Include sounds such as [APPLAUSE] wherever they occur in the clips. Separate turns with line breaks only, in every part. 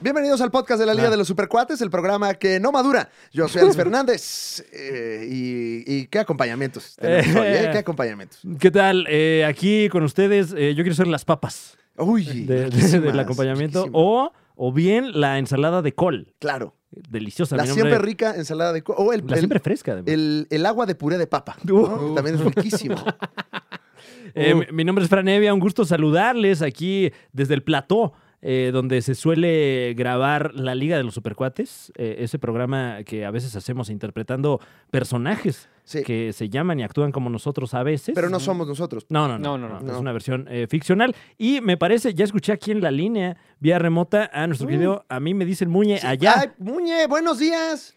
Bienvenidos al podcast de la Liga de los Supercuates, el programa que no madura. Yo soy Alex Fernández. eh, y, y qué acompañamientos tenemos hoy, ¿eh? ¿Qué acompañamientos?
¿Qué tal? Eh, aquí con ustedes, eh, yo quiero ser las papas
Uy,
de- de-
riquísimas,
del acompañamiento.
riquísimas.
O, o bien la ensalada de col.
Claro,
Deliciosa.
la
mi
siempre
nombre-
rica ensalada de... co- O el,
la
el-
siempre fresca, además.
el- el agua de puré de papa. ¿no?
Uh.
También es riquísimo.
Eh,
Uh.
mi- Mi nombre es Fran Evia, un gusto saludarles aquí desde el plató. eh, donde se suele grabar la Liga de los Supercuates, eh, ese programa que a veces hacemos interpretando personajes
Sí.
que se llaman y actúan como nosotros a veces.
Pero no somos nosotros.
No, no, no.
No, no, no.
Es
No.
una versión eh, ficcional. Y me parece, ya escuché aquí en la línea, vía remota, a nuestro
Mm.
video, a mí me dicen Muñe Eh, allá.
Ay, Muñe, buenos días.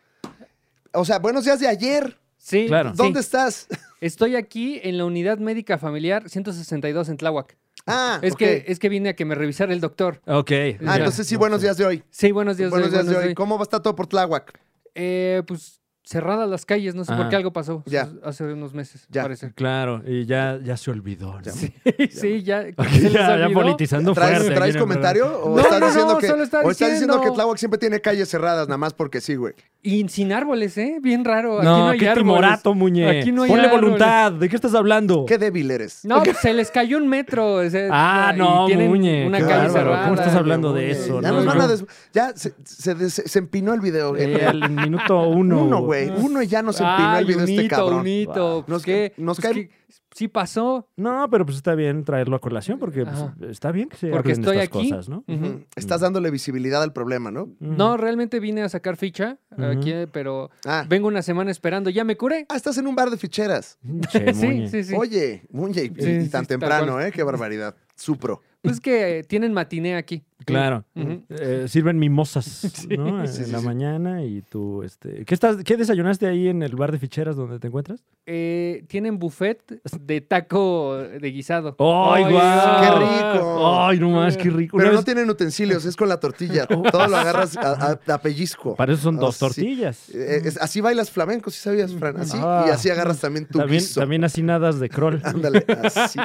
O sea, buenos días de ayer.
Sí,
Claro.
sí.
¿Dónde estás?
Estoy aquí en la unidad médica familiar 162 en Tláhuac.
Ah,
es,
ok.
que, es que vine a que me revisara el doctor.
Ok.
Ah,
Ya.
entonces sí, buenos días de hoy.
Sí, buenos días.
buenos
doy,
días de hoy.
doy.
¿Cómo va a estar todo por Tláhuac?
Eh, pues cerradas las calles, no sé
Ah.
por qué algo pasó
Ya.
hace unos meses,
Ya.
parece.
Claro, y ya, ya se olvidó. ¿no?
Sí,
[LAUGHS]
sí, ya.
Ok,
se les
ya, ya
olvidó.
politizando
¿Traes,
fuerte.
traes
aquí en el
comentario?
programa.
¿O
No,
estás
no, no,
diciendo que,
solo estaba
o estás diciendo que
diciendo-
Tláhuac siempre tiene calles cerradas, nada más porque sí, güey.
Y sin árboles, ¿eh? Bien raro. Aquí
No,
no hay
qué
árboles.
timorato, Muñe.
Aquí no hay
Ponle
árboles.
voluntad. ¿De qué estás hablando?
Qué débil eres.
No, pues, se les cayó un metro. o sea,
Ah,
y
no,
tienen
Muñe,
Una
qué
calle
bárbaro,
cerrada.
¿cómo estás hablando de
Muñe?
eso,
ya
no,
nos van a
yo-
des... Ya se, se des- se empinó el video.
Eh,
El-
[LAUGHS]
al minuto uno.
Uno, güey. Uno y ya nos empinó
Ay,
el video este
unito,
cabrón.
unito,
Wow.
pues,
Nos-
¿qué?
nos
Pues,
caen-
¿qué? Sí pasó.
No, pero pues está bien traerlo a colación porque pues,
Ajá.
está bien que se
Porque
hablen de
estoy
estas
aquí.
cosas,
[LAUGHS]
¿no?
Ujú.
Ujú. Estás dándole visibilidad al problema, ¿no?
Mm.
No, realmente vine a sacar ficha aquí, pero
Ah.
vengo una semana esperando. Ya me
[LAUGHS]
curé.
Ah, estás en un bar de ficheras.
Che, Muñe.
sí, sí, sí.
Oye, Muñe, y,
Sí,
y
sí,
tan
tal
temprano, ¿eh? Qué barbaridad. Supro.
Pues que eh, tienen matiné aquí.
Claro.
Ujú.
Eh, sirven mimosas, ¿no? En
Sí, sí,
la
sí.
mañana y tú, este... ¿Qué, estás, ¿Qué desayunaste ahí en el bar de ficheras donde te encuentras?
Eh, tienen buffet de taco de guisado.
¡Ay, guau!
¡Qué rico!
¡Ay, no más, qué rico!
Oh, eh, Pero
Una
no
vez-
tienen utensilios, es con la
[LAUGHS]
tortilla.
Oh,
Todo lo agarras a, a- a pellizco.
Para eso son
Ah,
dos
sí.
tortillas.
Eh, es- así bailas flamenco, si sabías, Fran. Así,
Ah.
y así agarras también tu
También,
guiso.
también hacinadas
[LAUGHS]
de crol. [LAUGHS]
Ándale, así.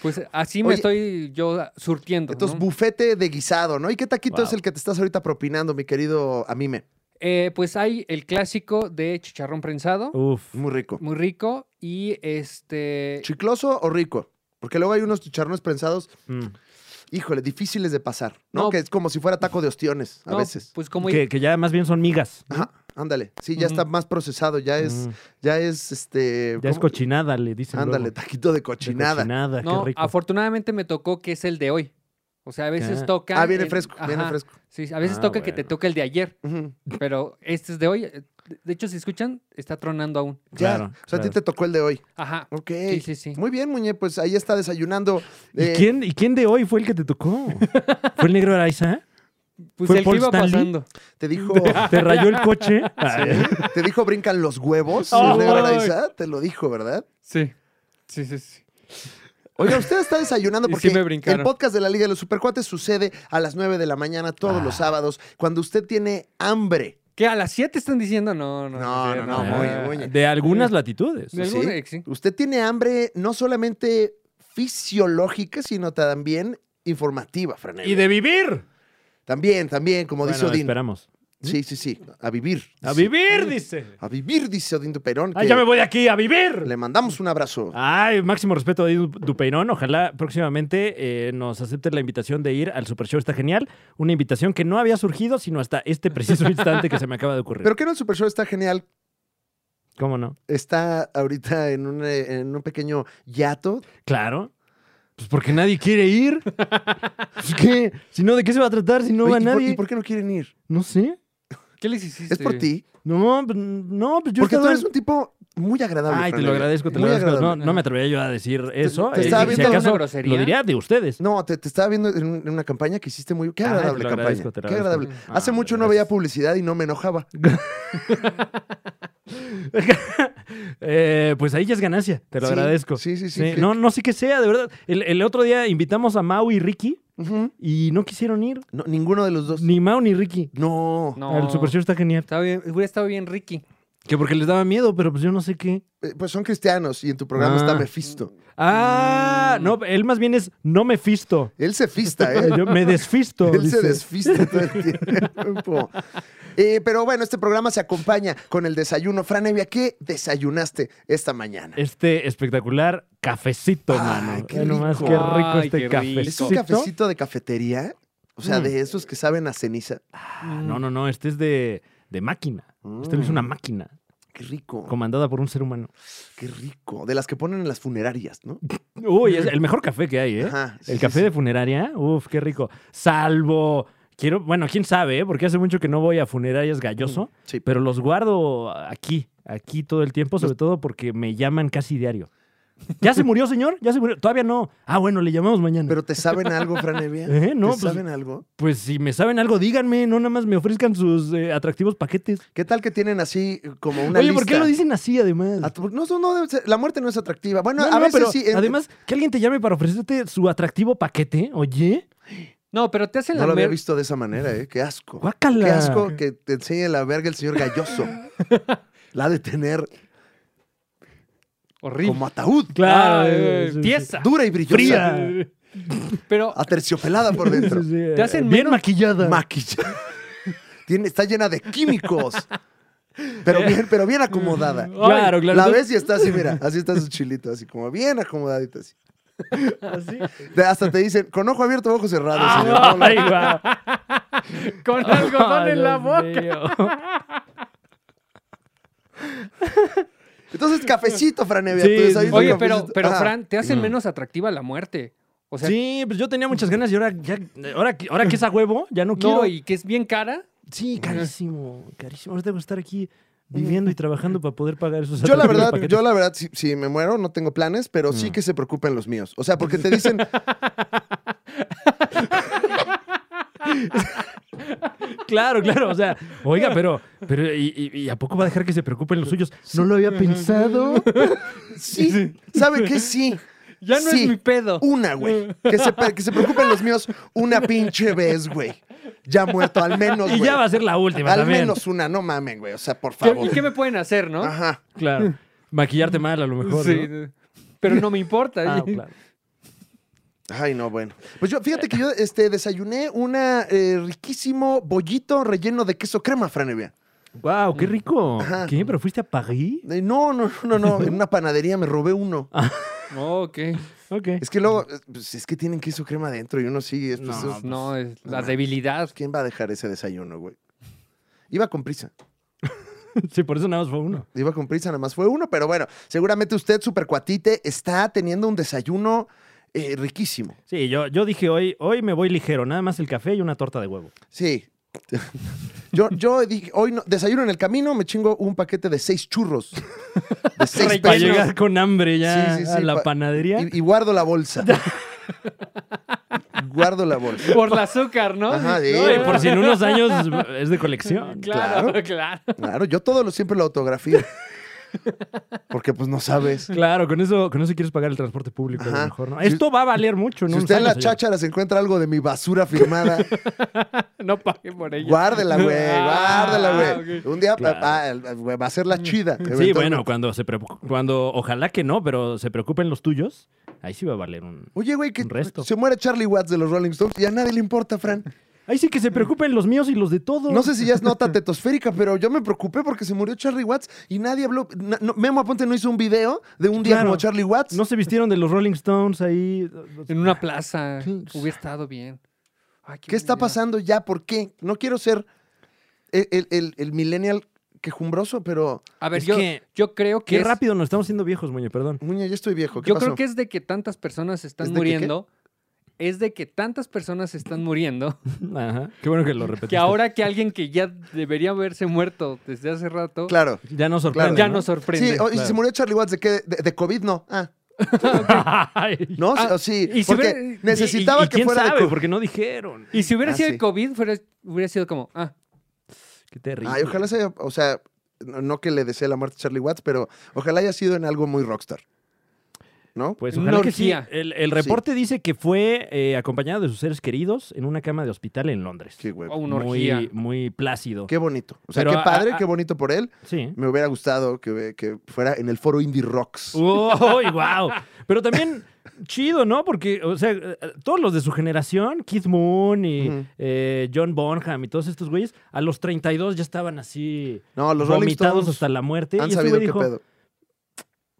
Pues así
Oye.
me estoy yo surtiendo.
Entonces,
¿no?
bufete de guisado, ¿no? ¿Y qué taquito
Wow.
es el que te estás ahorita propinando, mi querido Amime?
Eh, pues hay el clásico de chicharrón prensado,
Uf.
Muy rico.
muy rico. Y este.
¿Chicloso o rico? Porque luego hay unos chicharrones prensados,
mm.
híjole, difíciles de pasar, ¿no?
No.
Que es como si fuera taco de ostiones a
no,
veces.
Pues como
Que, que ya más bien son migas.
Ajá, ándale. Sí, ya
Ujú.
está más procesado, ya Ah, es,
Mm.
ya es este.
Ya es
¿cómo?
cochinada, le dicen
Ándale,
luego.
taquito de
De
cochinada.
cochinada,
No,
qué rico.
afortunadamente me tocó que es el de hoy. O sea, a veces
Ah.
toca.
Ah, viene
el-
fresco, viene
Ajá.
fresco.
Sí, a veces
Ah,
toca que te
bueno.
toca el de ayer,
Ujú.
pero este es de hoy. Eh, de- De hecho, si escuchan, está tronando aún.
Claro,
Claro. O sea, a ti
claro.
te tocó el de hoy.
Ajá.
Ok.
Sí, sí, sí.
Muy bien, Muñe, pues ahí está desayunando.
¿Y,
eh,
quién, ¿Y quién de hoy fue el que te tocó? ¿Fue el negro Araiza?
Pues
¿Fue
el
Paul
que iba
Stanley?
pasando.
Te
[LAUGHS]
dijo.
¿Te rayó el coche? Ay.
Te dijo brincan los huevos,
Ay.
el negro Araiza, te lo dijo, ¿verdad?
Sí. Sí, sí, sí.
Oiga, usted está desayunando
Y
porque
sí me
el
brincaron.
podcast de la Liga de los Supercuates sucede a las 9 de la mañana todos
Ah.
los sábados, cuando usted tiene hambre.
¿Qué? ¿A las 7 están diciendo? No, no.
No, [LAUGHS]
sé,
no, no, muy,
Ah,
muy. Muñe.
De algunas latitudes.
De alguna- sí.
Usted tiene hambre no solamente fisiológica, sino también informativa, Franel.
Y de vivir.
También, también, como dice
Bueno,
Odín.
esperamos.
Sí, sí, sí, a vivir.
A
dice.
vivir, dice.
A vivir, dice Odín Duperón.
Ay,
que
ya me voy de aquí, a vivir.
Le mandamos un abrazo.
Ay, máximo respeto a Edu Dupeirón. Ojalá próximamente eh, nos acepte la invitación de ir al Super Show. Está genial. Una invitación que no había surgido, sino hasta este preciso instante que se me acaba de ocurrir.
Pero que no, el Super Show está genial.
¿Cómo no?
Está ahorita en un, eh, en un pequeño yato
Claro. Pues porque nadie
[LAUGHS]
quiere ir. Pues, ¿Qué? Si no, ¿de qué se va a tratar si no
Oye,
va
¿y por-
nadie?
¿Y por qué no quieren ir?
No sé.
¿Qué les hiciste?
Es por ti.
No, pues, no, pues yo
Porque tú
estaba-
eres un tipo muy agradable.
Ay, te
Fran
lo
Evia.
agradezco, te lo
Muy
agradezco. No,
agradable.
no me atrevería yo a decir eso.
te
eh,
estaba
si
viendo
acaso
una grosería.
lo diría de ustedes.
No, te, te estaba viendo en, un- en una campaña que hiciste muy. Qué
Ay, te
agradable
lo
campaña.
agradezco, te lo
qué
agradezco.
agradable.
Ah,
Hace mucho no
gracias.
veía publicidad y no me enojaba.
Eh, pues ahí ya es ganancia, te lo
Sí,
agradezco.
Sí, sí, sí.
Sí,
que-
no, no sé qué sea, de verdad. El, el otro día invitamos a Mau y Ricky
Ujú.
y no quisieron ir.
No, ninguno de los dos.
Ni Mau ni Ricky.
No.
No.
El Super Show está genial.
Estaba bien, hubiera estado bien Ricky.
Que porque les daba miedo, pero pues yo no sé qué.
Eh, Pues son cristianos y en tu programa
Ah.
está Mefisto.
Ah, no, él más bien es no me fisto.
Él se fista,
Eh,
¿eh?
[LAUGHS] yo me desfisto. [LAUGHS]
Él se
dice.
desfista todo el tiempo. Eh, pero bueno, este programa se acompaña con el desayuno. Fran Evia, ¿qué desayunaste esta mañana?
Este espectacular cafecito,
Ay,
mano.
qué
Qué nomás,
rico.
qué rico
Ay,
este
qué rico.
cafecito.
¿Es un cafecito de cafetería? O sea,
Mm.
de esos que saben a ceniza.
Mm.
No, no, no, este es de, de máquina. Este lo hizo una máquina
Mm, Qué rico,
comandada por un ser humano.
qué rico. De las que ponen en las funerarias, ¿no?
Uy, es el mejor café que hay, ¿eh?
Ajá, sí,
el
sí,
café
sí.
de funeraria, uf, qué rico. Salvo, quiero, bueno, quién sabe, ¿eh? porque hace mucho que no voy a funerarias galloso,
Sí.
pero los guardo aquí, aquí todo el tiempo, sobre todo porque me llaman casi diario. ¿Ya se murió, señor? ¿Ya se murió? Todavía no. Ah, bueno, le llamamos mañana.
¿Pero te saben algo, Fran Evia?
[LAUGHS] Eh, no,
¿Te
pues-
saben algo?
pues si me saben algo, díganme, no nada más me ofrezcan sus eh, atractivos paquetes.
¿Qué tal que tienen así eh, como una
Oye,
lista?
¿por qué lo dicen así además?
A tu- No, no, no debe ser- la muerte no es atractiva. Bueno,
No,
a
no,
veces
pero
sí. en-
además, que alguien te llame para ofrecerte su atractivo paquete, oye,
No, pero te hacen
No lo
la
había visto de esa manera, ¿eh? Qué asco.
guácala.
Qué asco que te enseñe la verga el señor
[LAUGHS]
Galloso. la ha de tener
horrible.
como ataúd,
Claro,
Ah,
sí, sí.
pieza.
dura y brillosa.
Fría.
[LAUGHS] Pero
Ah, Aterciopelada por dentro.
[LAUGHS] Sí, sí,
Te hacen
bien
menos-
maquillada. [LAUGHS]
Maquillada. Tiene, está llena de químicos. Pero bien, pero bien
[LAUGHS]
acomodada.
Eh. Claro, claro.
La ves y está así, mira, así está su chilito, así como bien acomodadita. Así. Te- Hasta te dicen, con ojo abierto, ojo cerrado.
Ah,
señor. No lo-
Ay,
[LAUGHS]
guau.
con
ah,
algodón en la boca.
Ay, Dios mío.
Entonces, cafecito, Franevia.
Sí,
tú
sí,
desayunas
sí.
Oye,
con
pero,
cafecito.
pero
Ajá.
Fran, te hacen
Mm.
menos atractiva la muerte. [LAUGHS] O sea,
Sí, pues yo tenía muchas ganas y ahora ya, ahora, que- ahora que es a huevo, ya no quiero.
no, y que es bien cara.
Sí, carísimo, carísimo. Ahora tengo que estar aquí viviendo
[LAUGHS]
y trabajando para poder pagar esos
Yo la
atractivos [LAUGHS]
verdad,
paquetes.
yo la verdad, si, si me muero, no tengo planes, pero sí
Mm.
que se preocupen los míos. O sea, porque te dicen,
Claro, claro. O sea, oiga, pero, pero ¿y, y- y a poco va a dejar que se preocupen los suyos? No lo había pensado.
sí, ¿sabe qué? Sí.
Ya no
Sí.
es [LAUGHS] mi pedo.
Una, güey. Que se, pe- que se preocupen los míos una pinche vez, güey. Ya muerto, al menos,
Y
güey.
ya va a ser la última
Al
también.
menos una, no mamen, güey. O sea, por
¿Qué-
favor. Ah,
¿Y qué me pueden hacer, no?
Ajá.
Claro. Maquillarte mal, a lo mejor.
Sí,
¿no?
Pero no me importa.
Ah, claro.
Ay, no, bueno. Pues yo, fíjate que yo este, desayuné una eh, riquísimo bollito relleno de queso crema, Franevia.
¡Wow! ¡Qué rico!
Ajá.
¿Qué? ¿Pero fuiste a París?
Eh, No, no, no, no. En una panadería me robé uno.
No, ok.
Ok.
Es que luego, eh, pues, es que tienen queso crema adentro y uno sigue.
No,
pues, es-
No, es la
no.
debilidad.
¿Quién va a dejar ese desayuno, güey? Iba con prisa.
[LAUGHS] Sí, por eso nada más fue uno.
Iba con prisa, nada más fue uno, pero bueno, seguramente usted, supercuatite, está teniendo un desayuno eh, riquísimo.
Sí, yo, yo dije hoy, hoy me voy ligero, nada más el café y una torta de huevo.
Sí. [LAUGHS] Yo, yo dije, hoy no- desayuno en el camino, me chingo un paquete de seis churros. De seis
Rellenos.
Para
pesos.
llegar con hambre ya
Sí, sí, sí,
a la
pa-
panadería.
Y, y guardo la bolsa. [LAUGHS] guardo la bolsa.
Por el azúcar, ¿no?
Ajá, sí.
No, y por si
si
en unos años es de colección.
[LAUGHS] Claro, claro.
Claro, yo todo lo siempre lo autografío. Porque pues no sabes.
Claro, con eso, con eso quieres pagar el transporte público a
Ajá.
lo mejor, ¿no?
Si-
Esto va a valer mucho, ¿no?
Si usted en la cháchara se encuentra algo de mi basura firmada,
No pagué por ella.
Guárdela,
[LAUGHS]
güey,
Ah,
guárdela, güey.
ok.
Un día
Claro. Mm.
ah, ah, güey, va a ser la chida.
Sí,
eventualmente.
bueno, cuando se preocu- cuando ojalá que no, pero se preocupen los tuyos, ahí sí va a valer un.
Oye, güey, que
Un resto.
se muere Charlie Watts de los Rolling Stones y a nadie le importa, Fran.
Ahí sí que se preocupen los míos y los de todos.
No sé si ya es nota tetosférica, pero yo me preocupé porque se murió Charlie Watts y nadie habló. Na- no, Memo Aponte no hizo un video de un día
Claro.
como Charlie Watts.
No se vistieron de los Rolling Stones ahí.
En una plaza.
Sí.
Hubiera estado bien. Ay,
¿Qué está
buena idea.
pasando ya? ¿Por qué? No quiero ser el, el- el- el millennial quejumbroso, pero,
A ver,
Es
yo,
que-
yo creo que.
Qué
es-
rápido nos estamos haciendo viejos, Muñe,
[LAUGHS]
perdón.
muña, ya estoy viejo. ¿Qué
Yo
pasó?
creo que es de que tantas personas
¿Es
están
de que qué?
muriendo. Es de que tantas personas están muriendo
Ajá. Qué bueno que lo repetiste.
que ahora que alguien que ya debería haberse muerto desde hace rato
Claro.
ya nos sorprende.
ya
¿no?
nos sorprende.
sí, o- y
claro.
se murió Charlie Watts de qué? De, de COVID, no. Ah.
Ay.
[LAUGHS] ¿No?
Ah,
O sí.
Y si
porque
hubiera-
necesitaba
y- y
que
quién
fuera
sabe,
de COVID.
porque no dijeron.
Y si hubiera
Ah,
sido
sí.
el COVID, fuera- hubiera sido como, ah,
Qué terrible.
Ay, ojalá sea, o sea, no no que le desee la muerte a Charlie Watts, pero ojalá haya sido en algo muy rockstar. ¿no?
Pues
Una
ojalá que sí.
orgía.
El, el reporte dice que fue eh, acompañado de sus seres queridos en una cama de hospital en Londres.
Qué güey.
O una orgía.
Muy, muy plácido.
Qué bonito. O sea,
oh, Pero
qué
a-
padre,
a-
qué bonito por él. [LAUGHS]
Sí.
Me hubiera gustado que, que fuera en el foro Indie Rocks.
Uh, ¡Uy, wow! Pero también chido, ¿no? Porque, o sea, eh, todos los de su generación, Keith Moon y
Ujú.
eh, John Bonham y todos estos güeyes, a los 32 ya estaban así
No, los Rolling
vomitados
Stones
hasta la muerte.
han
y este
sabido
güey
qué
dijo,
pedo.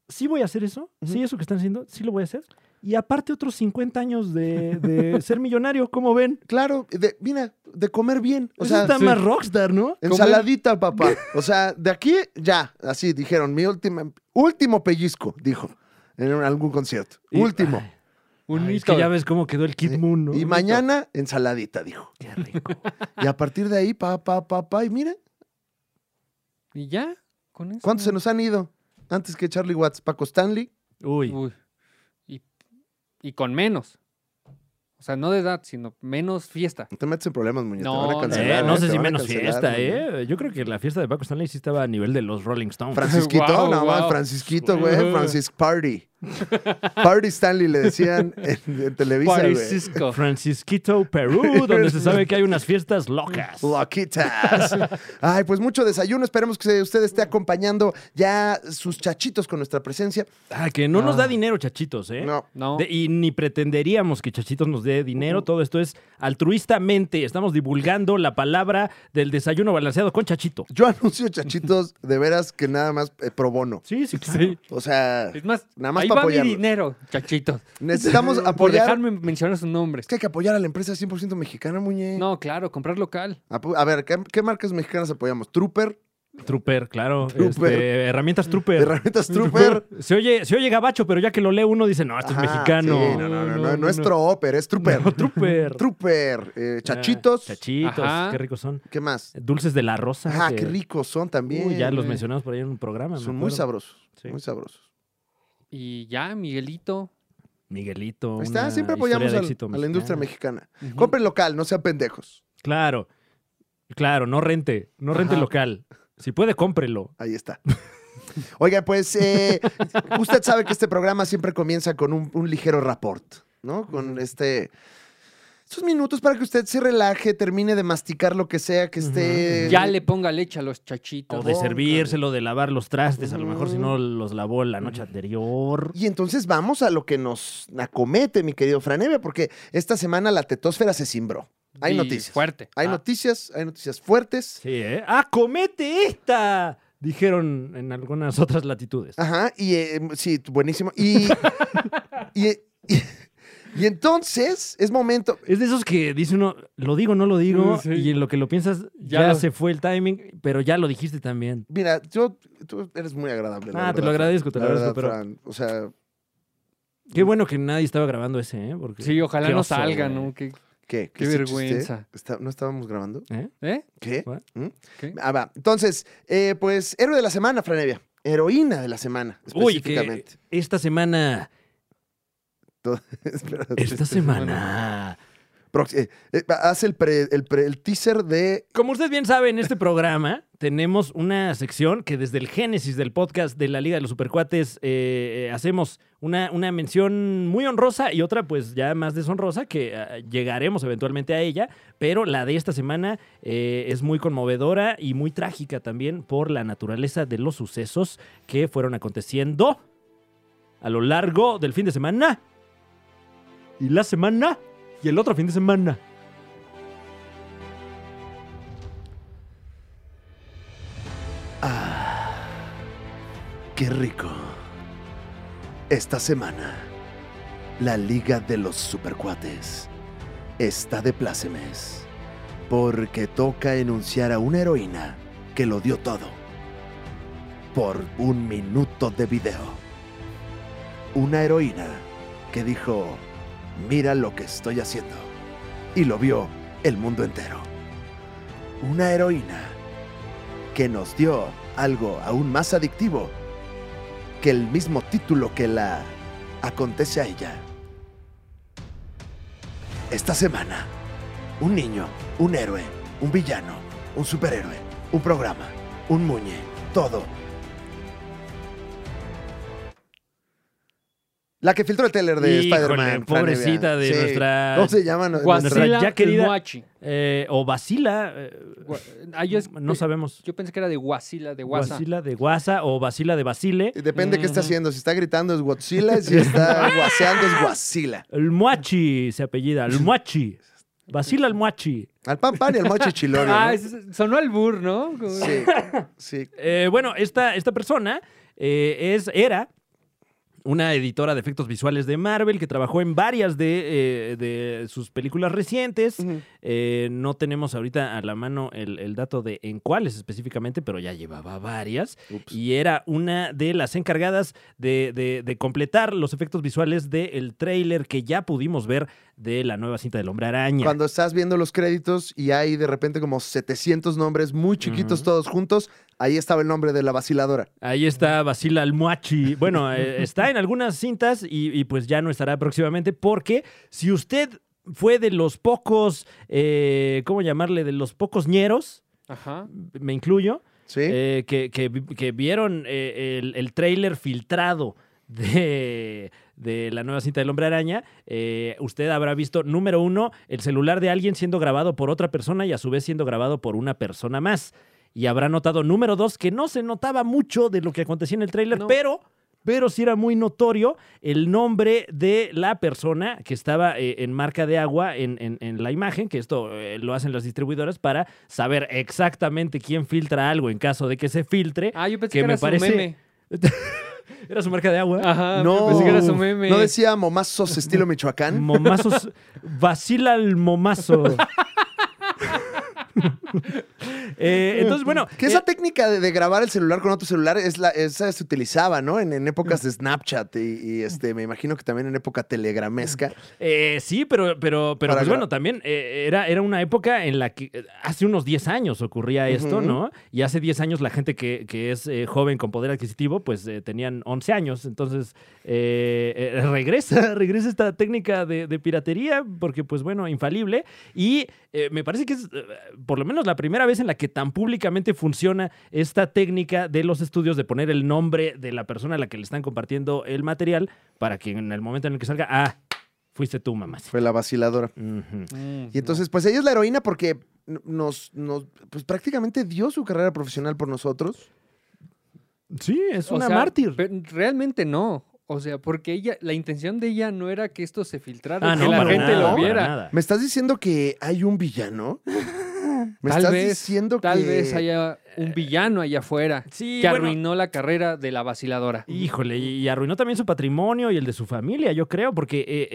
sí voy a hacer eso, sí,
Ujú.
eso que están haciendo, sí lo voy a hacer. Y aparte otros 50 años de, de [LAUGHS] ser millonario, ¿cómo ven?
Claro, de, mira, de comer bien. O
Eso
sea,
está
sí.
más rockstar, ¿no?
ensaladita, papá. O sea, de aquí ya, así dijeron, mi última, último pellizco, dijo, en algún concierto.
Y-
último.
Ay,
Un
ay, es
mito.
que ya ves cómo quedó el Kid
Sí.
Moon, ¿no?
y mañana, ensaladita, dijo.
Qué [LAUGHS] rico.
Y a partir de ahí, pa, pa, pa, pa, y mira,
¿Y ya? ¿Con eso?
¿cuántos se nos han ido? Antes que Charlie Watts, Paco Stanley.
Uy,
Uy. Y, y con menos. O sea, no de edad, sino menos fiesta.
No te metes en problemas, muñeca.
No,
te van a cancelar,
Eh, no
¿eh?
sé
Te
si
van a
menos
cancelar,
fiesta,
muñeca.
¿eh? Yo creo que la fiesta de Paco Stanley sí estaba a nivel de los Rolling Stones.
Francisquito,
Guau,
nada más,
guau.
Francisquito, güey. Francis
[LAUGHS]
Party. Party Stanley le decían en, en Televisa, güey. [LAUGHS]
Francisco.
Francisquito, Perú, donde se sabe que hay unas fiestas locas.
Loquitas. Ay, pues mucho desayuno. Esperemos que usted esté acompañando ya sus chachitos con nuestra presencia.
Ah, que no nos da
Ah.
dinero, chachitos, ¿eh?
No.
No.
De- y ni pretenderíamos que Chachitos nos dé dinero. Todo esto es altruistamente. Estamos divulgando la palabra del desayuno balanceado con Chachito.
Yo [LAUGHS] anuncio chachitos de veras que nada más eh, pro bono.
Sí, sí, claro.
Sí.
O sea,
Es más,
Nada más
ahí
pa'
va mi
apoyarlos.
dinero, chachitos.
necesitamos
Por
apoyar.
dejarme mencionar sus nombres.
Es que hay que apoyar a la empresa 100% mexicana, muñe.
No, claro, comprar local.
Apo- A ver, ¿qué, qué marcas mexicanas apoyamos? Trooper,
Trooper, claro.
Trooper.
Este, herramientas Trooper.
herramientas Trooper.
Se oye, se oye gabacho, pero ya que lo lee uno dice, no, esto
Ajá,
es mexicano.
sí, no, no, no, no, no,
no,
es
no.
Trooper, es Trooper.
No, Trooper.
Trooper, eh, chachitos.
Ah, Chachitos,
Ajá.
qué ricos son.
¿Qué más?
Dulces de la rosa.
Ah,
que-
qué ricos son también.
Uy, ya los
güey.
mencionamos por ahí en un programa. me
Son muy
acuerdo.
sabrosos,
Sí.
muy sabrosos.
Y ya, Miguelito.
Miguelito.
Ahí
una
está, siempre
historia
apoyamos
de
al-
éxito
a la industria
mexicana.
mexicana.
Ujú.
Compren local, no sean pendejos.
Claro, claro, no rente, no rente
Ajá.
local. Si puede, cómprelo.
Ahí está. Oiga, pues eh, usted sabe que este programa siempre comienza con un, un ligero rapport, ¿no? Con este. Estos minutos para que usted se relaje, termine de masticar lo que sea que esté.
Ya le ponga leche a los chachitos.
O de
Tabón,
servírselo, de lavar los trastes, a lo mejor si
Ujú.
no los lavó la noche anterior.
Y entonces vamos a lo que nos acomete, mi querido Franeve, porque esta semana la tetósfera se cimbró. Hay
Y
noticias.
Fuerte.
Hay
Ah.
noticias, hay noticias fuertes.
Sí, ¿eh? ¡Ah, comete esta! Dijeron en algunas otras latitudes.
Ajá, y eh, sí, buenísimo. Y, y, y- y entonces es momento.
Es de esos que dice uno, lo digo, no lo digo,
Sí.
y en lo que lo piensas ya,
Ya lo-
se fue el timing, pero ya lo dijiste también.
Mira, yo, tú eres muy agradable. la
ah, te lo
verdad.
agradezco, te lo
La
agradezco,
verdad,
pero
Fran, o sea,
qué bueno que nadie estaba grabando ese, ¿eh? Porque,
Sí, ojalá
qué
no
oso,
salga,
güey.
¿no? Que-
¿qué?
Qué
ese
vergüenza.
chiste está- ¿No estábamos grabando?
¿Eh?
¿Eh?
¿Qué?
¿What?
¿Mm?
¿Qué?
Ah, va. Entonces, eh, pues, héroe de la semana, Franevia. Heroína de la semana,
Uy, que
específicamente. [LAUGHS]
esta semana,
Espera,
esta semana...
prox- eh, eh, haz el, pre- el, pre- el teaser de...
Como usted bien sabe, en este programa tenemos una sección que desde el génesis del podcast de la Liga de los Supercuates eh, eh, hacemos una, una mención muy honrosa y otra pues ya más deshonrosa que ah, llegaremos eventualmente a ella, pero la de esta semana eh, es muy conmovedora y muy trágica también por la naturaleza de los sucesos que fueron aconteciendo a lo largo del fin de semana y la semana y el otro fin de semana.
Qué rico. Esta semana, la Liga de los Supercuates está de plácemes porque toca enunciar a una heroína que lo dio todo por un minuto de video. Una heroína que dijo, mira lo que estoy haciendo. Y lo vio el mundo entero. Una heroína que nos dio algo aún más adictivo que el mismo título que la acontece a ella. Esta semana, un niño, un héroe, un villano, un superhéroe, un programa, un muñe, todo. La que filtró el trailer de
Híjole,
Spider-Man. Fran Evia.
pobrecita de nuestra-
¿Cómo se llama? Nuestra-
Guasila.
Guasila
ya querida-
Moachi.
Eh, o Basila. eh,
Gua- ah, yo, es-
no sabemos.
yo pensé que era de Guasila, de Guasa.
Basila de Guasa o Basila de Basile.
Depende qué está
Ujú.
haciendo. Si está gritando es Godzilla, si está
[LAUGHS]
guaseando es Guasila.
El Muachi se apellida.
[LAUGHS]
El Muachi. Basila el Muachi.
Al pan pan y al mochi chilorio.
Ah,
¿no?
es- sonó al burro, ¿no? Como-
Sí, sí.
Eh, bueno, esta, esta persona eh, es, era una editora de efectos visuales de Marvel que trabajó en varias de, eh, de sus películas recientes. Eh, no tenemos ahorita a la mano el, el dato de en cuáles específicamente, pero ya llevaba varias.
Ups.
Pues Y era una de las encargadas de, de- de completar los efectos visuales del tráiler que ya pudimos ver de la nueva cinta del Hombre Araña.
Cuando estás viendo los créditos y hay de repente como 700 nombres muy chiquitos
Ujú.
todos juntos, ahí estaba el nombre de la vaciladora.
Ahí está Basila Almuachi. Bueno, eh, está en algunas cintas y, y pues ya no estará próximamente porque si usted fue de los pocos, eh, ¿cómo llamarle? De los pocos ñeros,
Ajá.
me incluyo,
¿Sí?
eh, que, que vi- que vieron eh, el, el tráiler filtrado de, de la nueva cinta del Hombre Araña, eh, usted habrá visto, número uno, el celular de alguien siendo grabado por otra persona y a su vez siendo grabado por una persona más. Y habrá notado, número dos, que no se notaba mucho de lo que acontecía en el tráiler,
No.
pero... Pero sí era muy notorio el nombre de la persona que estaba eh, en marca de agua en, en- en la imagen, que esto eh, lo hacen las distribuidoras para saber exactamente quién filtra algo en caso de que se filtre.
Ah, yo pensé
Que
que, era
me parece-
su meme.
Era su marca de agua.
Ajá,
No.
yo pensé que era su meme.
¿No decía momazos
[LAUGHS]
estilo Michoacán?
Momazos. Vacila el momazo. Eh, entonces, bueno.
Que
eh,
esa técnica de, de grabar el celular con otro celular es la, esa se utilizaba, ¿no? En, en épocas de Snapchat y, y, este, me imagino que también en época telegramesca.
eh, sí, pero, pero, pero
Para
pues
gra-
bueno, también eh, era, era una época en la que eh, hace unos 10 años ocurría esto,
Ujú.
¿no? Y hace 10 años la gente que, que es eh, joven con poder adquisitivo, pues eh, tenían 11 años. Entonces, eh, eh, regresa, [LAUGHS] regresa esta técnica de, de piratería, porque pues bueno, infalible. Y eh, me parece que es eh, por lo menos la primera vez en la que tan públicamente funciona esta técnica de los estudios de poner el nombre de la persona a la que le están compartiendo el material para que en el momento en el que salga, ah, fuiste tú, mamá.
Fue la vaciladora.
Ujú.
Mm,
Y entonces, pues ella es la heroína porque n- nos, nos pues prácticamente dio su carrera profesional por nosotros.
Sí, es
O
una
sea,
mártir.
pero realmente no. O sea, porque ella, la intención de ella no era que esto se filtrara,
Ah,
que
no,
la
para
gente
nada,
lo
para
viera.
nada.
¿Me estás diciendo que hay un villano?
[LAUGHS]
¿Me
Tal
estás
vez,
diciendo
Tal
que
vez haya un villano allá afuera
Sí,
que
bueno,
arruinó la carrera de la vaciladora.
Híjole, y y arruinó también su patrimonio y el de su familia, yo creo, porque eh,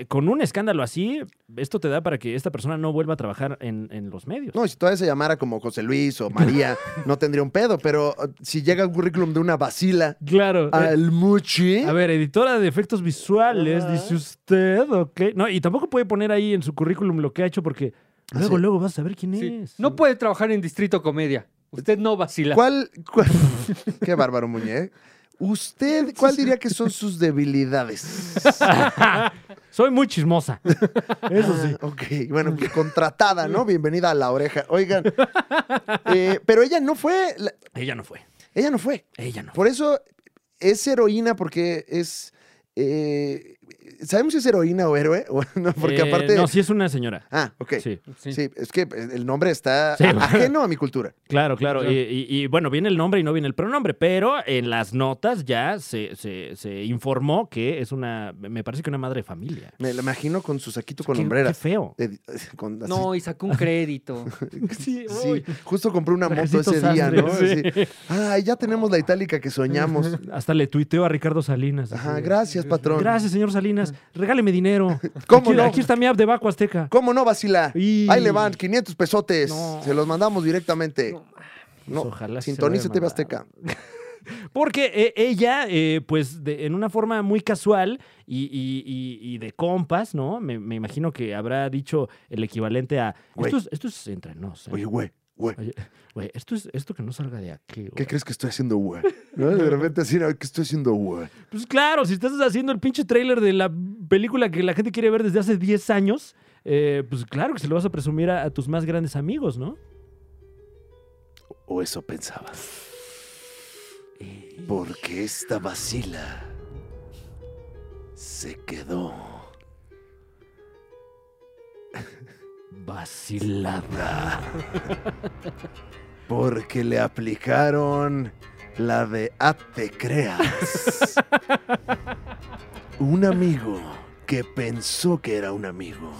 eh, con un escándalo así, esto te da para que esta persona no vuelva a trabajar en, en los medios.
No, si todavía se llamara como José Luis o
[LAUGHS]
María, no tendría un pedo, pero eh, si llega un currículum de una vacila
Claro. eh,
al Muchi,
A ver, editora de efectos visuales,
Ah, Ajá.
dice usted, ok. No, y tampoco puede poner ahí en su currículum lo que ha hecho porque
Ah,
luego,
sí.
luego vas a ver quién
Sí.
es.
No puede trabajar en Distrito Comedia. Usted no vacila.
¿cuál, cuál- [LAUGHS] Qué bárbaro, Muñe. ¿eh? ¿Usted cuál diría que son sus
[LAUGHS]
debilidades?
Soy
[LAUGHS]
muy chismosa. Eso sí. Mm.
Ah, ok, bueno, que contratada,
[LAUGHS]
¿no? Bienvenida a la oreja. Oigan, eh, pero ella no fue, la-
Ella no fue.
ella no fue.
Ella no.
Por eso es heroína porque es... eh, ¿Sabemos si es heroína o héroe? [LAUGHS] O- no, porque
Eh,
aparte...
No, sí es una señora.
Ah, ok.
Sí.
Sí. es que el nombre está
Sí.
a- ajeno
[LAUGHS]
a mi cultura.
Claro, claro.
Claro.
Y, y- y, bueno, viene el nombre y no viene el pronombre, pero en las notas ya se, se- se informó que es una, me parece que una madre de familia.
Me la imagino con su saquito con
Qué- Qué,
hombreras.
feo.
Eh, con- así-
No, y sacó un crédito.
Sí,
[LAUGHS] sí, justo compré una moto
Trajecito
ese día, ¿no?
sastre,
[LAUGHS] Así, Ay, ya tenemos la itálica que
[LAUGHS]
soñamos.
Hasta le tuiteo a Ricardo Salinas.
Ajá,
así.
gracias, patrón.
Gracias, señor Salinas. Regáleme dinero.
[LAUGHS] ¿Cómo
aquí,
no?
aquí está mi app de Baco Azteca.
¿Cómo no, Basila?
Y-
Ahí le van 500 pesotes.
No.
Se los mandamos directamente.
No,
No,
ojalá sí se lo haya
Sintonice TV
mandado.
Azteca.
Porque eh, ella, eh, pues, de- en una forma muy casual y, y- y- y de compas, ¿no? Me, me imagino que habrá dicho el equivalente a.
Güey.
Esto es, esto es entre nos. ¿eh?
Oye, güey, güey.
Oye, güey, esto es esto que no salga de aquí.
¿Qué
güey.
crees que estoy haciendo, güey? ¿No? De repente así, "Ay, ¿qué estoy haciendo, güey?
Pues claro, si estás haciendo el pinche trailer de la película que la gente quiere ver desde hace 10 años, eh, pues claro que se lo vas a presumir a, a tus más grandes amigos, ¿no?
O eso pensaba. Eh, Porque esta vacila se quedó
Vacilada.
Porque le aplicaron la de "Ah, te creas. un amigo que pensó que era un amigo.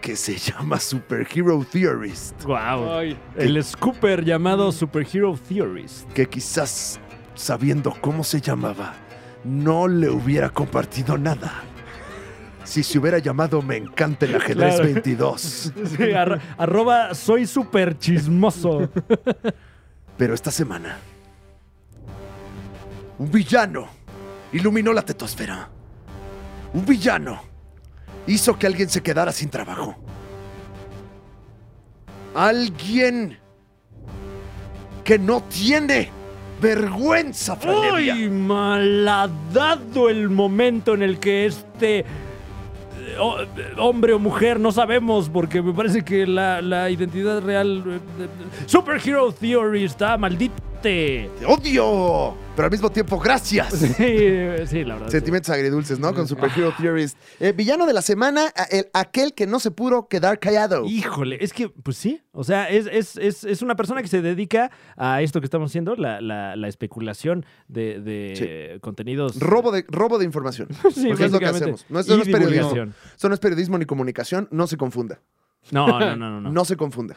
Que se llama Superhero Theorist.
Wow.
Ay,
El scooper llamado Superhero Theorist.
Que quizás, sabiendo cómo se llamaba, no le hubiera compartido nada. Si se hubiera llamado Me encanta el ajedrez
Claro.
22.
Sí, arro- arroba soy super chismoso.
Pero esta semana, un villano iluminó la tetosfera. Un villano hizo que alguien se quedara sin trabajo. Alguien que no tiene vergüenza, Franevia.
¡Uy! Malhadado el momento en el que este eh, ho- hombre o mujer, no sabemos, porque me parece que la, la identidad real. eh, de- de- Superhero Theory está maldite.
Te odio, pero al mismo tiempo gracias.
Sí, eh, sí, la verdad. sí.
Sentimientos agridulces, ¿no? Con Superhero Theorist. Eh, villano de la semana, a- el- aquel que no se pudo quedar callado.
Híjole, es que, pues sí, o sea, es, es- es- es una persona que se dedica a esto que estamos haciendo, la, la- la especulación de, de contenidos.
Robo de, robo de información.
[LAUGHS] Sí,
Porque es lo que
básicamente.
hacemos. No, esto no
Y
es periodismo.
divulgación.
Eso no es periodismo ni comunicación, no se confunda.
No, no, no,
[LAUGHS]
no.
No,
no.
se confunda.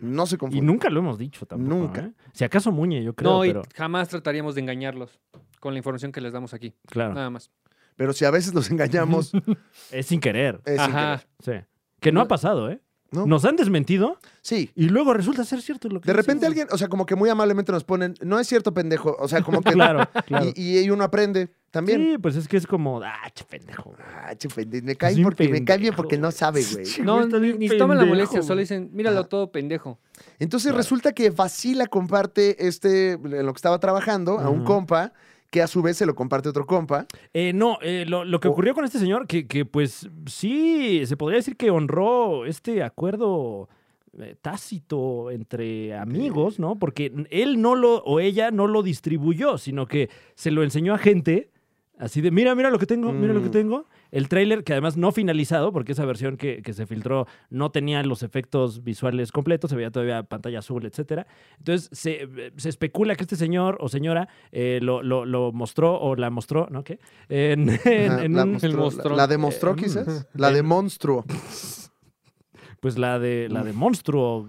No, se
Y
confunda.
nunca lo hemos dicho tampoco.
Nunca.
¿eh? Si acaso Muñe, yo creo,
no,
pero.
y jamás trataríamos de engañarlos con la información que les damos aquí.
Claro.
Nada más.
Pero si a veces los
[LAUGHS]
engañamos,
Es sin querer.
es sin
Ajá.
querer.
Sí. Que no ha pasado, ¿eh?
¿No?
Nos han desmentido
Sí.
y luego resulta ser cierto lo que
De
dicen.
repente
[LAUGHS]
alguien, o sea, como que muy amablemente nos ponen, no es cierto, pendejo. O sea, como que.
Claro, claro.
y- y, uno aprende también.
Sí, pues es que es como, ah, che, pendejo.
Ah, che, pende- me cae
Es un
porque me cae bien
pendejo,
porque no sabe,
[LAUGHS]
güey.
Sí,
No,
está
ni,
bien
ni se toman la
pendejo,
molestia, solo
güey.
dicen, míralo
Ajá.
todo pendejo.
Entonces
Claro.
resulta que Vasila comparte este, en lo que estaba trabajando, a un
Ajá.
compa, que a su vez se lo comparte otro compa.
Eh, no, eh, lo, lo que
O-
ocurrió con este señor, que, que, pues sí, se podría decir que honró este acuerdo eh, tácito entre amigos, ¿no? Porque n- él no lo, o ella no lo distribuyó, sino que se lo enseñó a gente, así de, mira, mira lo que tengo, mira lo que
Mm.
tengo. El tráiler, que además no finalizado, porque esa versión que, que se filtró no tenía los efectos visuales completos, se veía todavía pantalla azul, etcétera. Entonces, se, se especula que este señor o señora eh, lo, lo- lo mostró o la mostró, ¿no? ¿Qué? En, [LAUGHS] en-
Ajá,
en
la,
un-
mostró-
el monstruo.
la demostró,
Eh,
quizás. La de monstruo.
pues la de, la de monstruo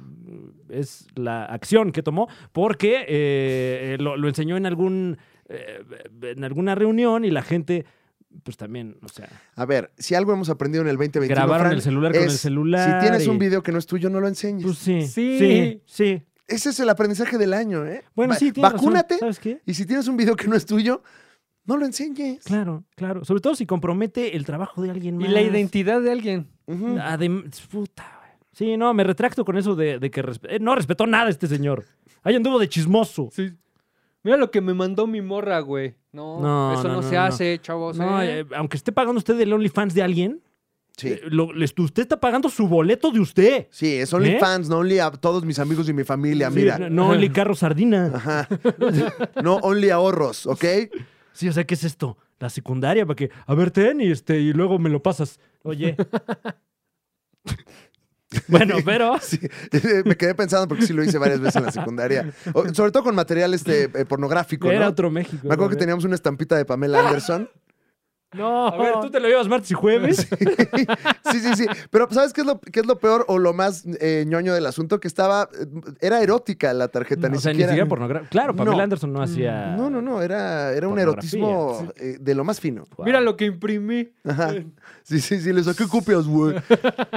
es la acción que tomó porque eh, eh, lo, lo enseñó en algún eh, en alguna reunión y la gente pues también, o sea,
A ver, si algo hemos aprendido en el 2021,
grabaron
Fran,
el celular con el
es,
celular.
Si tienes un
y-
video que no es tuyo, no lo enseñes.
Pues sí,
Sí.
sí, sí.
Ese es el aprendizaje del año, ¿eh?
Bueno,
Va-
sí, tienes razón.
Vacúnate
¿Sabes qué?
y si tienes un video que no es tuyo, no lo enseñes.
Claro, claro. Sobre todo si compromete el trabajo de alguien
Y
más.
la identidad de alguien.
Ujú.
Adem- puta, güey. Mm. Sí, no, me retracto con eso de, de que resp- eh, no respetó nada este señor. Ahí anduvo de chismoso.
Sí. Mira lo que me mandó mi morra, güey. No,
No,
eso no,
no, no,
se
no.
hace, chavos.
No,
¿eh?
eh, aunque esté pagando usted el OnlyFans de alguien,
Sí.
eh, lo- le- usted está pagando su boleto de usted.
Sí, es only
¿Eh?
fans, no only a todos mis amigos y mi familia,
Sí,
mira.
no, no Only Carro Sardina.
Ajá. No only ahorros, ¿ok?
Sí, o sea, ¿qué es esto? La secundaria, para que, a ver, ten y, este, y luego me lo pasas.
[LAUGHS]
Oye. bueno, pero.
Sí, [LAUGHS] me quedé pensando porque sí lo hice varias veces en la secundaria. O- sobre todo con material este, eh, pornográfico,
Era
¿no?
otro México.
Me acuerdo que
también.
teníamos una estampita de Pamela Anderson.
No. A ver, tú te lo llevas martes y jueves.
Sí, sí, sí. Pero ¿sabes qué es lo, qué es lo peor o lo más eh, ñoño del asunto? Que estaba. eh, Era erótica la tarjeta, ni,
o sea,
siquiera,
ni siquiera pornografía. Claro, Pamela
No.
Anderson no hacía.
No, no, no. Era, era un
Pornografía.
erotismo eh, de lo más fino.
Wow.
Mira lo que imprimí.
Ajá. Sí, sí, sí. Le saqué copias,
[LAUGHS]
güey.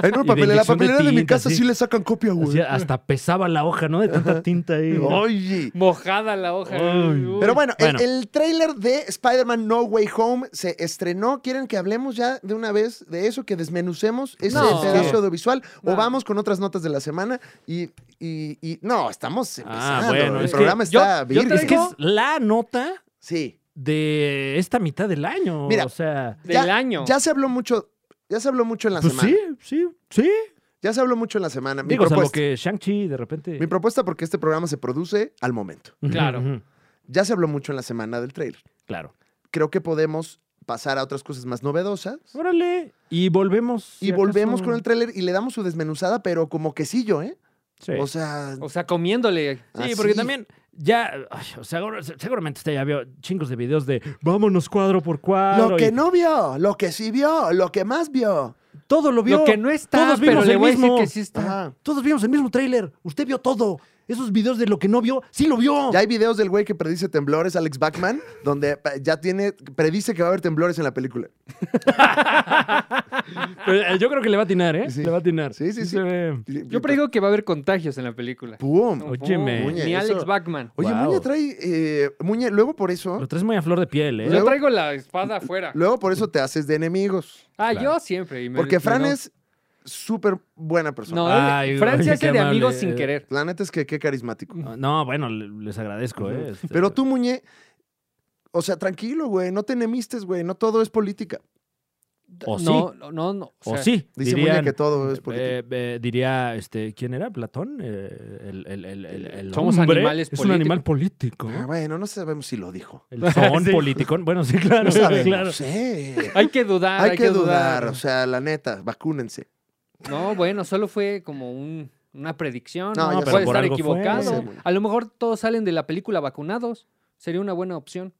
En una
Y de
papelera, la
inyección de
papelera de, mi
tinta,
casa sí,
sí.
le sacan copia, güey.
Hacía- hasta pesaba la hoja, ¿no? De tanta tinta ahí.
Oye.
Mojada la hoja.
Ay.
Uy.
Pero bueno,
Bueno.
El, el tráiler de Spider-Man No Way Home se estrenó. ¿Quieren que hablemos ya de una vez de eso? ¿Que desmenucemos ese
No.
pedazo audiovisual? ¿O
No.
vamos con otras notas de la semana? Y, y- y- no, estamos empezando.
Ah, bueno,
el
es que
programa
yo-
está
yo
virgen.
Es que
traigo-
es la nota
Sí.
de esta mitad del año.
Mira,
o sea.
Del año.
Ya se habló mucho. Ya se habló mucho en la
Pues
semana.
sí, sí, sí.
Ya se habló mucho en la semana. Mi,
Digo, salvo
propuesta,
que Shang-Chi de repente.
mi propuesta porque este programa se produce al momento.
Ujú,
Claro.
ujú,
Ya se habló mucho en la semana del tráiler.
Claro.
Creo que podemos pasar a otras cosas más novedosas.
Órale. Y volvemos.
Y
si
volvemos
acaso.
con el tráiler y le damos su desmenuzada, pero como quesillo, ¿eh?
Sí.
O sea,
O sea, comiéndole.
Sí,
así.
porque también ya, ay, o sea, ahora se- seguramente usted ya vio chingos de videos de vámonos cuadro por cuadro.
Lo
y
que no vio, lo que sí vio, lo que más vio.
Todo lo vio.
Lo que no está,
Todos vimos
pero le
el
voy a decir
mismo.
que sí está.
Ajá.
Todos vimos el mismo tráiler. Usted vio todo. Esos videos de lo que no vio, sí lo vio.
Ya hay videos del güey que predice temblores, Alex Bachman, donde pa- ya tiene, predice que va a haber temblores en la película.
Pero, eh, yo creo que le va a atinar, ¿eh?
Sí.
Le va a atinar.
Sí, sí, sí.
Se ve.
Yo predigo que va a haber contagios en la película.
¡Pum!
Óyeme.
Pum, Ni
Muñe,
Alex
eso-
Bachman.
Oye,
Wow.
Muñe trae, eh, Muñe, luego por eso,
Lo traes muy a flor de piel, ¿eh?
Yo traigo la espada afuera.
luego por eso te haces de enemigos.
Ah,
Claro.
yo siempre. y me-
Porque
me
Fran
no.
es súper buena persona.
No,
Ay,
él-
güey,
Fran se
qué
hace de
amable.
amigos sin querer.
La neta es que qué carismático.
No, bueno, le- les agradezco, ¿eh? Este-
Pero tú, Muñe, o sea, tranquilo, güey, no te enemistes, güey, no todo es política.
O
no, no, no, no,
O
sea,
sí,
Dice
dirían-
Muñe que todo es política.
Eh, eh, diría, este, ¿quién era? ¿Platón? Eh, el, el- el- el- el
Somos
hombre
animales
Es un animal político.
Ah, bueno, no sabemos si lo dijo.
[LAUGHS] El
[LAUGHS]
son
Sí.
politicón. Bueno, sí, claro.
No sabemos,
claro. [LAUGHS]
sí.
Hay que dudar,
Hay que dudar, o sea, la neta, vacúnense.
No, bueno, solo fue como un- una predicción.
No,
No,
ya sé.
puede
Por
estar
algo fue.
equivocado.
Sí.
A lo mejor todos salen de la película vacunados. Sería una buena opción.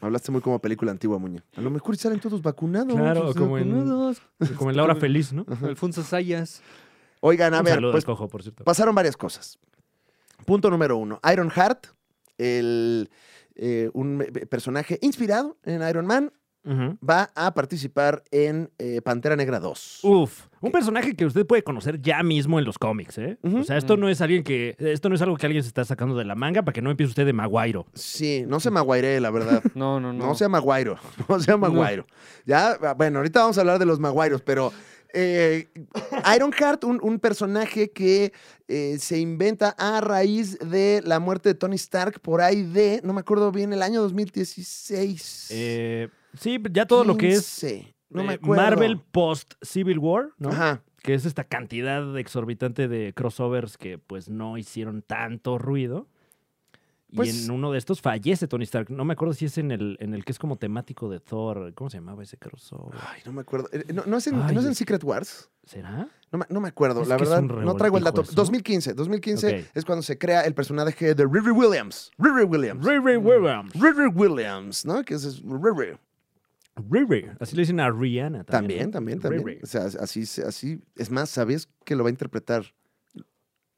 Hablaste muy como película antigua, Muñe. A lo mejor salen todos vacunados.
Claro,
o sea,
como en,
Vacunados.
como en Laura Feliz, ¿no?
Alfonso Sayas.
Oigan, a
Un
ver,
saludo
pues
al cojo, por cierto.
pasaron varias cosas. Punto número uno. Iron Heart, el, eh, un eh, personaje inspirado en Iron Man,
Ujú.
va a participar en eh, Pantera Negra 2.
Uf, un personaje que usted puede conocer ya mismo en los cómics, ¿eh?
Ujú.
O sea, esto no es alguien que, esto no es algo que alguien se está sacando de la manga para que no empiece usted de Maguire.
Sí, no se maguaire, la
[LAUGHS]
verdad.
No, no, no.
No sea Maguairo, [LAUGHS] no sea Maguairo. Ya, ah, bueno, ahorita vamos a hablar de los Maguairos, pero eh, [COUGHS] Ironheart, un, un personaje que eh, se inventa a raíz de la muerte de Tony Stark por ahí de, no me acuerdo bien, el año 2016.
Eh, sí, ya todo lo que es
15, no me
eh,
acuerdo.
Marvel post Civil War, ¿no?
Ajá.
que es esta cantidad exorbitante de crossovers que pues no hicieron tanto ruido.
Pues-
y en uno de estos fallece Tony Stark. No me acuerdo si es en el, en el que es como temático de Thor. ¿Cómo se llamaba ese crossover?
Ay, no me acuerdo. Eh, No, no es, en,
Ay,
¿no es en
es-
Secret Wars.
¿Será?
No me, no me acuerdo,
Es
la
que es
verdad,
un
no traigo el dato.
revoltijo eso.
2015, 2015
Ok.
es cuando se crea el personaje de Riri Williams. Riri Williams.
Riri Williams.
Riri Williams, ¿no? Que es, es Riri.
Riri. Así le dicen a Rihanna
También, también,
también. ¿no?
también.
Riri.
O sea, así, se- así. Es más, ¿sabías que lo va a interpretar?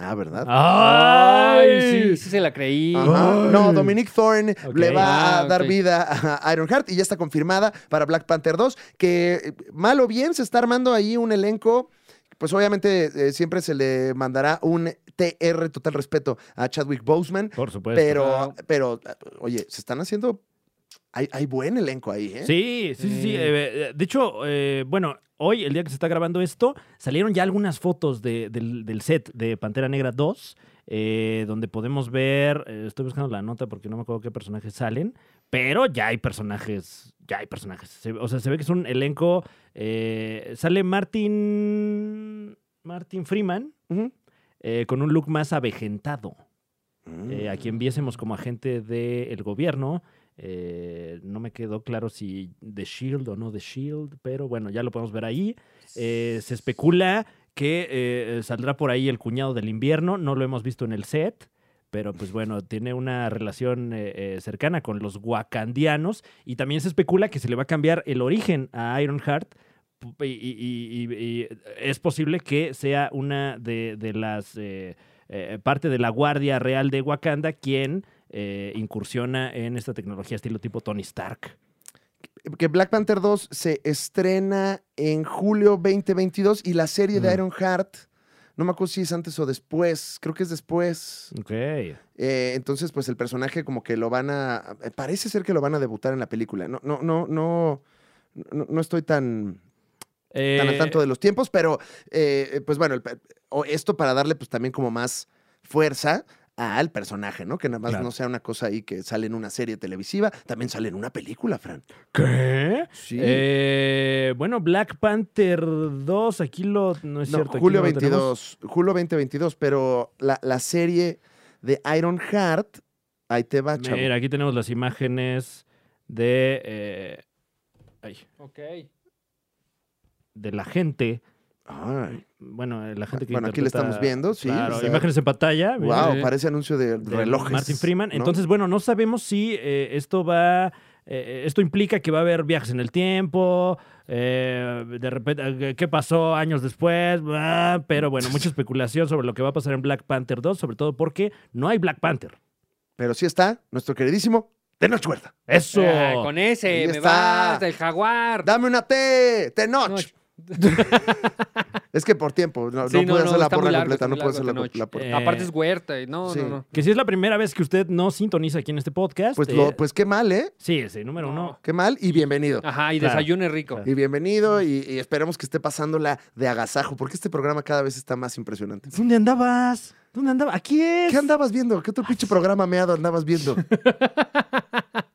Ah, ¿verdad?
¡Ay!
sí, sí se la creí.
Ajá.
ay.
No, Dominic Thorne
Ok.
le va
Ah,
a dar
ok.
vida a Ironheart y ya está confirmada para Black Panther 2, que eh, mal o bien se está armando ahí un elenco. Pues obviamente eh, siempre se le mandará un TR total respeto a Chadwick Boseman,
Por supuesto.
pero, pero eh, oye, se están haciendo... Hay, hay buen elenco ahí, ¿eh?
Sí, sí, sí. sí. Eh, eh, de hecho, eh, bueno, hoy, el día que se está grabando esto, salieron ya algunas fotos de- del, del set de Pantera Negra 2, eh, donde podemos ver, eh, estoy buscando la nota porque no me acuerdo qué personajes salen, pero ya hay personajes, ya hay personajes. Se- o sea, se ve que es un elenco, eh, sale Martin, Martin Freeman
Ujú.
eh, con un look más avejentado
Mm.
eh, a quien viésemos como agente del gobierno. Eh, no me quedó claro si The Shield o no The Shield, pero bueno, ya lo podemos ver ahí. Eh, se especula que eh, saldrá por ahí el cuñado del invierno, no lo hemos visto en el set. Pero pues bueno, tiene una relación eh, eh, cercana con los wakandianos y también se especula que se le va a cambiar el origen a Ironheart pu- y, y- y- y- y es posible que sea una de, de las eh, eh, parte de la Guardia Real de Wakanda quien eh, incursiona en esta tecnología estilo tipo Tony Stark.
Mm. que Black Panther 2 se estrena en julio 2022 y la serie de
Ujú.
Iron Heart, no me acuerdo si es antes o después, creo que es después.
Ok.
Eh, entonces, pues el personaje como que lo van a, eh, parece ser que lo van a debutar en la película. No, no, no, no, no, no estoy tan, tan
Eh.
al tanto de los tiempos, pero eh, eh, pues bueno, el pe- o esto para darle pues también como más fuerza al personaje, ¿no? Que nada más
Claro.
no sea una cosa ahí que sale en una serie televisiva, también sale en una película, Fran.
¿Qué?
Sí.
Eh, bueno, Black Panther 2, aquí lo. No es
No,
cierto. aquí
julio
no lo tenemos.
22, julio 2022, pero la, la serie de Iron Heart, ahí te va, Ah, chavo.
Mira, aquí tenemos las imágenes de, eh, ay,
Ok.
de la gente.
Ay,
Bueno, la gente que
Bueno, aquí la
interpreta-
estamos viendo, sí,
Claro,
o sea,
imágenes en pantalla.
wow,
eh,
parece anuncio de,
de
relojes.
Martin Freeman.
¿no?
Entonces, bueno, no sabemos si eh, esto va. eh, esto implica que va a haber viajes en el tiempo, eh, de repente, eh, ¿qué pasó años después? Bla, pero bueno, mucha especulación sobre lo que va a pasar en Black Panther 2, sobre todo porque no hay Black Panther.
Pero sí está nuestro queridísimo Tenoch Huerta.
Eso.
Ah, con ese,
Ahí
me
está.
basta, el jaguar.
¡Dame una T! ¡Tenoch!
Noche.
Es que por tiempo, no,
Sí,
no
no,
pude
no,
hacer la
está
porra
muy largo,
completa,
está
no
muy
pude hacer
largo
la,
Tenoch.
la porra.
Eh,
Aparte es huerta, y no,
sí.
no, no.
Que si es la primera vez que usted no sintoniza aquí en este podcast.
Pues,
eh,
lo- pues qué mal, ¿eh?
Sí, sí, número uno.
Qué mal y bienvenido.
Ajá, y
Claro.
desayune rico.
Claro.
Y bienvenido y, y esperemos que esté pasándola de agasajo, porque este programa cada vez está más impresionante.
¿Dónde andabas? ¿Dónde andabas? Aquí es.
¿Qué andabas viendo? ¿Qué otro pinche programa meado andabas
[LAUGHS]
viendo?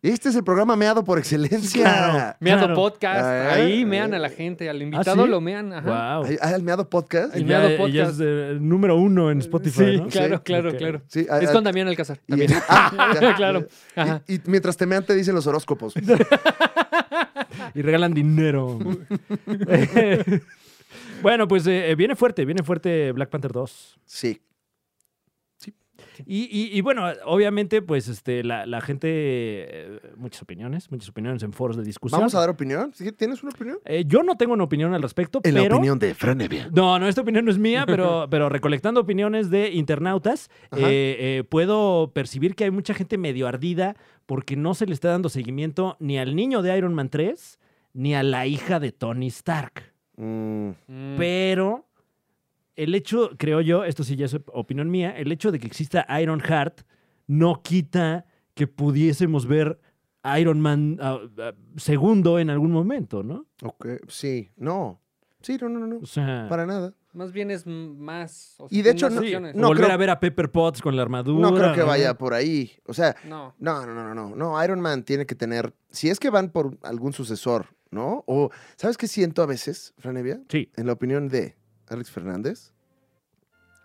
este es el programa meado por excelencia.
Claro.
Meando
Claro.
podcast,
Ah,
ahí
eh.
mean a la gente, al invitado
¿sí?
lo mean, ajá.
Wow.
¿Hay, hay el meado podcast?
El
Y ya,
Meado
y ya es
Podcast.
eh, número uno en Spotify.
sí,
¿no?
claro,
Sí.
claro,
Ok.
claro.
Sí, hay-
es
hay-
con Damián Alcázar
y- [LAUGHS]
también. [LAUGHS]
ah, ya.
claro. Ajá.
Y, y mientras te mean te dicen los horóscopos.
[LAUGHS]
Y regalan dinero. [LAUGHS] bueno, pues eh, eh, viene fuerte, viene fuerte Black Panther 2.
Sí.
Y, y- y bueno, obviamente, pues este, la, la gente, eh, muchas opiniones, muchas opiniones en foros de
Pues
discusión.
¿Vamos a dar opinión? ¿Sí? ¿Tienes una opinión?
Eh, yo no tengo una opinión al respecto,
En la
pero...
opinión de Fran Evia.
No, no, esta opinión no es mía,
[LAUGHS]
pero, pero recolectando opiniones de internautas,
Ajá.
eh, eh, puedo percibir que hay mucha gente medio ardida porque no se le está dando seguimiento ni al niño de Iron Man 3 ni a la hija de Tony Stark.
Mm,
Mm.
Pero el hecho, creo yo, esto sí ya es op- opinión mía, el hecho de que exista Iron Heart no quita que pudiésemos ver Iron Man ah, ah, segundo en algún momento, ¿no?
ok, sí. No. Sí, no, no, no, no.
O sea,
Para nada.
Más bien es m- más. o
Y de hecho,
más
no-
opciones.
volver
creo-
a ver a Pepper Potts con la armadura.
No creo que vaya por ahí. O sea,
No.
No, no, no, no, no, no. Iron Man tiene que tener. Si es que van por algún sucesor, ¿no? O, ¿sabes qué siento a veces, Franevia?
Sí.
En la opinión de Alex Fernández. [LAUGHS]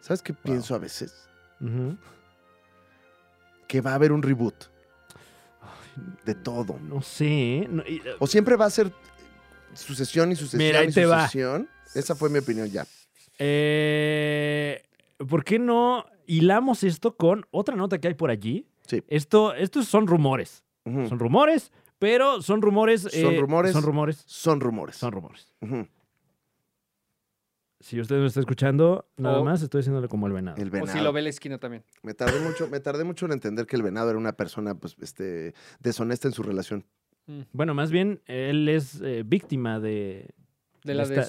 ¿Sabes qué pienso a veces?
Ujú.
Que va a haber un reboot. De todo.
No sé. no, y, eh,
O siempre va a ser sucesión y sucesión
Mira, ahí
y
te va.
sucesión. Esa fue mi opinión ya.
eh, ¿Por qué no hilamos esto con otra nota que hay por allí?
Sí.
Esto, estos son rumores.
Ujú.
Son rumores, pero son rumores. eh,
Son rumores.
Son rumores.
Son rumores.
Son rumores.
Ujú.
Si usted no está escuchando, nada
O-
más estoy haciéndole como el venado.
El
O
venado.
si lo ve la esquina también.
Me tardé mucho, me tardé mucho en entender que el venado era una persona, pues, este, deshonesta en su relación.
Mm.
Bueno, más bien, él es eh, víctima de.
De la
esta- pues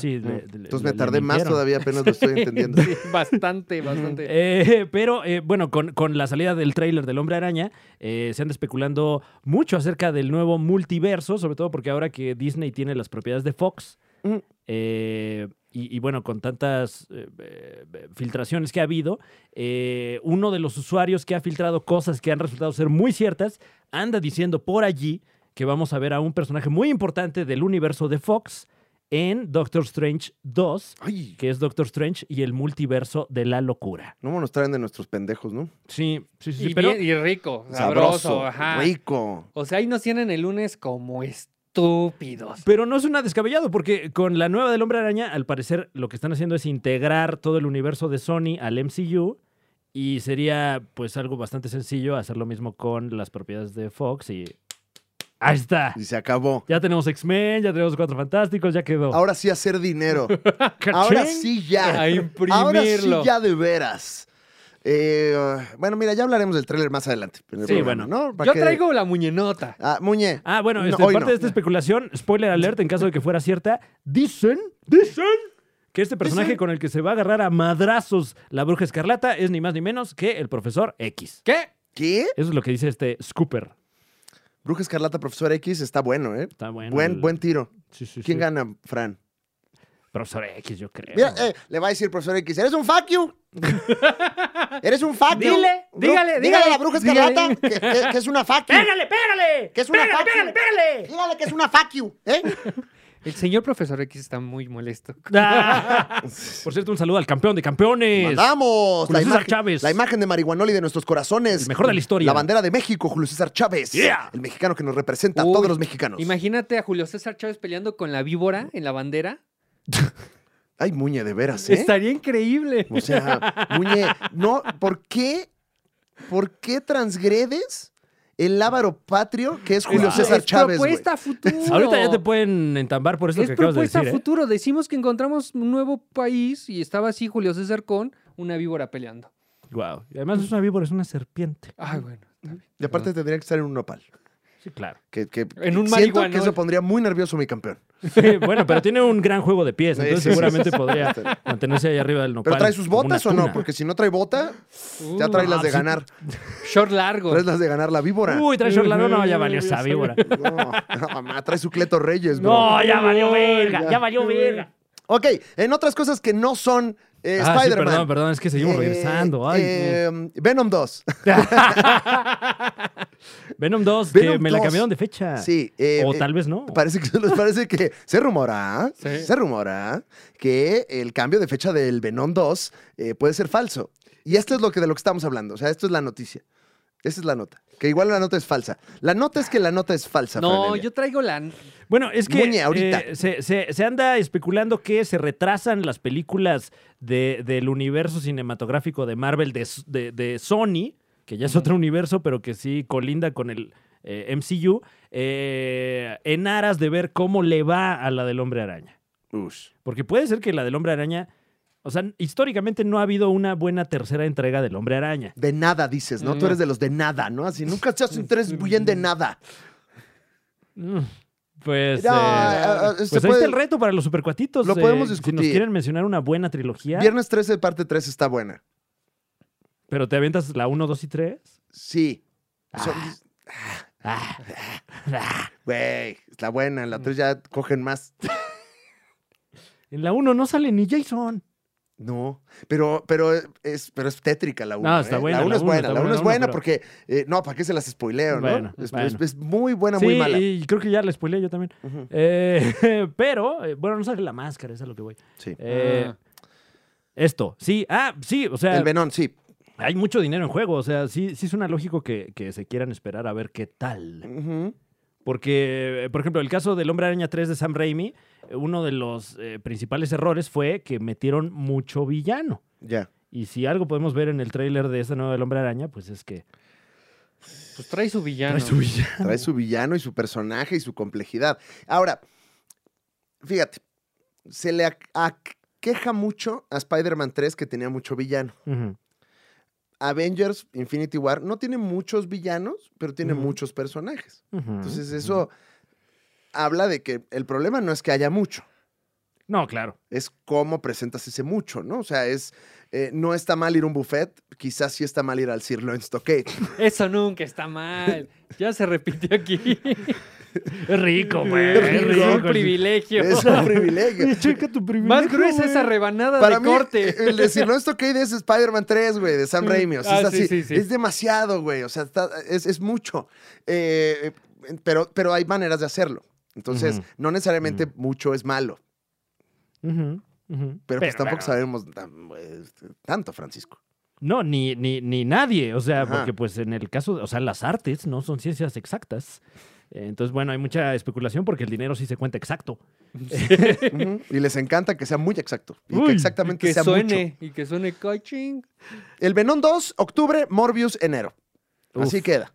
[LAUGHS]
sí, de-
Mm.
de-
Entonces
le-
me
le
tardé más
mintieron.
todavía, apenas lo estoy entendiendo.
[LAUGHS]
Sí, [LAUGHS] bastante, bastante.
Eh, [LAUGHS] pero eh, bueno, con, con la salida del tráiler del Hombre Araña, eh, se anda especulando mucho acerca del nuevo multiverso, sobre todo porque ahora que Disney tiene las propiedades de Fox,
Mm.
eh, y, y bueno, con tantas eh, eh, filtraciones que ha habido, eh, uno de los usuarios que ha filtrado cosas que han resultado ser muy ciertas, anda diciendo por allí que vamos a ver a un personaje muy importante del universo de Fox en Doctor Strange 2,
Ay,
que es Doctor Strange y el multiverso de la locura.
no nos traen de nuestros pendejos, ¿no?
Sí, sí, sí,
y,
sí, pero
bien- y rico, sabroso, ajá.
rico.
O sea, ahí nos tienen el lunes como estúpidos.
pero no es una descabellado porque con la nueva del Hombre Araña, al parecer lo que están haciendo es integrar todo el universo de Sony al MCU y sería pues algo bastante sencillo hacer lo mismo con las propiedades de Fox y ahí está.
Y se acabó.
Ya tenemos X-Men, ya tenemos Cuatro Fantásticos, ya quedó.
Ahora sí hacer dinero.
[LAUGHS] ¡Cachín!
Ahora sí ya.
A
Ahora sí
imprimirlo.
ya de veras. Eh, uh, bueno, mira, ya hablaremos del tráiler más adelante. en el
Sí,
programa,
bueno.
¿no? Para
Yo
que-
traigo la muñenota.
Ah, Muñe.
Ah, bueno,
No,
este,
hoy
parte
no.
de esta especulación, spoiler alert en caso de que fuera cierta, dicen, dicen que este personaje
Dicen.
con el que se va a agarrar a madrazos la bruja escarlata es ni más ni menos que el profesor X.
¿Qué?
¿Qué?
Eso es lo que dice este Scooper.
Bruja Escarlata, Profesor X, está bueno, ¿eh?
Está bueno.
buen,
el-
buen tiro.
sí, sí,
¿Quién
sí.
gana, Fran?
Profesor X, yo creo.
Mira, eh, le va a decir Profesor X, eres un fuck
[LAUGHS]
you. eres un fuck you.
Dile,
Bru-
dígale,
Dígale a la
dígale,
Bruja
dígale.
Escarlata que, que- que es una fuck you.
¡Pégale, pégale!
Que es una
¡Pégale,
fuck you.
pégale, pégale!
Dígale que es una fuck you, ¿eh?
El señor profesor X está muy molesto.
Ah, [LAUGHS] Por cierto, un saludo al campeón de campeones.
¡Mandamos!
Julio
La
César
imagen,
Chávez.
la imagen de Marihuanoli de nuestros corazones.
El mejor de la historia.
La bandera de México, Julio César Chávez.
Yeah.
El mexicano que nos representa
Uy,
a todos los mexicanos.
Imagínate a Julio César Chávez peleando con la víbora en la bandera.
Ay, Muñe, de veras, ¿eh?
Estaría increíble.
O sea, Muñe, no, ¿por qué? ¿Por qué transgredes el lábaro patrio que es Julio
Es-
César
es
Chávez, güey?
propuesta a [LAUGHS] futuro.
Ahorita ya te pueden entambar por eso
Es
que acabas de
propuesta
decir.
a
¿eh?
futuro. Decimos que encontramos un nuevo país y estaba así Julio César con una víbora peleando.
Guau. Y además no es una víbora, es una serpiente.
Ay, bueno.
Y aparte tendría que estar en un nopal.
Sí, claro.
Que, que
En
siento
un
que
marihuanol.
eso pondría muy nervioso a mi campeón.
Sí, bueno, pero tiene un gran juego de pies,
Sí,
entonces
sí, sí,
seguramente
sí, sí.
podría mantenerse ahí arriba del nopal.
¿Pero trae sus
como una
botas o no?
tuna.
Porque si no trae bota,
Uh,
ya trae las de
sí.
ganar.
Short largo.
Traes las de ganar la víbora.
Uy, trae short largo, no, ya valió esa víbora.
No, no, mamá, trae su Cleto Reyes, bro.
No, ya valió verga, ya valió
Eh,
verga.
Ok, en otras cosas que no son eh,
Ah, sí,
Spider-Man.
perdón, perdón, es que seguimos
Eh,
regresando. Ay,
eh, Venom 2.
Venom 2, que
Venom
me la
2.
cambiaron de fecha.
Sí. eh,
Ah, o
eh,
tal vez no.
Parece que, [LAUGHS] parece que se rumora,
Sí.
se rumora que el cambio de fecha del Venom 2 eh, puede ser falso. Y esto es lo que de lo que estamos hablando. O sea, esto es la noticia. Esa es la nota. Que igual la nota es falsa. La nota es que la nota es falsa.
No,
Franelia.
yo traigo la.
Bueno, es que
Muñe, ahorita.
eh, se, se- se anda especulando que se retrasan las películas de- del universo cinematográfico de Marvel de, S- de- de Sony, que ya es otro universo, pero que sí colinda con el eh, MCU, eh, en aras de ver cómo le va a la del hombre araña.
Ush.
Porque puede ser que la del hombre araña, o sea, históricamente no ha habido una buena tercera entrega del hombre araña.
De nada dices, ¿no? Tú
No.
eres de los de nada, ¿no? Así nunca se hacen
[LAUGHS]
tres bien de nada.
Mm, Pues...
No,
eh,
ah, ah, se
pues ahí
puede-
está el reto para los supercuatitos. eh,
Lo podemos
Si nos
discutir.
quieren mencionar una buena trilogía.
Viernes 13, parte 3 está buena.
Pero te aventas la 1, 2 y 3.
Sí.
Ah.
Son- Ah. Güey, está buena. En
Mm.
la 3 ya cogen más.
En la 1 no sale ni Jason.
No, pero, pero, es, pero es tétrica la 1.
No, está buena,
La 1
la
es
uno,
buena.
está
La 1
buena,
es
la uno,
buena
pero-
porque. eh, no, ¿para qué se las spoileo, no?
Bueno,
es,
bueno.
es- es muy buena,
sí,
muy mala.
y creo que ya la spoileé yo también.
Ujú,
Eh, [LAUGHS] pero, eh, bueno, no sale la máscara, es a lo que voy.
Sí.
Eh,
Ah.
Esto, sí, ah, sí, o sea,
El Venón, sí.
hay mucho dinero en juego, o sea, sí, sí suena lógico que, que se quieran esperar a ver qué tal.
Ujú.
Porque, eh, por ejemplo, el caso del Hombre Araña 3 de Sam Raimi, eh, uno de los eh, principales errores fue que metieron mucho villano.
Ya.
Y si algo podemos ver en el tráiler de esta nueva del Hombre Araña, pues es que
Pues trae su villano.
trae su villano.
Trae su villano y su personaje y su complejidad. Ahora, fíjate, se le ac- ac- queja mucho a Spider-Man 3 que tenía mucho villano.
Ujú.
Avengers Infinity War no tiene muchos villanos, pero tiene
Ujú.
muchos personajes.
Ujú.
Entonces eso habla de que el problema no es que haya mucho,
No, claro.
es cómo presentas ese mucho, ¿no? O sea, es eh, no está mal ir a un buffet, quizás sí está mal ir al Sir Lawrence
[LAUGHS]
Stockade.
Eso nunca está mal. Ya se repitió aquí.
Es rico,
[LAUGHS]
güey. Es
rico.
rico.
un privilegio.
Es un
[LAUGHS]
privilegio.
Checa tu
Más gruesa esa rebanada
Para
de
mí, eh,
corte.
el de Sir Lawrence Stockade es Spider-Man 3, güey, de Sam Raimi. O sea,
Ah,
es
sí,
así.
sí, sí.
Es demasiado, güey. O sea, está- es, es mucho. Eh, eh, pero, pero hay maneras de hacerlo. Entonces,
Ujú.
no necesariamente mucho es malo. Pero, pues tampoco
bueno,
sabemos tan- eh, tanto, Francisco.
No, ni, ni, ni nadie. O sea,
Ajá.
porque pues en el caso, o sea, las artes no son ciencias exactas. Eh, Entonces, bueno, hay mucha especulación porque el dinero sí se cuenta exacto.
Ujú. Y les encanta que sea muy exacto. Y
Uy,
que
y
Y
exactamente
que
sea
suene.
mucho.
Y que suene coaching.
El Venom 2, octubre, Morbius, enero. Así
Uf.
queda.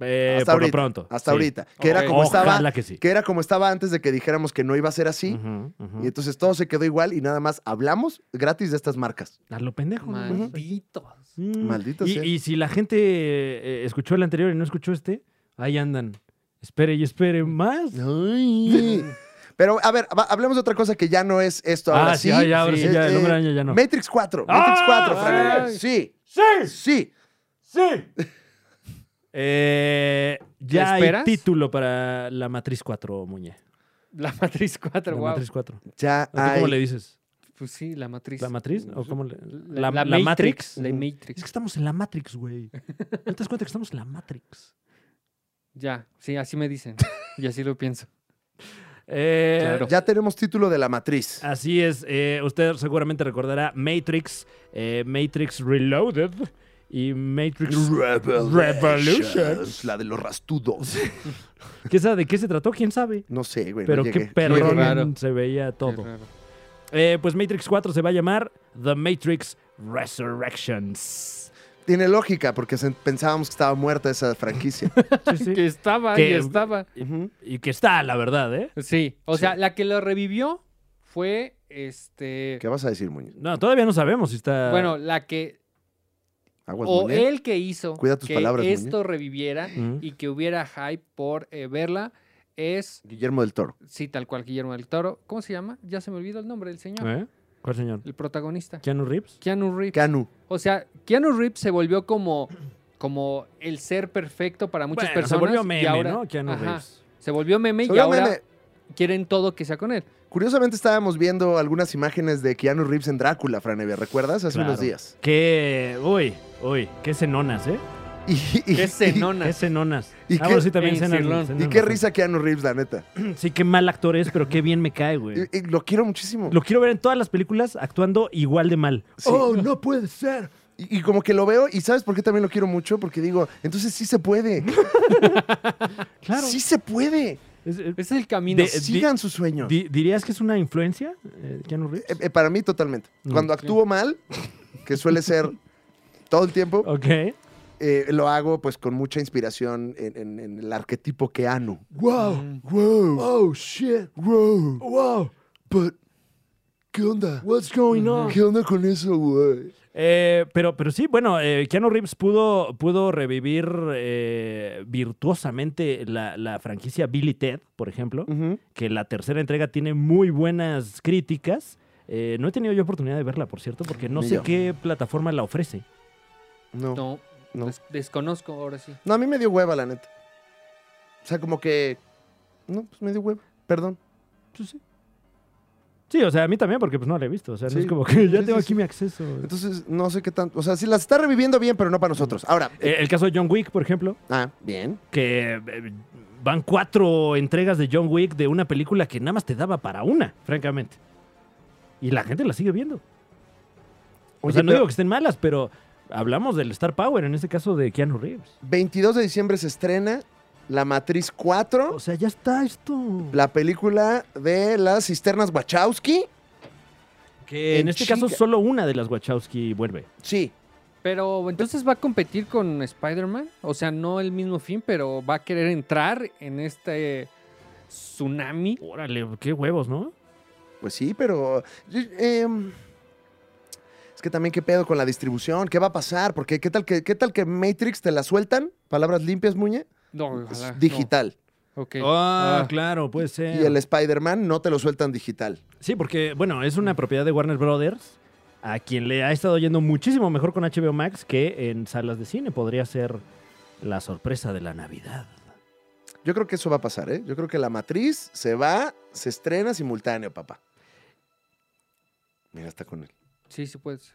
Eh,
Hasta
por lo
ahorita,
pronto.
Hasta
sí.
ahorita. Que era
Ok.
como
Ojalá
estaba.
que sí.
Que era como estaba antes de que dijéramos que no iba a ser así.
Ujú, ujú.
Y entonces todo se quedó igual y nada más hablamos gratis de estas marcas.
A lo pendejo. ¿no?
Malditos.
Mm.
Maldito
y,
sea.
y si la gente eh, escuchó el anterior y no escuchó este, ahí andan. Espere y espere más.
[LAUGHS] Pero a ver, va- hablemos de otra cosa que ya no es esto. Ahora
ah, sí,
sí.
ah, ya, ahora sí,
sí,
ya, el
eh,
hombre araña ya no.
Matrix 4.
¡Ah!
Matrix 4, Fran.
Sí.
Sí,
¡Sí!
sí. [LAUGHS]
¡Sí! Eh, ya hay
¿Esperas?
título para la Matriz 4, Muñe.
La matriz 4,
La
wow.
Matriz 4. ¿A
Ya
ti ¿Cómo
hay-
le dices?
Pues sí, la matriz.
¿La Matriz? ¿O cómo le-
La,
la-
la
la Matrix?
Matrix. La
Es que
Matrix.
estamos en la Matrix,
[LAUGHS]
güey. ¿No te das cuenta que estamos en la Matrix?
Ya, sí, así me dicen. Y así lo pienso.
Eh,
Claro.
Ya tenemos título de la matriz.
Así es, eh, usted seguramente recordará Matrix, eh, Matrix Reloaded
[LAUGHS]
y Matrix... Revolutions.
La de los rastudos.
¿Qué esa- ¿De qué se trató? ¿Quién sabe?
No sé, güey. no
Pero qué
llegué.
perrón
Llegué.
raro.
se veía todo.
raro.
Eh, pues Matrix 4 se va a llamar The Matrix Resurrections.
Tiene lógica, porque se- pensábamos que estaba muerta esa franquicia. [LAUGHS]
Sí, sí.
Que estaba,
Que-
y estaba.
Ujú.
Y que está, la verdad, ¿eh?
Sí, o sea, la que lo revivió fue este.
¿Qué vas a decir, Muñoz?
No, todavía no sabemos si está...
Bueno, la que.
Aguas,
O
Muñe.
él que hizo
Cuida tus
que
palabras, Muñe.
esto reviviera
Mm.
y que hubiera hype por eh, verla es.
Guillermo del Toro.
Sí, tal cual, Guillermo del Toro. ¿Cómo se llama? Ya se me olvidó el nombre del señor.
¿Eh? ¿Cuál señor?
El protagonista.
¿Keanu Reeves?
Keanu Reeves.
Canu.
O sea, Keanu Reeves se volvió como, como el ser perfecto para muchas
Bueno,
personas.
se volvió
y
meme,
ahora,
¿no? Keanu
Ajá,
Reeves.
Se volvió meme y ahora
Seguramente-
quieren todo que sea con [LAUGHS] él.
Curiosamente estábamos viendo algunas imágenes de Keanu Reeves en Drácula, Franevia, ¿recuerdas? Hace
Claro.
unos días. [LAUGHS]
Qué... Uy, uy, qué cenonas, ¿eh?
Y, y-
Qué
y-
cenona.
Qué cenonas.
¿Y
ah,
qué-
bueno, sí, también
en
cenan-
Cirlón.
y
cenan
qué
bastante.
risa Keanu Reeves, la neta.
Sí, qué mal actor es, pero qué bien me cae, güey.
Y- y lo quiero muchísimo.
Lo quiero ver en todas las películas actuando igual de mal.
Sí.
Oh.
no puede ser!
Y, y como que lo veo, y ¿sabes por qué también lo quiero mucho? Porque digo, entonces sí se puede.
Claro.
Sí se puede.
Es- es-
Ese es el camino.
De- Eh,
Sigan sus sueños.
di- ¿Dirías que es una influencia, eh, Keanu Reeves?
Eh, eh, para mí, totalmente.
Mm.
Cuando actúo mal, que suele ser todo el tiempo,
Ok.
eh, lo hago pues con mucha inspiración en, en- en el arquetipo Keanu.
Wow. Wow. Oh, shit. Wow. Wow. But, ¿qué onda? What's going
on?
¿Qué onda con eso, güey?
Eh, pero, pero sí, bueno, eh, Keanu Reeves pudo, pudo revivir eh, virtuosamente la, la franquicia Billy Ted, por ejemplo,
Ujú.
que la tercera entrega tiene muy buenas críticas. Eh, no he tenido yo oportunidad de verla, por cierto, porque no
Ni
sé
yo.
qué plataforma la ofrece.
No. pues
No,
No.
des- desconozco ahora sí.
No, a mí me dio hueva, la neta. O sea, como que. No, pues me dio hueva. Perdón.
Pues sí. Sí, o sea, a mí también, porque pues no la he visto. O sea, no
Sí.
es como que [LAUGHS] ya
Sí,
tengo
sí,
aquí
sí.
mi acceso.
Entonces, no sé qué tanto. O sea, sí las está reviviendo bien, pero no para nosotros. Ahora. eh,
Eh, el caso de John Wick, por ejemplo,
ah, bien.
que eh, van cuatro entregas de John Wick de una película que nada más te daba para una, francamente. Y la gente la sigue viendo. o
Oye,
sea, no
pero
digo que estén malas, pero hablamos del Star Power, en este caso de Keanu Reeves.
22 de diciembre se estrena La Matriz 4.
O sea, ya está esto.
La película de las cisternas Wachowski.
que en
en
este
chica.
caso solo una de las Wachowski vuelve.
Sí.
Pero entonces va a competir con Spider-Man. O sea, no el mismo fin, pero va a querer entrar en este tsunami.
Órale, qué huevos, ¿no?
Pues sí, pero. eh, em, es que también qué pedo con la distribución, qué va a pasar, porque qué tal que, qué tal que Matrix te la sueltan, palabras limpias, Muñe,
No,
Es
ojalá, no.
digital.
Ok.
Ah,
Ah.
claro, puede ser.
Y el Spider-Man no te lo sueltan digital.
Sí, porque, bueno, es una propiedad de Warner Brothers, a quien le ha estado yendo muchísimo mejor con HBO Max que en salas de cine. Podría ser la sorpresa de la Navidad.
Yo creo que eso va a pasar, ¿eh? Yo creo que la matriz se va, se estrena simultáneo, papá. Mira, está con él.
Sí, sí puede ser.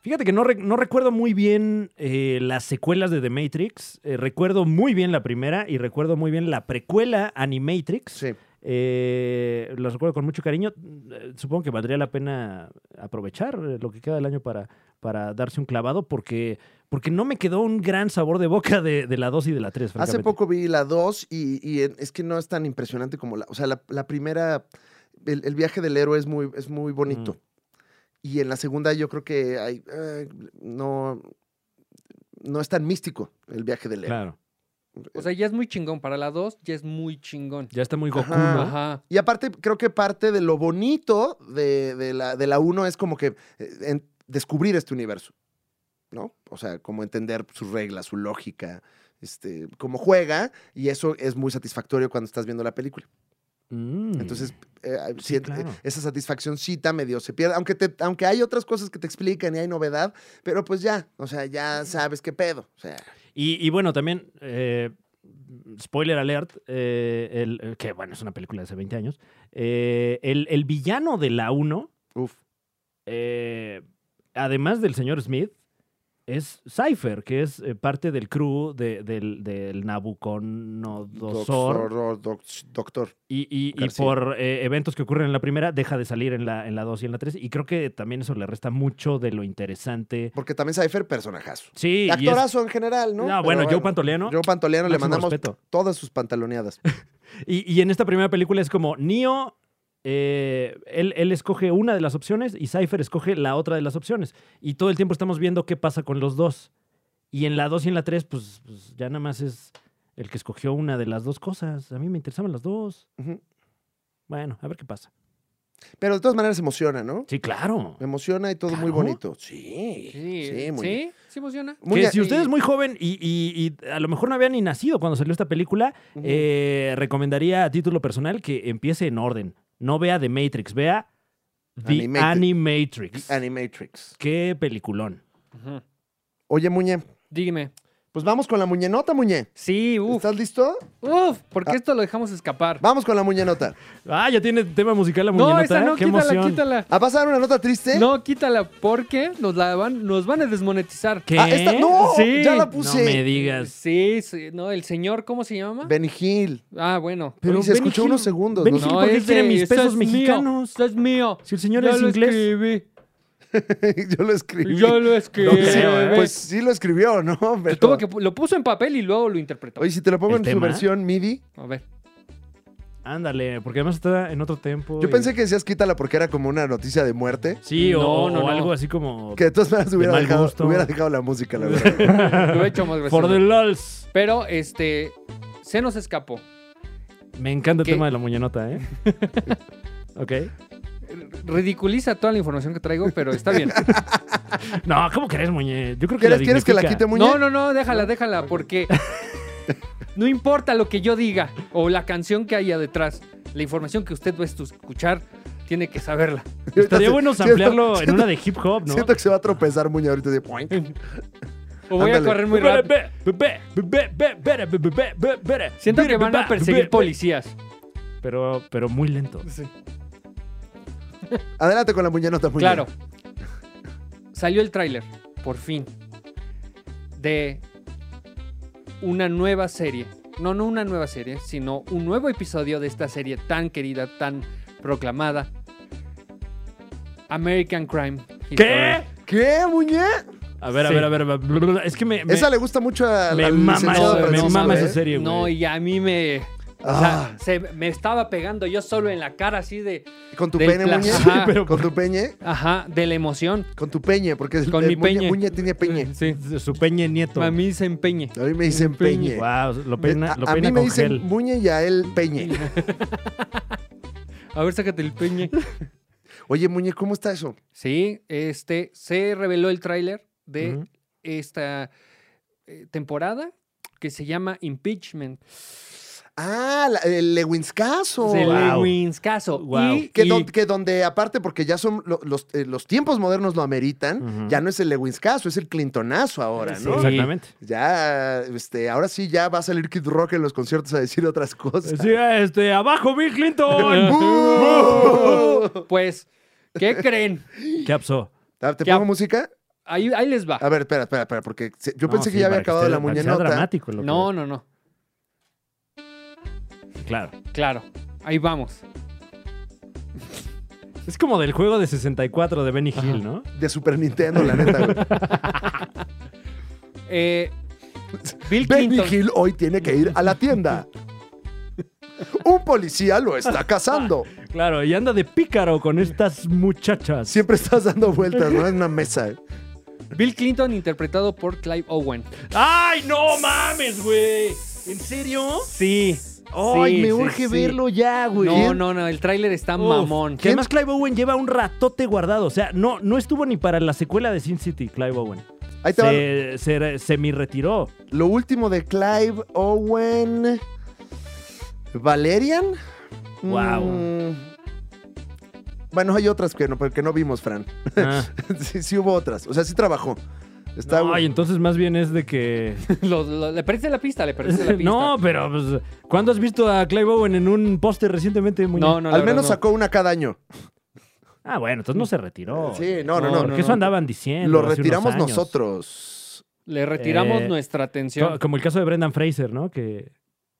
Fíjate que no, re- no recuerdo muy bien eh, las secuelas de The Matrix. Eh, recuerdo muy bien la primera y recuerdo muy bien la precuela Animatrix.
Sí.
Eh, las recuerdo con mucho cariño. Eh, Supongo que valdría la pena aprovechar eh, lo que queda del año para, para darse un clavado porque, porque no me quedó un gran sabor de boca de, de la 2 y de la 3.
Hace poco vi la 2 y, y en- es que no es tan impresionante como la. O sea, la, la primera. El, el viaje del héroe es muy, es muy bonito.
Mm.
Y en la segunda, yo creo que hay, eh, no. No es tan místico el viaje del héroe.
Claro.
Eh.
O sea, ya es muy chingón. Para la 2 ya es muy chingón.
Ya está muy Goku,
Ajá.
¿no?
Ajá.
Y aparte, creo que parte de lo bonito de, de la, de la 1 es como que eh, en- descubrir este universo, ¿no? O sea, como entender sus reglas, su lógica, este, cómo juega, y eso es muy satisfactorio cuando estás viendo la película.
Mm.
Entonces, eh, ah,
Sí,
siente-
claro.
esa satisfaccióncita medio se pierde, aunque, te, aunque hay otras cosas que te explican y hay novedad, pero pues ya, o sea, ya sabes qué pedo. O sea,
Y, y bueno, también, eh, spoiler alert, eh, el- el- que bueno, es una película de hace 20 años, eh, el, el villano de la 1,
uf.
eh, además del señor Smith, es Cypher, que es eh, parte del crew de- del, del Nabucodonosor.
Doctor. doc- doctor.
Y, y- y
García.
por eh, eventos que ocurren en la primera, deja de salir en la, en la 2 y en la 3. Y creo que también eso le resta mucho de lo interesante.
Porque también Cypher, personajazo.
Sí, y es-
Actorazo en general, ¿no?
No,
Pero
bueno, Joe Pantoliano.
Joe Pantoliano le
máximo
mandamos
respeto.
todas sus
[LAUGHS]
pantaloneadas.
Y, y en esta primera película es como Neo, eh, él, él escoge una de las opciones y Cypher escoge la otra de las opciones. Y todo el tiempo estamos viendo qué pasa con los dos. Y en la 2 y en la 3, pues, pues, ya nada más es el que escogió una de las dos cosas. A mí me interesaban las dos.
Ujú.
Bueno, a ver qué pasa.
Pero de todas maneras emociona, ¿no?
Sí, claro.
Me emociona y todo muy
Claro.
bonito. Sí. Sí, muy
sí, sí funciona.
muy
que
a-
si usted
y-
es muy joven y, y- y a lo mejor no había ni nacido cuando salió esta película,
Ujú.
eh, recomendaría a título personal que empiece en orden. No vea The Matrix, vea The
Animatrix.
Animatrix.
The Animatrix.
Qué peliculón.
Ujú.
Oye, Muñe,
Dígame.
pues vamos con la muñenota, Muñe.
Sí, uf.
¿Estás listo?
Uf, porque
Ah.
esto lo dejamos escapar.
Vamos con la muñenota.
Ah, ya tiene tema musical la muñenota.
No, esa no,
Qué
quítala,
emoción.
quítala.
¿A pasar una nota triste?
No, quítala, porque nos, la van, nos van a desmonetizar.
¿Qué?
Ah, esta- no,
Sí.
ya la
No
puse.
me digas.
Sí, sí, no, el señor, ¿cómo se llama?
Benny Hill.
ah, bueno.
Pero
Pero
se
Benny
escuchó
Hill-
unos segundos.
Benny
¿no?
Hill- Pues, ¿por qué
ese-
quiere mis
eso
pesos
es mío,
mexicanos?
eso es mío.
Si el señor
Yo
es
lo
inglés.
escribí,
[LAUGHS] Yo lo escribí.
Yo lo escribí.
creo, ¿eh?
Pues sí lo escribió, ¿no? Pero-
Tuvo que, pu- lo puso en papel y luego lo interpretó.
Oye, si te lo pongo
¿El
en su
tema?
versión MIDI,
A ver.
Ándale, porque además está en otro tiempo.
yo
y-
pensé que decías quítala porque era como una noticia de muerte.
Sí, o,
No, no,
o
no.
algo así como...
Que de todas maneras hubiera,
mal
dejado,
gusto.
hubiera dejado la música, la
[LAUGHS]
verdad.
Lo he hecho más
For the
gracioso.
lols.
Pero, este, se nos escapó.
Me encanta el
¿Qué?
tema de la muñenota, ¿eh? ok.
Ridiculiza toda la información que traigo, pero
[LAUGHS]
está bien.
No, ¿cómo crees, muñe? Yo creo que la
¿Quieres, quieres que la
dignifica.
quite, Muñe?
No, no, no, déjala, déjala, porque no importa lo que yo diga o la canción que haya detrás, la información que usted va a estu- escuchar tiene que saberla.
Estaría bueno
Siento-
ampliarlo en
siento-
una de hip hop, ¿no?
Siento que se va a tropezar Muñe
tá
ahorita de poink.
O voy
Ándale.
a correr muy rápido. Siento que van a perseguir policías.
Pero, pero muy lento.
Adelante con la muñenota, Muñe.
Claro. Salió el tráiler, por fin, de una nueva serie. No, no una nueva serie, sino un nuevo episodio de esta serie tan querida, tan proclamada. American Crime.
¿Qué?
¿Qué, Muñe?
A ver, a ver, a ver. a ver. Es que me. me-
Esa le gusta mucho a
me
la
mama
licenciada
eso, me
Francisco,
mama
¿eh?
esa serie, güey.
No, y a mí me. O
Ah,
sea, se, me estaba pegando yo solo en la cara así de.
con tu
del
pene,
plas-
Muñe.
Ajá.
pero-
Con tu peñe.
Ajá, de la emoción.
Con tu peñe, porque el-
Con
eh,
mi
Muñe,
peñe.
Muñe tiene peñe.
Sí.
Su peña nieto.
A mí se empeñe.
A mí me dicen peñe.
Wow, lo peina,
Eh, a,
lo
a
peina
mí me
con
dicen
gel.
Muñe y a él peñe.
A ver, sácate el peñe.
Oye, Muñe, ¿cómo está eso?
[LAUGHS] Sí, este, se reveló el tráiler de
Ujú.
esta eh, temporada que se llama Impeachment.
Ah, la- el Lewinscaso.
Oh,
de
wow.
Lewin's caso.
Wow.
Y-
Que,
y-
don- que donde, aparte, porque ya son lo- los, eh, los tiempos modernos lo ameritan,
Ujú.
ya no es el Lewinscaso, es el Clintonazo ahora,
Sí,
¿no?
Exactamente.
Ya, este, ahora sí ya va a salir Kid Rock en los conciertos a decir otras cosas.
Sí, este, abajo, Bill Clinton.
¡Bú!
[LAUGHS] pues, ¿qué creen?
¿Qué absó?
Ah, ¿Te
Ya.
pongo música?
Ahí, ahí les va.
A
Ah,
ver, espera, espera, espera, porque se- yo
No,
pensé
sí,
que ya había
para
acabado
esté-
la
para que sea
muñenota.
dramático, loco.
No, no, no.
Claro.
Claro. Ahí vamos.
Es como del juego de 64 de Benny Hill, ¿no?
De Super Nintendo, la
[LAUGHS]
neta, güey.
Eh, Bill
Benny
Clinton.
Hill hoy tiene que ir a la tienda. Un policía lo está cazando.
Claro, y anda de pícaro con estas muchachas.
Siempre estás dando vueltas, ¿no? En una mesa. eh.
Bill Clinton interpretado por Clive Owen.
¡Ay, no mames, güey! ¿En serio?
Sí.
¡Ay,
sí,
me
sí,
urge
sí.
verlo ya, güey!
No, no, no, el tráiler está
Uf,
Ah, mamón.
Que además Clive Owen lleva un ratote guardado. O sea, no, no estuvo ni para la secuela de Sin City, Clive Owen.
Ahí te va.
Se, se, re- semi-retiró.
Lo último de Clive Owen. ¿Valerian?
Guau.
[LAUGHS] Mm. Bueno, hay otras que no, pero que no vimos, Fran. [LAUGHS]
Ah.
sí, sí hubo otras. O sea, sí trabajó. Está
No, y entonces más bien es de que...
Lo- lo- le perdiste la pista, le perdiste la
[LAUGHS]
pista.
no, pero pues, ¿cuándo has visto a Clive Owen en un póster recientemente? Muñe?
no, no, la
Al
verdad
menos
no.
sacó una cada año.
Ah, bueno, entonces no se retiró.
Sí, no, no, no.
Porque eso andaban diciendo.
Lo
hace unos
retiramos
años.
nosotros.
Le retiramos
Eh,
nuestra
Co-
atención.
Como el caso de Brendan Fraser, ¿no? Que.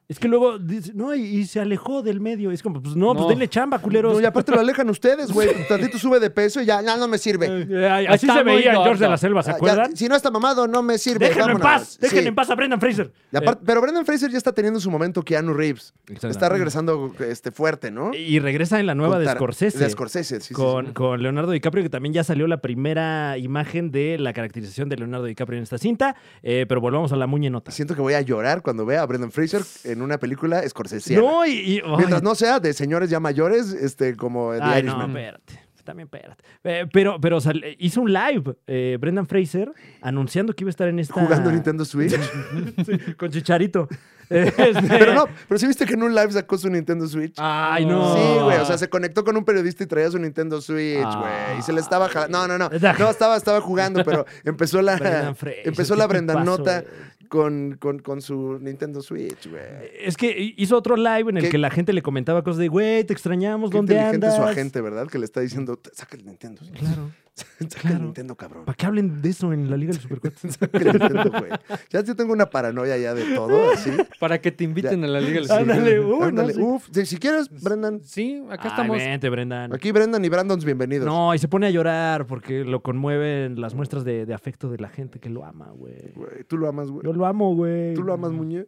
Es que luego dice, no, y, y se alejó del medio. Es como, pues no,
No.
pues denle chamba, culeros.
No, y aparte lo alejan ustedes, güey. Tantito sube de peso y ya, ya no me sirve.
Eh, ay, así
Está
se
muy
veía en George
gordo.
de la Selva,
Ah,
¿se
ya,
acuerdan?
si no está mamado, no me sirve.
Déjenlo en
vámonos.
paz, déjenlo
Sí.
en paz Eh. a Brendan Fraser. Eh,
Y aparte- pero Brendan Fraser ya está teniendo su momento Keanu Reeves. Está
regresando.
regresando este, fuerte, ¿no?
Y regresa en la nueva
Con
de
Tar-
Scorsese.
De Scorsese, sí, sí,
con,
sí.
con Leonardo DiCaprio, que también ya salió la primera imagen de la caracterización de Leonardo DiCaprio en esta cinta. Eh, pero volvamos a la muñenota.
Siento que voy a llorar cuando vea a Brendan Fraser en una película Scorsese.
no, y. y- ay,
Mientras no sea de señores ya mayores, este, como The
Ay, no,
Irishman.
espérate. También espérate. Eh, pero pero sal- eh, hizo un live eh, Brendan Fraser anunciando que iba a estar en esta.
Jugando Nintendo Switch.
[LAUGHS] Sí, con Chicharito. Eh, este-
[LAUGHS] pero no, pero sí viste que en un live sacó su Nintendo Switch.
Ay, no.
Sí, güey. O sea, se conectó con un periodista y traía su Nintendo Switch,
Ah.
güey. Y se le estaba jalando.
[LAUGHS]
No, no, no.
Da-
No, estaba, estaba jugando, pero empezó la,
Brendan Fraser,
empezó la
qué
Brendan
tipazo, eh.
Nota
güey.
con, con, con su Nintendo Switch, güey.
Es que hizo otro live en el
Qué-
que la gente le comentaba cosas de, güey, te extrañamos,
Qué
¿dónde
inteligente
andas?
su agente, ¿verdad? Que le está diciendo, saca el Nintendo.
Claro.
[LAUGHS] Saca
Claro.
el Nintendo, cabrón.
¿Para qué hablen de eso en la Liga de
[LAUGHS]
los Supercuates?
Saca el Nintendo, güey. Ya yo tengo una paranoia ya de
[LAUGHS]
todo, así.
Para que te inviten a la Liga del Sur.
[LAUGHS] Ándale, uh,
[LAUGHS]
no,
Ándale,
sí.
uf. Si, si quieres, Brendan.
Sí, acá
Ay,
estamos.
vente, Brendan.
Aquí Brendan y Brandons, bienvenidos.
No, y se pone a llorar porque lo conmueven las muestras de, de afecto de la gente que lo ama, güey.
Güey, tú lo amas, güey.
Yo lo amo, güey.
Tú lo amas, Muñe.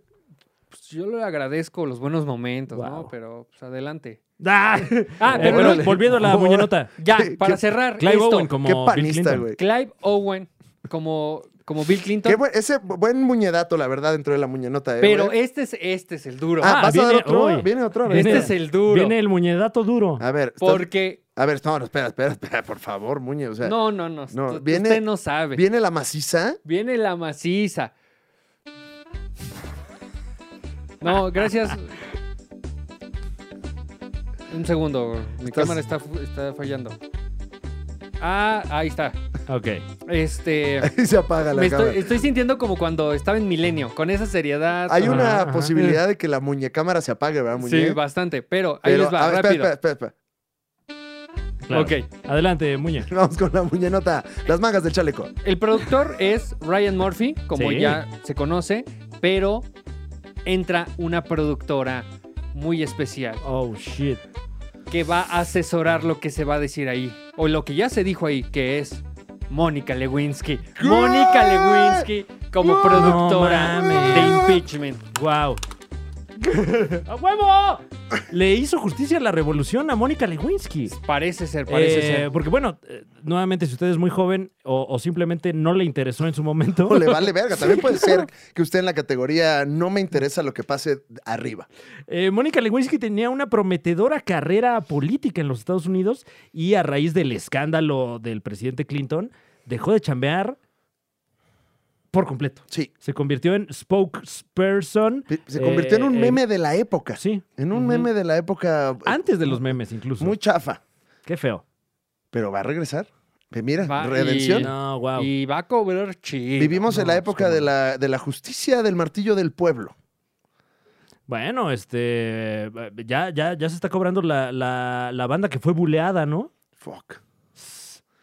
Pues yo le agradezco los buenos momentos, ¿no?
Guau.
Pero pues, adelante.
[LAUGHS] Ah,
Ah,
Eh,
pero
bueno,
órale.
volviendo
[LAUGHS]
a la
Ahora.
muñenota.
ya,
qué-
para
qué-
cerrar
Clive
esto,
Owen como
Qué
Bill
panista,
Clinton.
güey.
Clive Owen como, como Bill Clinton.
Qué buen- ese buen muñedato, la verdad, dentro de la muñenota. eh,
pero
güey.
este es, este es el duro.
Ah,
Ah,
¿vas a dar
viene
otro?
hoy.
Viene otro. a ver.
este
viene-
es el duro.
Viene el muñedato duro.
A ver, estás-
porque...
a ver, no, no, espera, espera, espera, por favor, Muñe. O sea,
No, no, no.
no,
tú-
viene-
usted no sabe.
viene la maciza. [LAUGHS]
Viene la maciza. No, gracias. Un segundo, mi
Estás-
cámara está, fu- está fallando. Ah, ahí está.
Ok.
Este.
Y se apaga [LAUGHS] la
me
cámara.
estoy, estoy sintiendo como cuando estaba en Milenio, con esa seriedad.
Hay
con-
una
ajá.
posibilidad de que la muñecámara se apague, ¿verdad, Muñe?
Sí, bastante, pero ahí
Pero-
les
a
va,
ver, espera,
rápido.
espera, espera, espera. [LAUGHS]
claro.
Ok.
Adelante, muñe.
Vamos con la muñenota. Las mangas del chaleco.
El productor es Ryan Murphy, como
Sí.
ya se conoce, pero entra una productora muy especial.
Oh, shit.
que va a asesorar lo que se va a decir ahí. O lo que ya se dijo ahí, que es Mónica Lewinsky. Mónica Lewinsky como
No
productora
mames.
de impeachment.
[LAUGHS]
Wow. ¡A huevo! Le hizo justicia a la revolución a Mónica Lewinsky.
Parece ser, parece
Eh,
ser.
Porque, bueno, eh, nuevamente, si usted es muy joven o, o simplemente no le interesó en su momento.
O le vale verga. También puede ser que usted en la categoría no me interesa lo que pase arriba.
[LAUGHS] Eh, Mónica Lewinsky tenía una prometedora carrera política en los Estados Unidos y a raíz del escándalo del presidente Clinton dejó de chambear por completo.
Sí.
Se convirtió en spokesperson.
Se convirtió en un
Eh, Ah,
meme de la época.
Sí,
En un
Ujú.
meme de la época eh,
antes de los memes incluso.
muy chafa.
Qué feo.
Pero va a regresar. Eh, Mira,
Va y-
redención.
No, wow.
Y va a cobrar chido.
Vivimos en la
no,
época
pues,
de
cómo
la, de la justicia del martillo del pueblo.
Bueno, este. Ya, ya, ya se está cobrando la, la- la banda que fue buleada, ¿no?
Fuck.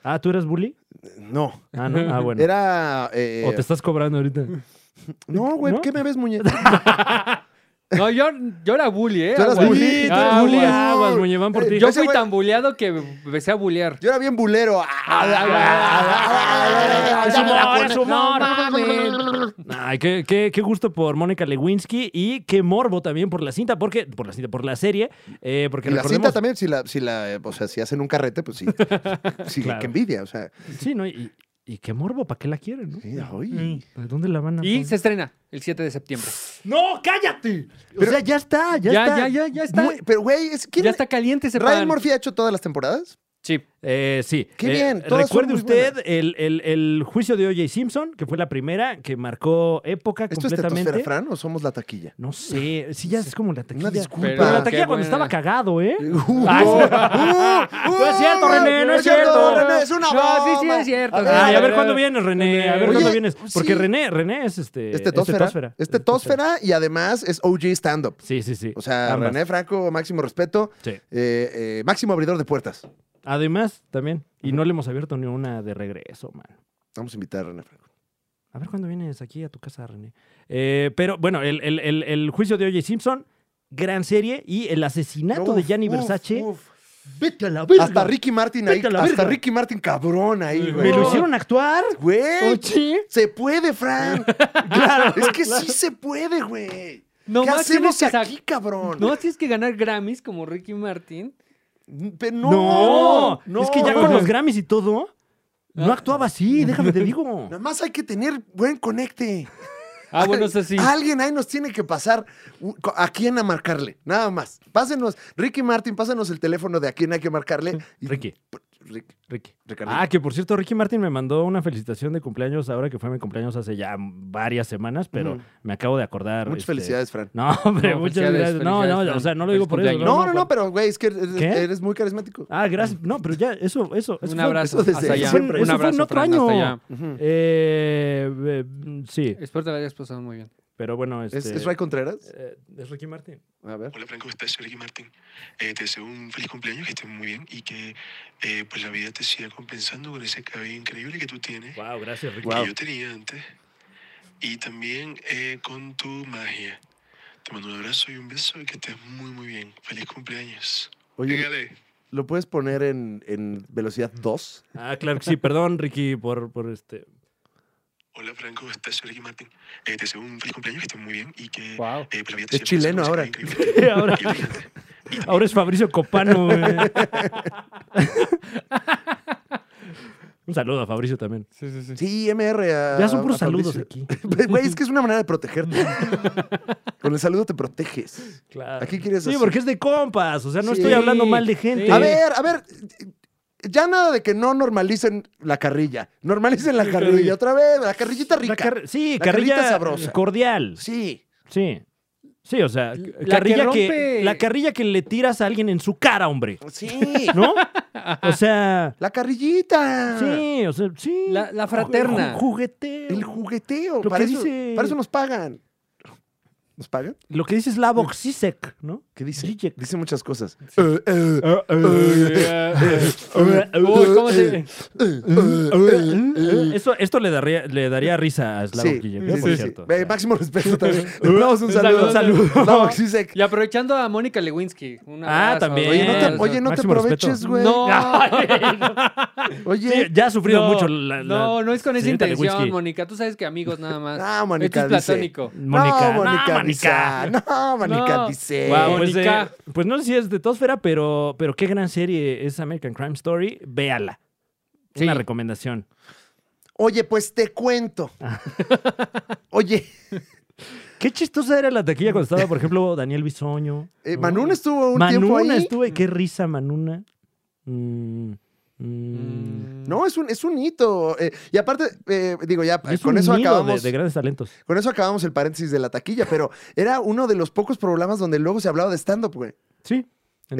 Ah, ¿tú eres bully?
No.
Ah, no. Ah, bueno.
Era. eh,
O te estás cobrando ahorita.
No, güey,
¿no?
¿qué me ves, muñeco?
No, yo, yo era bully, ¿eh?
Tú eras
Aguas.
bully,
Sí, tú
Ah,
eres bully.
bully.
Aguas, Muñe, van por ti.
Yo
Ese
fui
güey-
tan bulleado que empecé a bullear.
Yo era bien bulero.
Ah,
Ah,
Es humor, es humor.
No mames.
Ay, qué, qué- qué gusto por Mónica Lewinsky y qué morbo también por la cinta, porque por la cinta, por la serie, eh, porque
Y la cinta
recordemos-
también, si la, si la, eh, o sea, si hacen un carrete, pues sí. Sí,
Claro.
qué envidia. O sea,
Sí, ¿no? Y, y qué morbo, ¿para qué la quieren? no?
sí, ay.
¿Para ¿Dónde la van a
Y
poner?
se estrena el 7 de septiembre.
¡No, cállate!
Pero-
o sea, ya está, ya,
Ya,
está.
ya, ya, ya está.
Güey, pero, güey, es, ¿quién-
Ya está caliente ese
¿Ryan
pan.
Murphy ha hecho todas las temporadas?
Sí.
Eh, sí.
Qué
Eh,
bien, todas son
recuerde
muy
usted el, el- el juicio de O.J. Simpson, que fue la primera, que marcó época
¿Esto es
completamente.
Tetosfera, Fran, o somos la taquilla?
no sé, sí, ya es como la
Una
taquilla.
disculpa.
Pero la
Pero
taquilla
qué
cuando
buena.
estaba cagado,
[LAUGHS]
¿eh?
Uh, uh,
Ay, sí.
uh,
[LAUGHS] No es cierto, René, no es cierto.
René, es una
No, sí, sí,
bomba.
es cierto.
A ver,
Ay, a ver
René.
cuándo vienes, René. A ver
Oye,
cuándo vienes.
sí.
Porque René, René es este.
Este Tosfera.
tetosfera.
Este Tosfera y además es OG stand-up.
Sí, sí, sí.
O sea,
Ambas.
René Franco, máximo respeto,
Sí.
eh, eh, máximo abridor de puertas.
Además, también. Y no le hemos abierto ni una de regreso, man.
Vamos a invitar a René Franco.
A ver cuándo vienes aquí a tu casa, René. Eh, pero bueno, el, el- el- el juicio de O.J. Simpson, gran serie. Y el asesinato de
Uf,
Gianni
uf,
Versace.
uf.
Vete a la verga.
Hasta Ricky Martin ahí.
Vete a la
Hasta
verga.
Ricky Martin cabrón ahí, güey.
¿Me lo hicieron Oh, actuar?
Güey.
Oye,
Se puede,
[LAUGHS]
Fran. claro. Es que sí se puede, güey.
No
¿Qué
más tienes
hacemos
que sa-
aquí, cabrón?
No tienes que ganar Grammys como Ricky Martin.
Pe- no,
No,
no. Ah.
Es que ya con los Grammys y todo, no actuaba así, déjame te
[LAUGHS]
digo.
Nada más hay que tener buen conecte.
Ah, bueno, eso sí.
Alguien ahí nos tiene que pasar u- co- a quién a marcarle. Nada más. Pásenos, Ricky Martin, pásenos el teléfono de a quién hay que marcarle. Y-
Ricky,
Rick-
Ricky.
Ricardo.
Ah, que por cierto, Ricky Martin me mandó una felicitación de cumpleaños ahora que fue mi cumpleaños hace ya varias semanas, pero
Ujú.
me acabo de acordar.
Muchas
este,
felicidades, Fran.
No, hombre,
No,
muchas
felicidades,
gracias. No,
felicidades,
no,
Fran.
o sea, no lo digo
Feliz
por eso.
cumpleaños.
No, no,
por-
no, pero güey, es que eres,
¿Qué?
eres muy carismático.
Ah, gracias. No, pero ya, eso, eso. eso
Un
fue-
abrazo.
eso desde
hasta allá.
siempre.
Un
Eso fue en
abrazo,
otro
Fran,
año.
hasta allá.
Ujú.
Eh, eh, mm, sí,
Espero te la hayas pasado muy bien.
pero bueno, este,
¿Es, es Ray Contreras?
eh, es Ricky Martin.
A ver.
Hola Franco, ¿cómo estás? Soy Ricky Martín. Eh, te deseo un feliz cumpleaños, que estés muy bien y que eh, pues la vida te siga compensando con ese cabello increíble que tú tienes,
Wow, gracias, Ricky.
que yo tenía antes, y también eh, con tu magia. Te mando un abrazo y un beso y que estés muy muy bien. Feliz cumpleaños.
Oye,
Pégale.
¿lo puedes poner en, en velocidad 2?
Ah, claro que sí, perdón, Ricky, por, por este.
Hola Franco, ¿cómo estás? Soy Ricky Martín. Eh, te deseo un feliz cumpleaños, que estés muy bien y que eh,
Wow.
pues la vida
Es
te siga
chileno [LAUGHS] ahora.
compensando con ese cabello increíble
Ahora-
que yo tenía antes.
Ahora es Fabricio Copano. eh. güey.
[LAUGHS]
Un saludo a Fabricio también.
Sí, sí, sí.
Sí, MR. a-
Ya son puros
a
saludos
Fabricio.
aquí.
[LAUGHS] Güey, es que es una manera de protegerte.
[LAUGHS]
Con el saludo te proteges.
Claro.
Aquí quieres
Sí,
hacer-
porque es de compas. O sea, no
Sí.
estoy hablando mal de gente.
Sí.
A ver, a ver. Ya nada de que no normalicen la carrilla. Normalicen la carrilla otra vez. La carrillita
La
rica.
car- sí,
La
carrilla
carrita sabrosa.
cordial.
Sí.
Sí. Sí, o sea,
que
carrilla que
rompe-
la carrilla que le tiras a alguien en su cara, hombre.
Sí.
¿No? O sea,
La carrillita.
sí, o sea, sí.
La- la fraterna.
Ju- jugueteo.
El jugueteo.
Lo
Para,
que
eso,
dice-
para eso nos pagan. ¿Nos pagan?
Lo que dice Slavoj Zizek, ¿no?
¿Qué dice?
Zizek.
Dice muchas cosas. Eh, eh, ah,
Uy, ¿cómo se.?
eh, eh, eh, eh.
Esto, esto le daría, le daría risa a Slavoj
Sí,
Zizek,
sí,
por
sí, sí.
cierto.
Ve, máximo respeto también. Le damos un
Un
saludo.
saludo.
No, Zizek.
[LAUGHS] Y aprovechando a Mónica Lewinsky. un
Ah,
abrazo.
también.
Oye, no te,
Eh,
oye, no te
máximo respeto.
aproveches, güey.
[LAUGHS]
No, [LAUGHS]
Sí,
Oye.
ya ha sufrido
no,
mucho la, la-
no, no es con esa
señorita de
intención,
whisky.
Mónica. Tú sabes que amigos nada más.
[LAUGHS] Ah, Mónica
Esto es
dice.
platónico.
Mónica.
No, Mónica.
No,
Bizá.
Mónica.
No, Mónica
No.
dice.
Guau, pues, eh,
Mónica.
pues no sé si es de Tosfera, pero, pero qué gran serie es American Crime Story. Véala.
Sí.
Una recomendación.
Oye, pues te
[LAUGHS]
cuento. Oye,
Qué chistosa era la taquilla cuando estaba, por ejemplo, Daniel Bisoño.
eh,
¿no?
Manuna estuvo un tiempo ahí.
Manuna estuve. Qué risa, Manuna. Mm, mm.
No, es un, es un hito. eh, y aparte, eh, digo, ya
Es
con
un
eso
nido
acabamos.
De, de grandes talentos.
Con eso acabamos el paréntesis de la taquilla, pero era uno de los pocos programas donde luego se hablaba de stand-up, güey.
Sí. en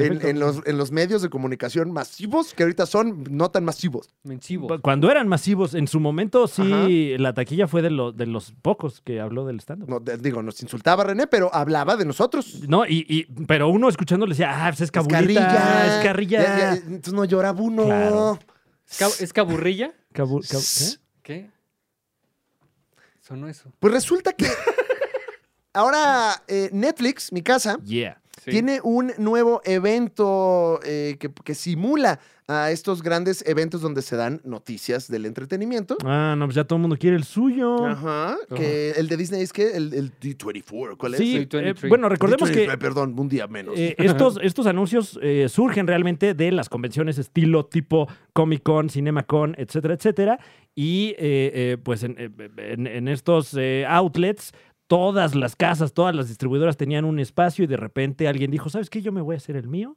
En,
efecto.
en los, en los medios de comunicación masivos, que ahorita son no tan masivos.
Mencivo.
Cuando eran masivos, en su momento sí,
Ajá.
la taquilla fue de, lo- de los pocos que habló del stand-up.
No, de- digo, nos insultaba René, pero hablaba de nosotros.
No, y, y- pero uno escuchando le decía, ah, pues es cabulita,
Escarrilla.
es carrilla.
Ya, ya, entonces no llora uno.
Claro.
Esca- ¿Es caburrilla?
Cabu- cab- ¿qué?
¿Qué? Sonó eso.
Pues resulta que [LAUGHS] ahora eh, Netflix, mi casa,
Yeah.
tiene un nuevo evento eh, que, que simula a estos grandes eventos donde se dan noticias del entretenimiento.
Ah, no, pues ya todo el mundo quiere el suyo.
Ajá. Que el de Disney es que el, el D24, ¿cuál es?
Sí,
Soy 23.
eh, bueno, recordemos
D23,
que
eh, Perdón, un día menos.
eh,
[LAUGHS]
estos, estos anuncios eh, surgen realmente de las convenciones estilo tipo Comic Con, CinemaCon, etcétera, etcétera. Y eh, eh, pues en, eh, en- en estos eh, outlets, todas las casas, todas las distribuidoras tenían un espacio y de repente alguien dijo, ¿sabes qué? Yo me voy a hacer el mío.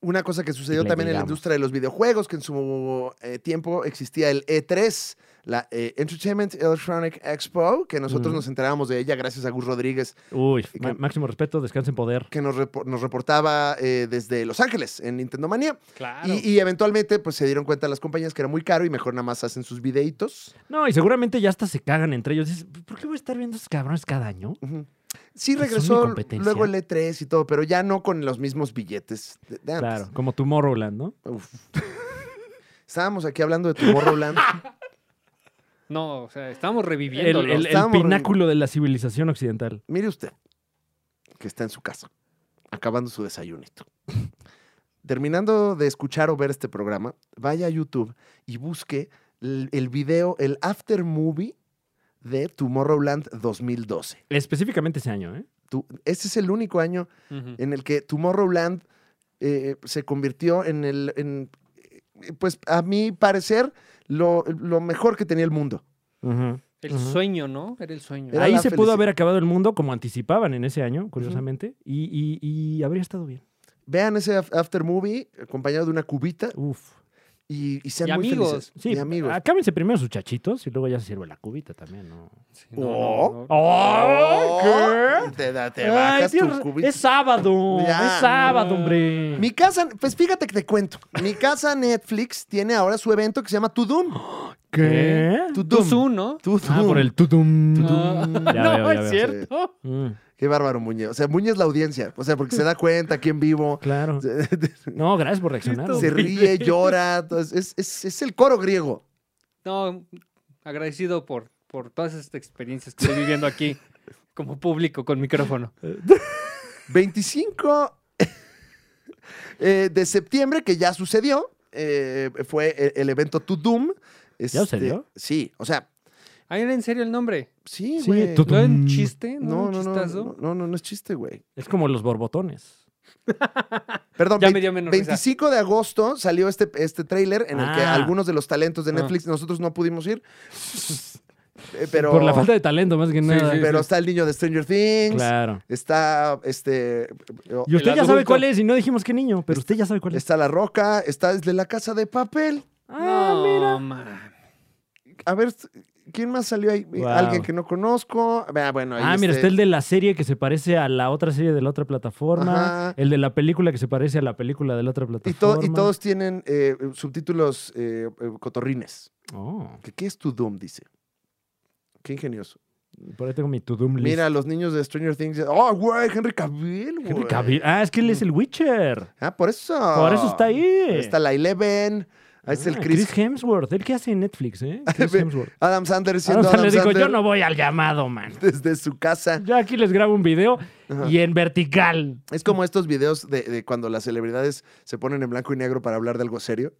Una cosa que sucedió
Le
también en la
digamos.
industria de los videojuegos, que en su eh, tiempo existía el E3, la eh, Entertainment Electronic Expo, que nosotros
Ujú.
nos enterábamos de ella gracias a Gus Rodríguez,
Uy,
Y
ma-
que-
máximo respeto, descansa en poder.
que nos, repo- nos reportaba eh, desde Los Ángeles en Nintendo Manía.
Claro.
Y, y eventualmente pues se dieron cuenta las compañías que era muy caro y mejor nada más hacen sus videitos.
No, y seguramente ya hasta se cagan entre ellos. Dices, ¿por qué voy a estar viendo esos cabrones cada año?
Ujú. Sí
Es una
regresó
incompetencia.
luego el E3 y todo, pero ya no con los mismos billetes de, de antes.
Claro, como Tomorrowland, ¿no?
Uf. [LAUGHS] Estábamos aquí hablando de Tomorrowland.
No, o sea, estamos
El,
reviviendo.
el- el
Estábamos-
pináculo de la civilización occidental.
Mire usted, que está en su casa, acabando su desayunito. Terminando de escuchar o ver este programa, vaya a YouTube y busque el, el video, el after movie de Tomorrowland 2012.
Específicamente ese año, ¿eh?
Tu- este es el único año en el que Tomorrowland eh, se convirtió en el, en, eh, pues a mi parecer, lo, lo mejor que tenía el mundo.
El
Ujú.
sueño, ¿no? Era el sueño.
Era
Ahí
la
se pudo
felicidad.
haber acabado el mundo como anticipaban en ese año, curiosamente, y, y- y habría estado bien.
Vean ese af- after movie acompañado de una cubita
Uf.
y, y sean
Y
muy
amigos.
felices.
Sí, Ah,
Y amigos.
acábense primero sus chachitos y luego ya se sirve la cubita también, ¿no?
Sí, no, no,
Oh.
no.
¡Oh!
Oh, Te, da- te bajas tu cubita.
es sábado,
Ya.
es sábado, hombre.
Mi casa, pues fíjate que te cuento. Mi casa Netflix tiene ahora su evento que se llama Tudum.
¿Qué?
Tú Zoom, ¿no?
Tudum.
Ah, por el
[LAUGHS]
tutum.
Ah,
Ya veo,
[LAUGHS] no,
ya
es
veo.
cierto.
Mm,
Qué bárbaro, Muñe. O sea, Muñe es la audiencia. O sea, porque se da cuenta aquí en vivo. [LAUGHS]
claro.
Se,
No, gracias por reaccionar.
se ríe, llora. Entonces, Es, es- es el coro griego.
No, agradecido por, por todas estas experiencias que estoy
[LAUGHS]
viviendo aquí como público con micrófono.
25 eh, de septiembre, que ya sucedió, eh, fue el, el evento Tudum. Este,
sucedió?
Sí, o sea,
¿Ay, era en serio el nombre?
sí,
Sí,
güey.
Tudum.
¿No era un chiste? ¿No,
No,
era
no,
un
no,
chistazo?
no, no, no, no es chiste, güey.
Es como los borbotones.
Perdón,
Ya
vein-
me dio menos risa.
25 de agosto salió este, este tráiler en el que
Ah.
algunos de los talentos de
Ah.
Netflix nosotros no pudimos ir. Eh, pero
Por la falta de talento, más que
Sí,
nada.
sí,
pero está el niño de Stranger Things.
Claro.
Está este
Y usted
El
ya sabe
adulto.
cuál es, y no dijimos qué niño, pero usted ya sabe cuál es.
está La Roca, está el de La Casa de Papel.
Ah, mira.
man.
A ver, ¿quién más salió ahí?
Wow.
Alguien que no conozco. Ah, bueno, ahí
Ah, mira,
este-
está el de la serie que se parece a la otra serie de la otra plataforma.
Ajá.
El de la película que se parece a la película de la otra
y,
plataforma.
to- y todos tienen eh, subtítulos eh, eh, cotorrines.
Oh,
¿Qué, qué es tu Doom? Dice. Qué ingenioso.
por ahí tengo mi to-doom list.
Mira, los niños de Stranger Things. ¡Oh, güey! Henry Cavill, güey.
Henry Cavill. Ah, es que él es el Witcher.
Ah, por eso.
Por eso está ahí.
Está la Eleven. Ahí está el
Ah,
Chris.
Hemsworth. ¿El que hace en
[LAUGHS]
Netflix, eh? Chris
Ve-
Hemsworth. Ah,
Adam Sandler
Adam
siendo Adam,
Sandler dijo,
Sandler
yo no voy al
[LAUGHS]
llamado, man.
desde su casa.
Yo aquí les grabo un video
Ajá.
y en vertical.
Es como estos videos de, de cuando las celebridades se ponen en blanco y negro para hablar de algo serio.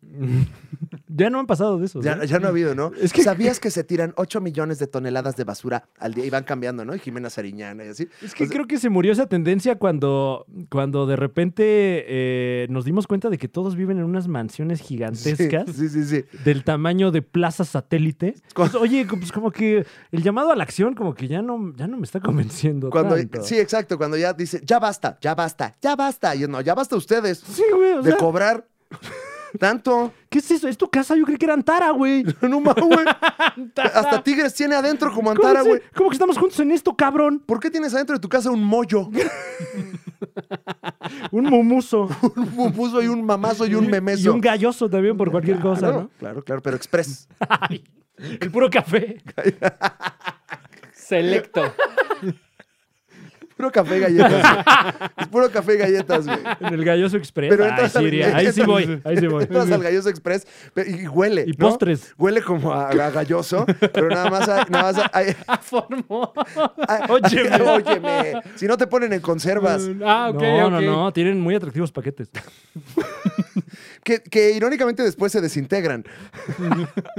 ya no han pasado de eso.
Ya, ya no ha habido, ¿no?
[LAUGHS] Es que-
¿Sabías que se tiran 8 millones de toneladas de basura al día y van cambiando, ¿no? Y Jimena Sariñana y así.
Es que
O sea,
creo que se murió esa tendencia cuando, cuando de repente eh, nos dimos cuenta de que todos viven en unas mansiones gigantescas
[LAUGHS] Sí, sí, sí.
del tamaño de plazas satélite.
Cu-
Pues, oye, co- pues como que el llamado a la acción como que ya no, ya no me está convenciendo
Cuando,
tanto.
sí, exacto. Cuando ya dice, ya basta, ya basta, ya basta. Y yo, no, ya basta ustedes
Sí, güey, o
de
sea,
cobrar [LAUGHS] tanto.
¿qué es eso? ¿Es tu casa? Yo creí que era Antara, güey.
[LAUGHS] No mames, güey. Hasta Tigres tiene adentro como
¿Cómo
Antara,
se-
güey.
¿Cómo que estamos juntos en esto, cabrón?
¿Por qué tienes adentro de tu casa un mollo? [LAUGHS]
Un mumuso.
un pupuso y un mamazo y [LAUGHS] un memeso.
Y un galloso también por cualquier
claro,
cosa, ¿no?
Claro, claro, pero express. [LAUGHS]
Ay, el puro café.
Selecto.
Puro café y galletas. güey. Es puro café y galletas, güey.
En el galloso express.
Pero
Ay,
entras al-
sí iría. ahí sí
entras-
voy,
[LAUGHS]
ahí sí voy.
Entras al Galloso Express pe- y huele.
Y
¿no?
postres.
Huele como a, a galloso, pero nada más. hay- nada más hay-
Ah, formó.
hay-
[LAUGHS]
[LAUGHS]
Óyeme. Mm.
óyeme, Si no te ponen en conservas.
Ah, ok,
no,
ok.
no, no, tienen muy atractivos
[LAUGHS]
paquetes.
Que, que irónicamente después se desintegran.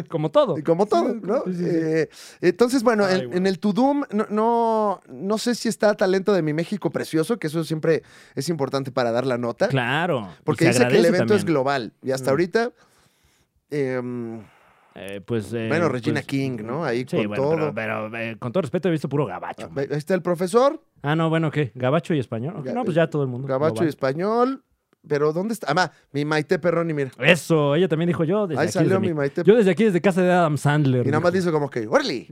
Como todo.
Como todo, ¿no? Eh, entonces, bueno,
Ay,
en,
güey.
en el Tudum, no, no, no sé si está talento de mi México precioso, que eso siempre es importante para dar la nota.
Claro. y
Porque
se
dice que el
agradece
evento es
también. Mm.
global. Y hasta ahorita. em,
Eh, pues, eh,
Bueno, Regina
pues,
King, ¿no? Ahí
sí,
con
bueno,
todo. Ah,
Pero, pero, eh, con todo respeto, he visto puro gabacho.
ahí está el profesor.
Ah, no, bueno, ¿qué? ¿Gabacho y español? Ok,
Ga-
no, pues ya todo el mundo.
Gabacho y
global.
español. Pero ¿dónde está? Ah, mi Maite Perroni, mira.
Eso, ella también dijo yo. Desde
Ahí
aquí,
salió
desde
mi
mi-
Maite.
Yo desde aquí, desde casa de Adam Sandler.
Y nada más "Ah,
dijo. "Oh,
dice como que, ¡Orly!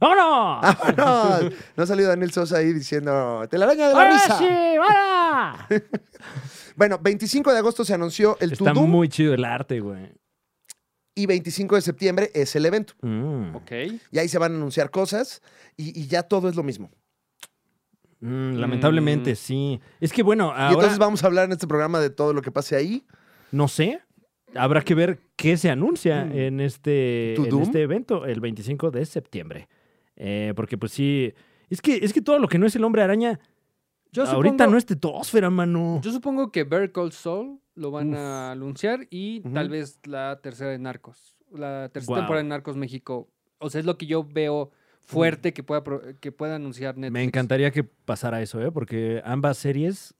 ¡Vámonos!
¡Vámonos!
[LAUGHS]
No ha salido Daniel Sosa ahí diciendo, ¡Telaraña de la
¡Ahora
risa!
sí! [LAUGHS] ¡Ahora!
Bueno, 25 de agosto se anunció el
Está
Tudum
muy chido el arte, güey.
y 25 de septiembre es el evento.
Mm.
Ok.
Y ahí se van a anunciar cosas y, y ya todo es lo mismo.
Mm, lamentablemente,
Mm.
sí. Es que bueno,
Y
ahora
entonces vamos a hablar en este programa de todo lo que pase ahí.
no sé. Habrá que ver qué se anuncia
Mm.
en, este,
¿Tu
en
Doom?
este evento el 25 de septiembre. Eh, porque pues sí, es que, es que todo lo que no es el hombre araña,
Yo
ahorita
supongo-
no es tetósfera, mano.
Yo supongo que Better Call Saul lo van
Uf.
a anunciar y
Ujú.
tal vez la tercera de Narcos. La tercera
Guau.
temporada de Narcos México. O sea, es lo que yo veo fuerte que pueda, pro- que pueda anunciar Netflix.
Me encantaría que pasara eso, ¿eh? porque ambas series,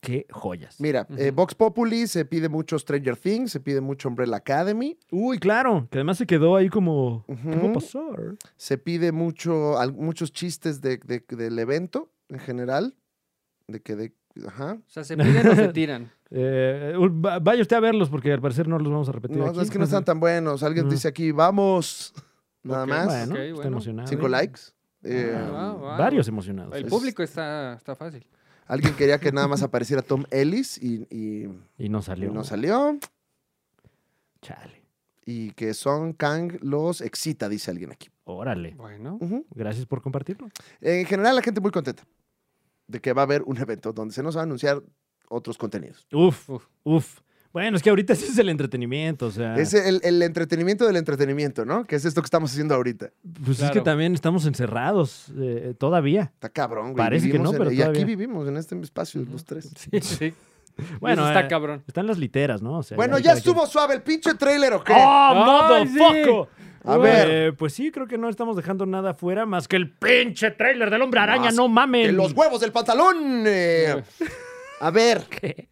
qué joyas.
Mira, eh,
Ujú.
Vox Populi se pide mucho Stranger Things, se pide mucho Umbrella Academy,
Uy, claro, que además se quedó ahí como... ¿Qué va a
Ujú.
pasar?
se pide mucho, al- muchos chistes de- de- del evento en general. De que de. Ajá.
O sea, se piden o
[LAUGHS]
se tiran.
Eh, ul- va- vaya usted a verlos porque al parecer no los vamos a repetir.
No,
Pues aquí.
es que no están tan buenos. Alguien
Ujú.
dice aquí, vamos. Nada
Ok,
más.
Bueno,
Ok,
está
bueno.
emocionado.
Cinco likes. Eh,
Ah, wow.
Varios emocionados.
El
es-
público está, está fácil.
Alguien quería que nada más apareciera Tom Ellis y, y-
Y no
y
salió.
no salió.
Chale.
Y que Son Kang los excita, dice alguien aquí.
Órale.
Bueno.
Ujú.
Gracias por compartirlo.
En general, la gente muy contenta de que va a haber un evento donde se nos va a anunciar otros contenidos.
Uf,
Uf.
uf. Bueno, es que ahorita ese es el entretenimiento, o sea.
Es el, el entretenimiento del entretenimiento, ¿no? Que es esto que estamos haciendo ahorita.
Pues es que
claro.
también estamos encerrados eh, todavía.
Está cabrón, güey.
Parece que
Vivimos
no,
en-
pero
Y
todavía.
aquí vivimos, en este espacio, los tres.
[LAUGHS] Sí.
Bueno,
Bueno, está
eh,
cabrón.
Están las literas, ¿no? O
[LAUGHS]
sea,
Bueno,
ahí
ya
cada quien-
estuvo suave el pinche trailer, ¿o qué?
¡Oh,
¡Ay, sí!
motherfucker!
A
Eh,
ver.
pues sí, creo que no estamos dejando nada fuera más que el pinche trailer del hombre araña,
Más
no mames.
¡Que los huevos del pantalón!
[LAUGHS]
eh. A ver,
¿Qué?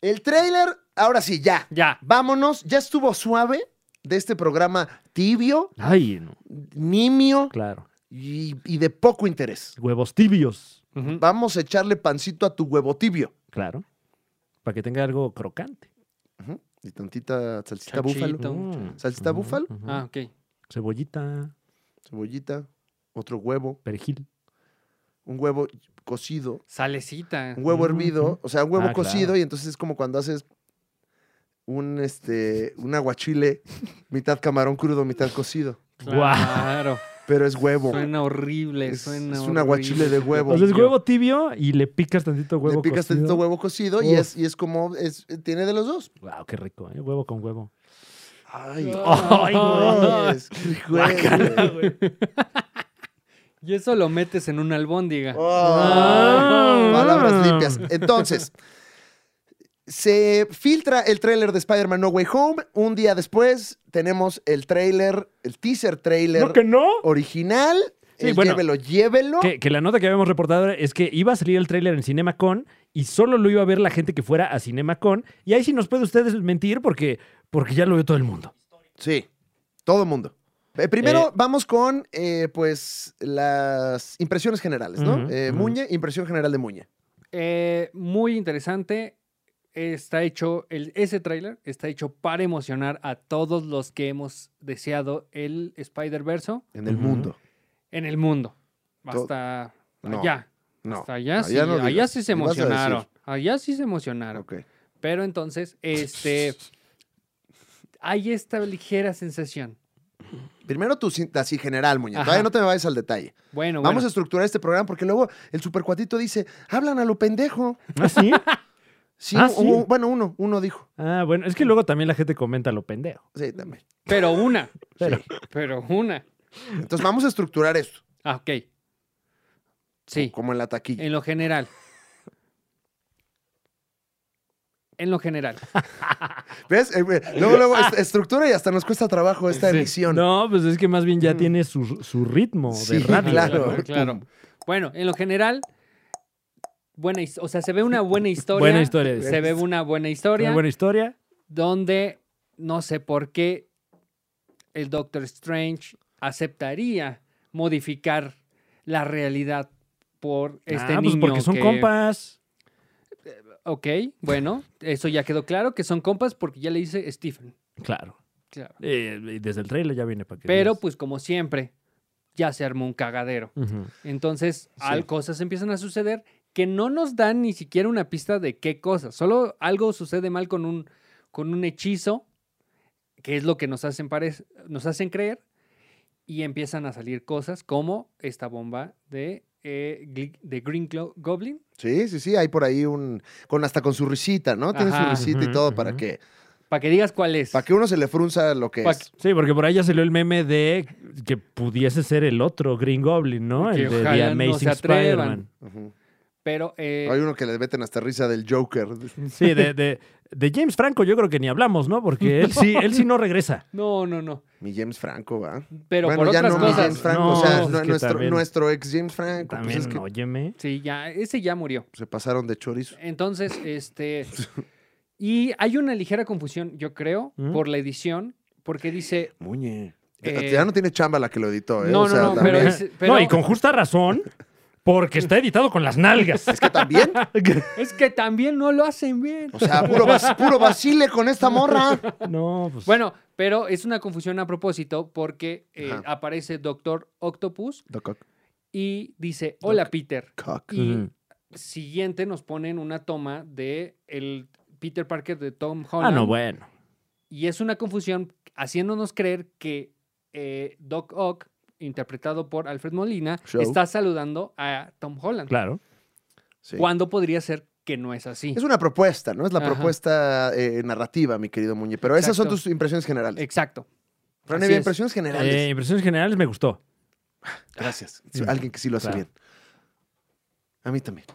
el trailer, ahora sí, ya.
Ya.
Vámonos, ya estuvo suave de este programa tibio,
Ay, no,
nimio
claro.
y, y de poco interés.
Huevos tibios.
Ujú.
Vamos a echarle pancito a tu huevo tibio.
Claro. Para que tenga algo crocante.
Ujú. Y tantita salsita
Chanchito.
búfalo,
Mm,
¿Salsita
ujú,
búfalo?
ujú.
Ah, ok.
Cebollita,
cebollita, otro huevo,
perejil.
un huevo cocido,
Salecita.
un huevo
Ujú,
hervido,
ujú.
o sea, un huevo
Ah,
cocido
claro.
y entonces es como cuando haces un, este, un aguachile, mitad camarón crudo, mitad cocido.
Claro.
Pero es huevo.
Suena horrible.
Es-
suena
es un
horrible.
aguachile de huevo.
O sea, Pues es huevo tibio y le picas tantito
Le
huevo.
picas
cocido.
tantito huevo cocido y
Uf.
es, y es como, es, tiene de los dos.
Guau, qué rico, ¿eh? Huevo con huevo.
Ay,
Ay, güey.
es- güey.
Y eso lo metes en una albóndiga.
Oh,
Ah.
Palabras limpias. Entonces, se filtra el tráiler de Spider-Man No Way Home. Un día después tenemos el tráiler, el teaser tráiler
¿No que no?
original.
Sí,
El
bueno.
llévelo, llévelo.
Que, que la nota que habíamos reportado es que iba a salir el tráiler en CinemaCon y solo lo iba a ver la gente que fuera a CinemaCon. Y ahí sí nos puede ustedes mentir porque, porque ya lo vio todo el mundo.
Sí, todo mundo. Eh, primero
Eh,
vamos con, eh, pues, las impresiones generales, ¿no?
Ujú,
Eh,
ujú.
Muñe, impresión general de Muñe.
Eh, muy interesante. Está hecho, el, ese tráiler está hecho para emocionar a todos los que hemos deseado el Spider-Verse
En el
Ujú.
mundo.
en el mundo.
To-
Hasta
No,
allá.
No.
Hasta allá,
allá
sí,
no digas.
allá sí se
Ni vas a decir.
emocionaron. Allá sí se emocionaron.
Ok.
Pero entonces,
[LAUGHS]
este. Hay esta ligera sensación.
Primero tu cinta así general, Muñe.
Ajá.
Todavía no te me vayas al detalle.
Bueno,
Vamos a
bueno.
estructurar este programa porque luego el supercuatito dice, hablan a lo pendejo.
¿Ah, sí?
Sí,
Ah,
u-
¿sí?
u- bueno, uno, uno dijo.
[LAUGHS] Ah, bueno, es que luego también la gente comenta lo pendejo.
Sí, también. [LAUGHS]
Pero una.
Pero-
Pero una.
Entonces vamos a estructurar esto,
Ah, ok. Sí.
como en la taquilla.
En lo general. En lo general.
¿Ves? Eh, eh, Luego, luego, est- estructura y hasta nos cuesta trabajo esta
Sí.
emisión.
No, pues es que más bien ya tiene su, su ritmo
Mm. Sí,
de radio.
claro.
Claro, claro. Bueno, en lo general, buena, his- o sea, se ve una buena historia.
Buena historia. dice.
Se ve una buena historia
Una buena historia.
donde no sé por qué el Doctor Strange aceptaría modificar la realidad por este
ah, pues
niño
porque son
que-
compas.
Ok, bueno, eso ya quedó claro que son compas porque ya le dice Stephen.
Claro.
Claro.
Eh, y desde el trailer ya viene para que.
Pero
veas.
pues como siempre, ya se armó un cagadero.
Ujú.
Entonces, al- cosas empiezan a suceder que no nos dan ni siquiera una pista de qué cosas. Solo algo sucede mal con un, con un hechizo, que es lo que nos hacen, parec- nos hacen creer, y empiezan a salir cosas como esta bomba de eh, Gli- de Green Glo- Goblin.
Sí, sí, sí, hay por ahí un. Con, hasta con su risita, ¿no? Tiene su
Ajá.
risita
Ujú,
y todo
ujú.
para que.
Para que digas cuál es.
Para que uno se le frunza lo que
Pa'
es.
Sí, porque por ahí ya salió el meme de que pudiese ser el otro Green Goblin, ¿no? El
Que
de The
ojalá no se
Amazing
atrevan.
Spider-Man.
Ujú.
Pero eh,
Hay uno que le meten hasta risa del Joker.
Sí, de, de- de James Franco yo creo que ni hablamos, ¿no? Porque él sí,
[LAUGHS]
él sí no regresa.
no, no, no.
Mi James Franco, ¿va?
Pero
bueno,
por
ya
otras
no mi James
cosas.
Franco,
No,
o sea,
pues es
nu-
que
nuestro,
también-
nuestro ex James Franco. pues
También,
es que
óyeme.
Sí, ya, ese ya murió.
se pasaron de chorizo.
Entonces, este. Y hay una ligera confusión, yo creo,
¿Mm?
por la edición, porque dice.
Muñe.
Eh,
ya no tiene chamba la que lo editó, ¿eh?
No,
O sea,
no, no, pero
también-
es, pero
No, y con justa razón, porque está editado con las nalgas.
Es que también,
es que también no lo hacen bien.
o sea, puro, vas- puro basile con esta
[LAUGHS]
morra.
No, pues.
Bueno, pero es una confusión a propósito porque eh,
Ajá.
aparece Doctor Octopus
Doc
y dice, hola Peter.
Cock.
Y
Ujú.
siguiente nos ponen una toma de el Peter Parker de Tom
Ah,
Holland.
no, bueno.
Y es una confusión haciéndonos creer que eh, Doc Ock, interpretado por Alfred Molina,
Show.
está saludando a Tom Holland.
Claro.
Sí.
¿Cuándo podría ser que no es así?
Es una propuesta, ¿no? Es la
Ajá.
propuesta eh, narrativa, mi querido Muñe. Pero esas son
Exacto.
tus impresiones generales.
Exacto.
Fran,
así
Evia,
es.
impresiones generales.
Eh, impresiones generales me gustó.
Gracias. Sí, Alguien que sí lo hace
Claro.
bien. A mí también.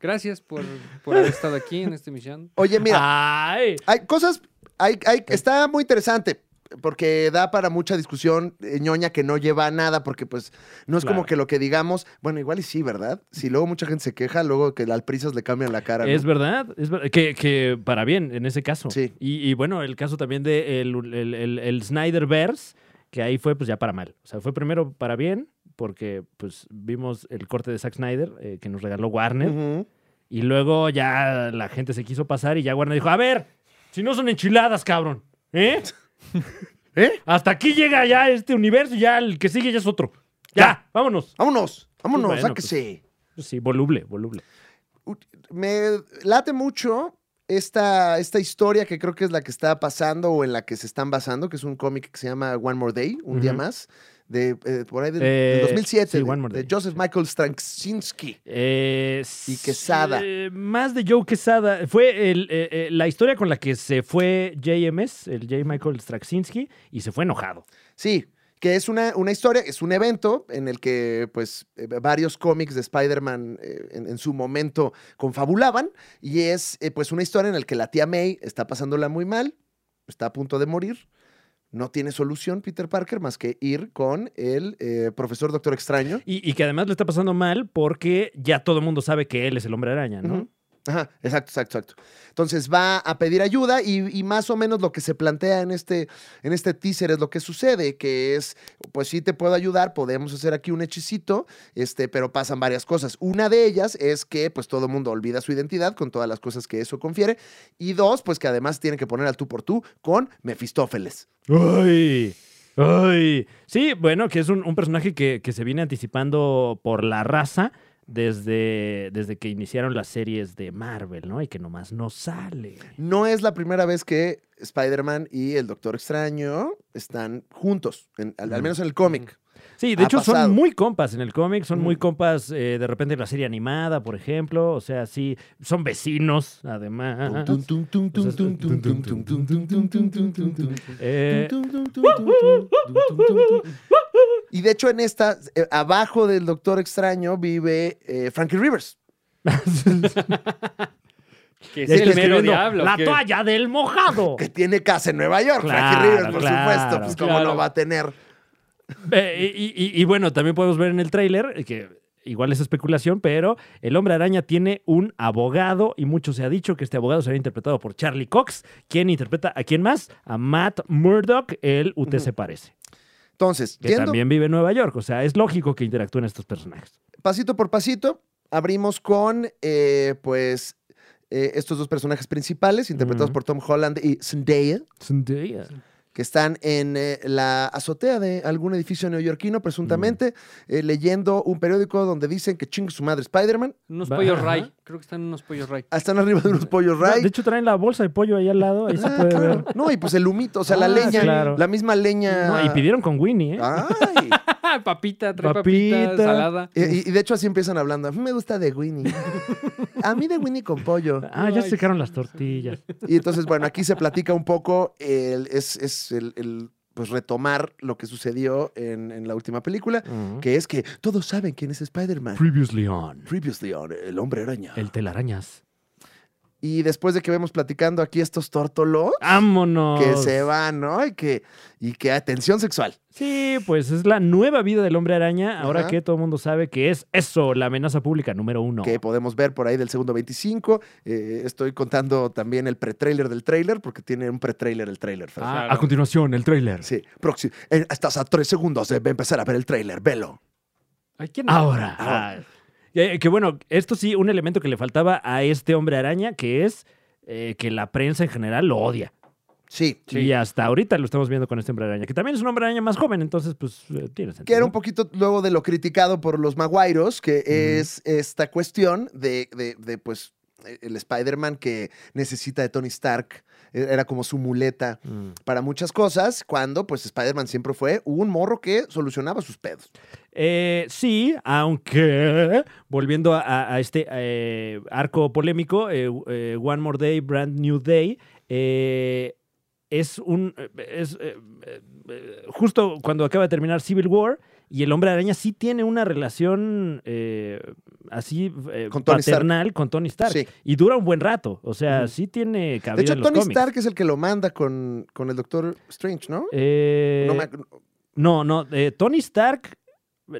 Gracias por, por haber estado aquí en
[LAUGHS]
esta emisión.
Oye, mira,
Ah. Ay.
Hay cosas, hay, hay- está muy interesante. Porque da para mucha discusión eh, ñoña que no lleva a nada, porque pues no es como
Claro.
que lo que digamos, bueno, igual y sí, ¿verdad? Si luego mucha gente se queja, luego que al prisas le cambian la cara. ¿no?
Es verdad, es ver- Que, que para bien en ese caso.
Sí.
Y, y bueno, el caso también de el, el, el- el Snyderverse, que ahí fue pues ya para mal. O sea, fue primero para bien, porque pues vimos el corte de Zack Snyder eh, que nos regaló Warner.
Ujú.
Y luego ya la gente se quiso pasar y ya Warner dijo, a ver, si no son enchiladas, cabrón. ¿Eh? ¿Eh? Hasta aquí llega ya este universo y ya el que sigue ya es otro. Ya, vámonos.
Vámonos, vámonos,
Pues bueno,
sáquese.
Sí, voluble, voluble.
me late mucho esta, esta historia que creo que es la que está pasando o en la que se están basando, que es un cómic que se llama One More Day, un día
Ujú.
más, de eh, por ahí del,
Eh,
del 2007,
sí,
de,
One More
de
Day.
Joseph Michael Straczynski.
Eh,
Y Quesada.
eh, más de Joe Quesada. Fue el, eh, eh, la historia con la que se fue JMS, el J. Michael Straczynski, y se fue enojado.
Sí, que es una, una historia, es un evento en el que pues eh, varios cómics de Spider-Man eh, en, en su momento confabulaban y es eh, pues una historia en la que la tía May está pasándola muy mal, está a punto de morir. No tiene solución Peter Parker más que ir con el eh, profesor Doctor Extraño.
Y, y que además le está pasando mal porque ya todo el mundo sabe que él es el hombre araña, ¿no?
Ujú. Ajá, exacto, exacto, exacto. Entonces va a pedir ayuda y, y más o menos lo que se plantea en este, en este teaser es lo que sucede, que es, pues sí te puedo ayudar, podemos hacer aquí un hechicito, este, pero pasan varias cosas. Una de ellas es que pues todo el mundo olvida su identidad con todas las cosas que eso confiere y dos, pues que además tienen que poner al tú por tú con Mefistófeles.
¡Ay! ¡Ay! Sí, bueno, que es un, un personaje que, que se viene anticipando por la raza desde, desde que iniciaron las series de Marvel, ¿no? Y que nomás no sale.
No es la primera vez que Spider-Man y el Doctor Extraño están juntos, en- al, al menos en el cómic.
Sí, de
Ha
hecho
pasado. Mm.
son muy compas en el cómic, son muy
Ujú.
compas eh, de repente en la serie animada, por ejemplo, o sea, sí, son vecinos, además. Eh,
Y de hecho, en esta, eh, abajo del Doctor Extraño vive eh, Frankie Rivers.
Que es
ya está
el mero
escribiendo,
diablo.
La
que-
toalla
[LAUGHS]
del mojado.
Que tiene casa en Nueva York, Frankie
Claro,
Rivers, por
claro,
supuesto. Pues, ¿cómo
claro.
no va a tener?
Eh, y, y- y bueno, también podemos ver en el tráiler eh, que igual es especulación, pero el hombre araña tiene un abogado y mucho se ha dicho que este abogado será interpretado por Charlie Cox, quien interpreta a quién más, a Matt Murdock, el UT se parece,
Entonces,
que
yendo
también vive en Nueva York, o sea, es lógico que interactúen estos personajes.
pasito por pasito, abrimos con, eh, pues, eh, estos dos personajes principales, interpretados
Ujú.
por Tom Holland y Zendaya, que están en eh, la azotea de algún edificio neoyorquino, presuntamente, eh, leyendo un periódico donde dicen que chingue su madre Spider-Man.
Unos
Va-
pollos
Ajá.
Ray. Creo que están unos pollos Ray.
Ah, Están arriba de unos pollos Ray.
De hecho, traen la bolsa de pollo ahí al lado, ahí se
Ah,
puede
claro.
ver.
No, y pues el humito, o sea, la
Ah,
leña,
claro.
la misma leña. Ah.
No, y pidieron con Winnie, ¿eh?
Ay,
Ah, papita, trae papita,
Papita.
salada.
Y, y- y de hecho así empiezan hablando. A mí me gusta de Winnie. A mí de Winnie con pollo.
Ah, ya
Ay,
se secaron las tortillas.
Y entonces, bueno, aquí se platica un poco, el- es, es el, el, pues retomar lo que sucedió en, en la última película, que es que todos saben quién es Spider-Man.
Previously on.
Previously on, el hombre araña.
El telarañas.
Y después de que vemos platicando aquí estos tórtolos
¡Vámonos!
que se van, ¿no? Y que, y que atención sexual.
Sí, pues es la nueva vida del hombre araña. Ahora
Ajá.
que todo el mundo sabe que es eso, la amenaza pública número uno.
que podemos ver por ahí del segundo 25. Eh, estoy contando también el pre-trailer del trailer, porque tiene un pre-trailer el trailer. Fran.
Ah, A
Claro.
continuación, el tráiler.
Sí, próximo. Eh, estás a tres segundos de empezar a ver el trailer, velo.
Ay, ¿quién habla?
Ahora.
Ah.
Eh, que bueno, esto sí, un elemento que le faltaba a este hombre araña, que es eh, que la prensa en general lo odia.
Sí.
Y hasta ahorita lo estamos viendo con este hombre araña, que también es un hombre araña más joven, entonces pues eh, tiene sentido.
Que era un
¿no?
poquito luego de lo criticado por los Maguairos, que
Ujú.
es esta cuestión de, de- de, pues, eh, el Spider-Man que necesita de Tony Stark. Eh, Era como su muleta
Mm.
para muchas cosas, cuando pues Spider-Man siempre fue un morro que solucionaba sus pedos.
Eh, sí, aunque volviendo a- a, a este eh, arco polémico, eh, eh, One More Day, Brand New Day, eh, es un eh, es eh, eh, eh, justo cuando acaba de terminar Civil War y el Hombre Araña sí tiene una relación eh, así eh,
Con Tony Stark.
paternal con Tony Stark
Sí.
y dura un buen rato, o sea,
Ujú.
sí tiene cabida
De hecho,
en los
Tony
cómics.
Stark es el que lo manda con, con el Doctor Strange, ¿no?
Eh,
No
no,
me ac-
no, eh, Tony Stark,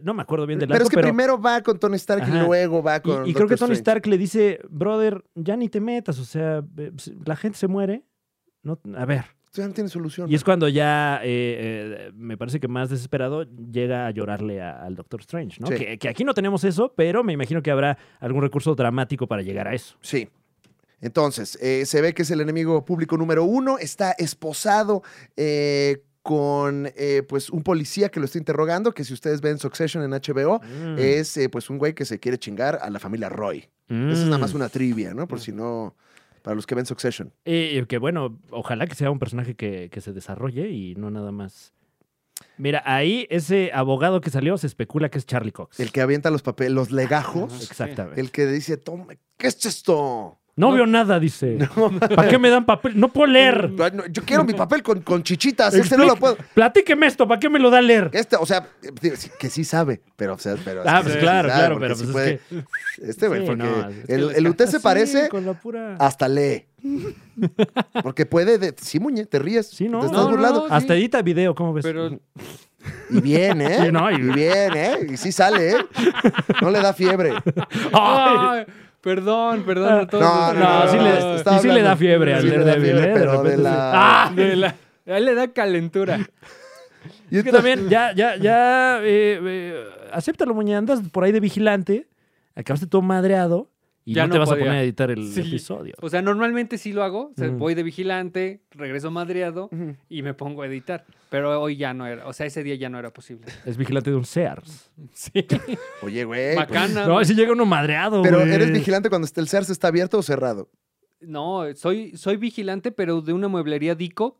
no me acuerdo bien del
pero es
arco,
que primero va con Tony Stark
Ajá.
y luego va
Y-
con.
Y, creo que
Doctor
Tony
Strange.
Stark le dice, brother, ya ni te metas, o sea, eh, si- la gente se muere. No, a ver.
Esto ya no tiene solución.
Y es cuando ya, eh, eh, me parece que más desesperado, llega a llorarle a- al Doctor Strange, ¿no?
Sí.
Que, que aquí no tenemos eso, pero me imagino que habrá algún recurso dramático para llegar a eso.
Sí. Entonces, eh, se ve que es el enemigo público número uno, está esposado eh, con eh, pues un policía que lo está interrogando, que si ustedes ven Succession en HBO, es eh, pues un güey que se quiere chingar a la familia Roy.
Mm.
Esa es nada más una trivia, ¿no? Por si no, para los que ven Succession.
Eh, Y y que bueno, ojalá que sea un personaje que, que se desarrolle y no nada más. Mira, ahí ese abogado que salió se especula que es Charlie Cox.
El que avienta los papeles, los legajos,
Exactamente.
el que dice, toma, ¿qué es esto?
No, veo nada,
[LAUGHS]
dice. ¿Para qué me dan papel? No puedo leer.
No, no, Yo quiero mi papel con, con chichitas, este no lo
Explica-
puedo.
Platíqueme esto, ¿para qué me lo da a leer?
Este, o sea, digo, sí, que sí sabe, pero, o sea, pero es
Ah,
que
pues
sí
claro,
sabe,
claro,
porque
pero
sí
pues
puede-
es que.
Este, güey,
Sí,
porque
no, es que
el,
les
el
ca-
UT se
Así,
parece Ah,
Con la pura.
hasta lee. Porque puede. de- sí, Muñe, te ríes.
Ah, Sí, no,
Te estás
no, no,
burlando.
Hasta edita video, ¿cómo ves?
Pero
Y bien, ¿eh?
Sí, no,
y...
y-
bien, ¿eh? Y sí sale, ¿eh? No le da fiebre.
¡Ay!
Ay, perdón, perdón a todos.
No, Ah, no,
[LAUGHS] No, sí le,
no, estaba
y sí le da
hablando.
fiebre al
Sí le da
Daredevil,
fiebre,
¿eh?
pero de
repente
la-
sí. ¡Ah!
[LAUGHS] De la- a él le da calentura.
Y
Es que
entonces-
también, ya, ya, ya, eh, eh, acéptalo, Muñe, andas por ahí de vigilante, acabaste todo madreado y
Ya
no, te
no
vas
podía.
a poner a editar el
Sí.
episodio.
O sea, normalmente sí lo hago. o sea,
Mm.
Voy de vigilante, regreso madreado
Ujú.
y me pongo a editar. Pero hoy ya no era. O sea, ese día ya no era posible.
Es vigilante de un Sears.
Sí.
Oye, güey. pues,
Bacana.
Eh, No, si llega uno madreado,
pero
güey.
eres vigilante cuando el CERS está abierto o cerrado.
No, soy, soy vigilante, pero de una mueblería Dico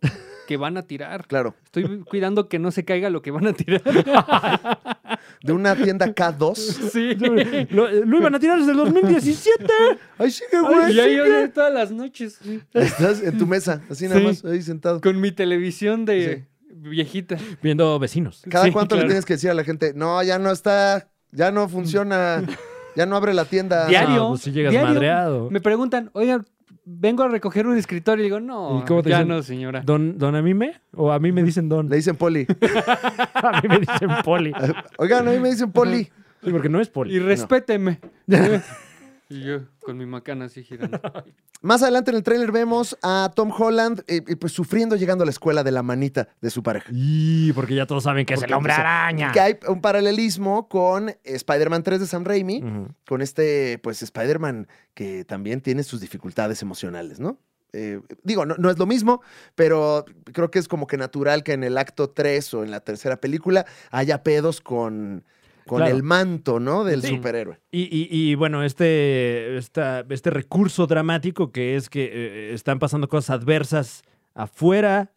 que van a tirar.
Claro.
Estoy cuidando que no se caiga lo que van
[LAUGHS]
a tirar.
De una tienda K2.
Sí.
[LAUGHS] Lo, lo iban a tirar desde el 2017.
Ay, sigue,
Y
güey.
ahí yo de todas las noches sí,
Estás en tu mesa, así nada
Sí.
más, ahí sentado.
con mi televisión de viejita.
Viendo vecinos.
Cada
Sí,
cuánto
claro.
le tienes que decir a la gente, no, ya no está, ya no funciona, ya no abre la tienda.
Diario.
No, pues si llegas
diario.
madreado.
Me preguntan, oigan, vengo a recoger un escritorio. Y digo, no,
¿Y cómo te
ya
dicen?
no, señora.
¿Don, ¿Don a mí me? ¿O a mí me dicen don?
Le dicen poli.
[LAUGHS] A mí me dicen poli.
Oigan, a mí me dicen poli.
Sí, porque no es
Y
poli. [LAUGHS]
respéteme. y yo con mi macana así girando.
Más adelante en el tráiler vemos a Tom Holland eh, eh, pues sufriendo llegando a la escuela de la manita de su pareja.
Y porque ya todos saben que es
Porque,
el hombre
pues,
araña.
Que hay un paralelismo con Spider-Man 3 de Sam Raimi,
Ujú.
con este pues Spider-Man que también tiene sus dificultades emocionales, ¿no? Eh, digo, no, no es lo mismo, pero creo que es como que natural que en el acto 3 o en la tercera película haya pedos con, con
Claro.
el manto, ¿no? Del
Sí.
superhéroe.
Y, y- y, bueno, este, esta- este eh, recurso dramático que es que eh, están pasando cosas adversas afuera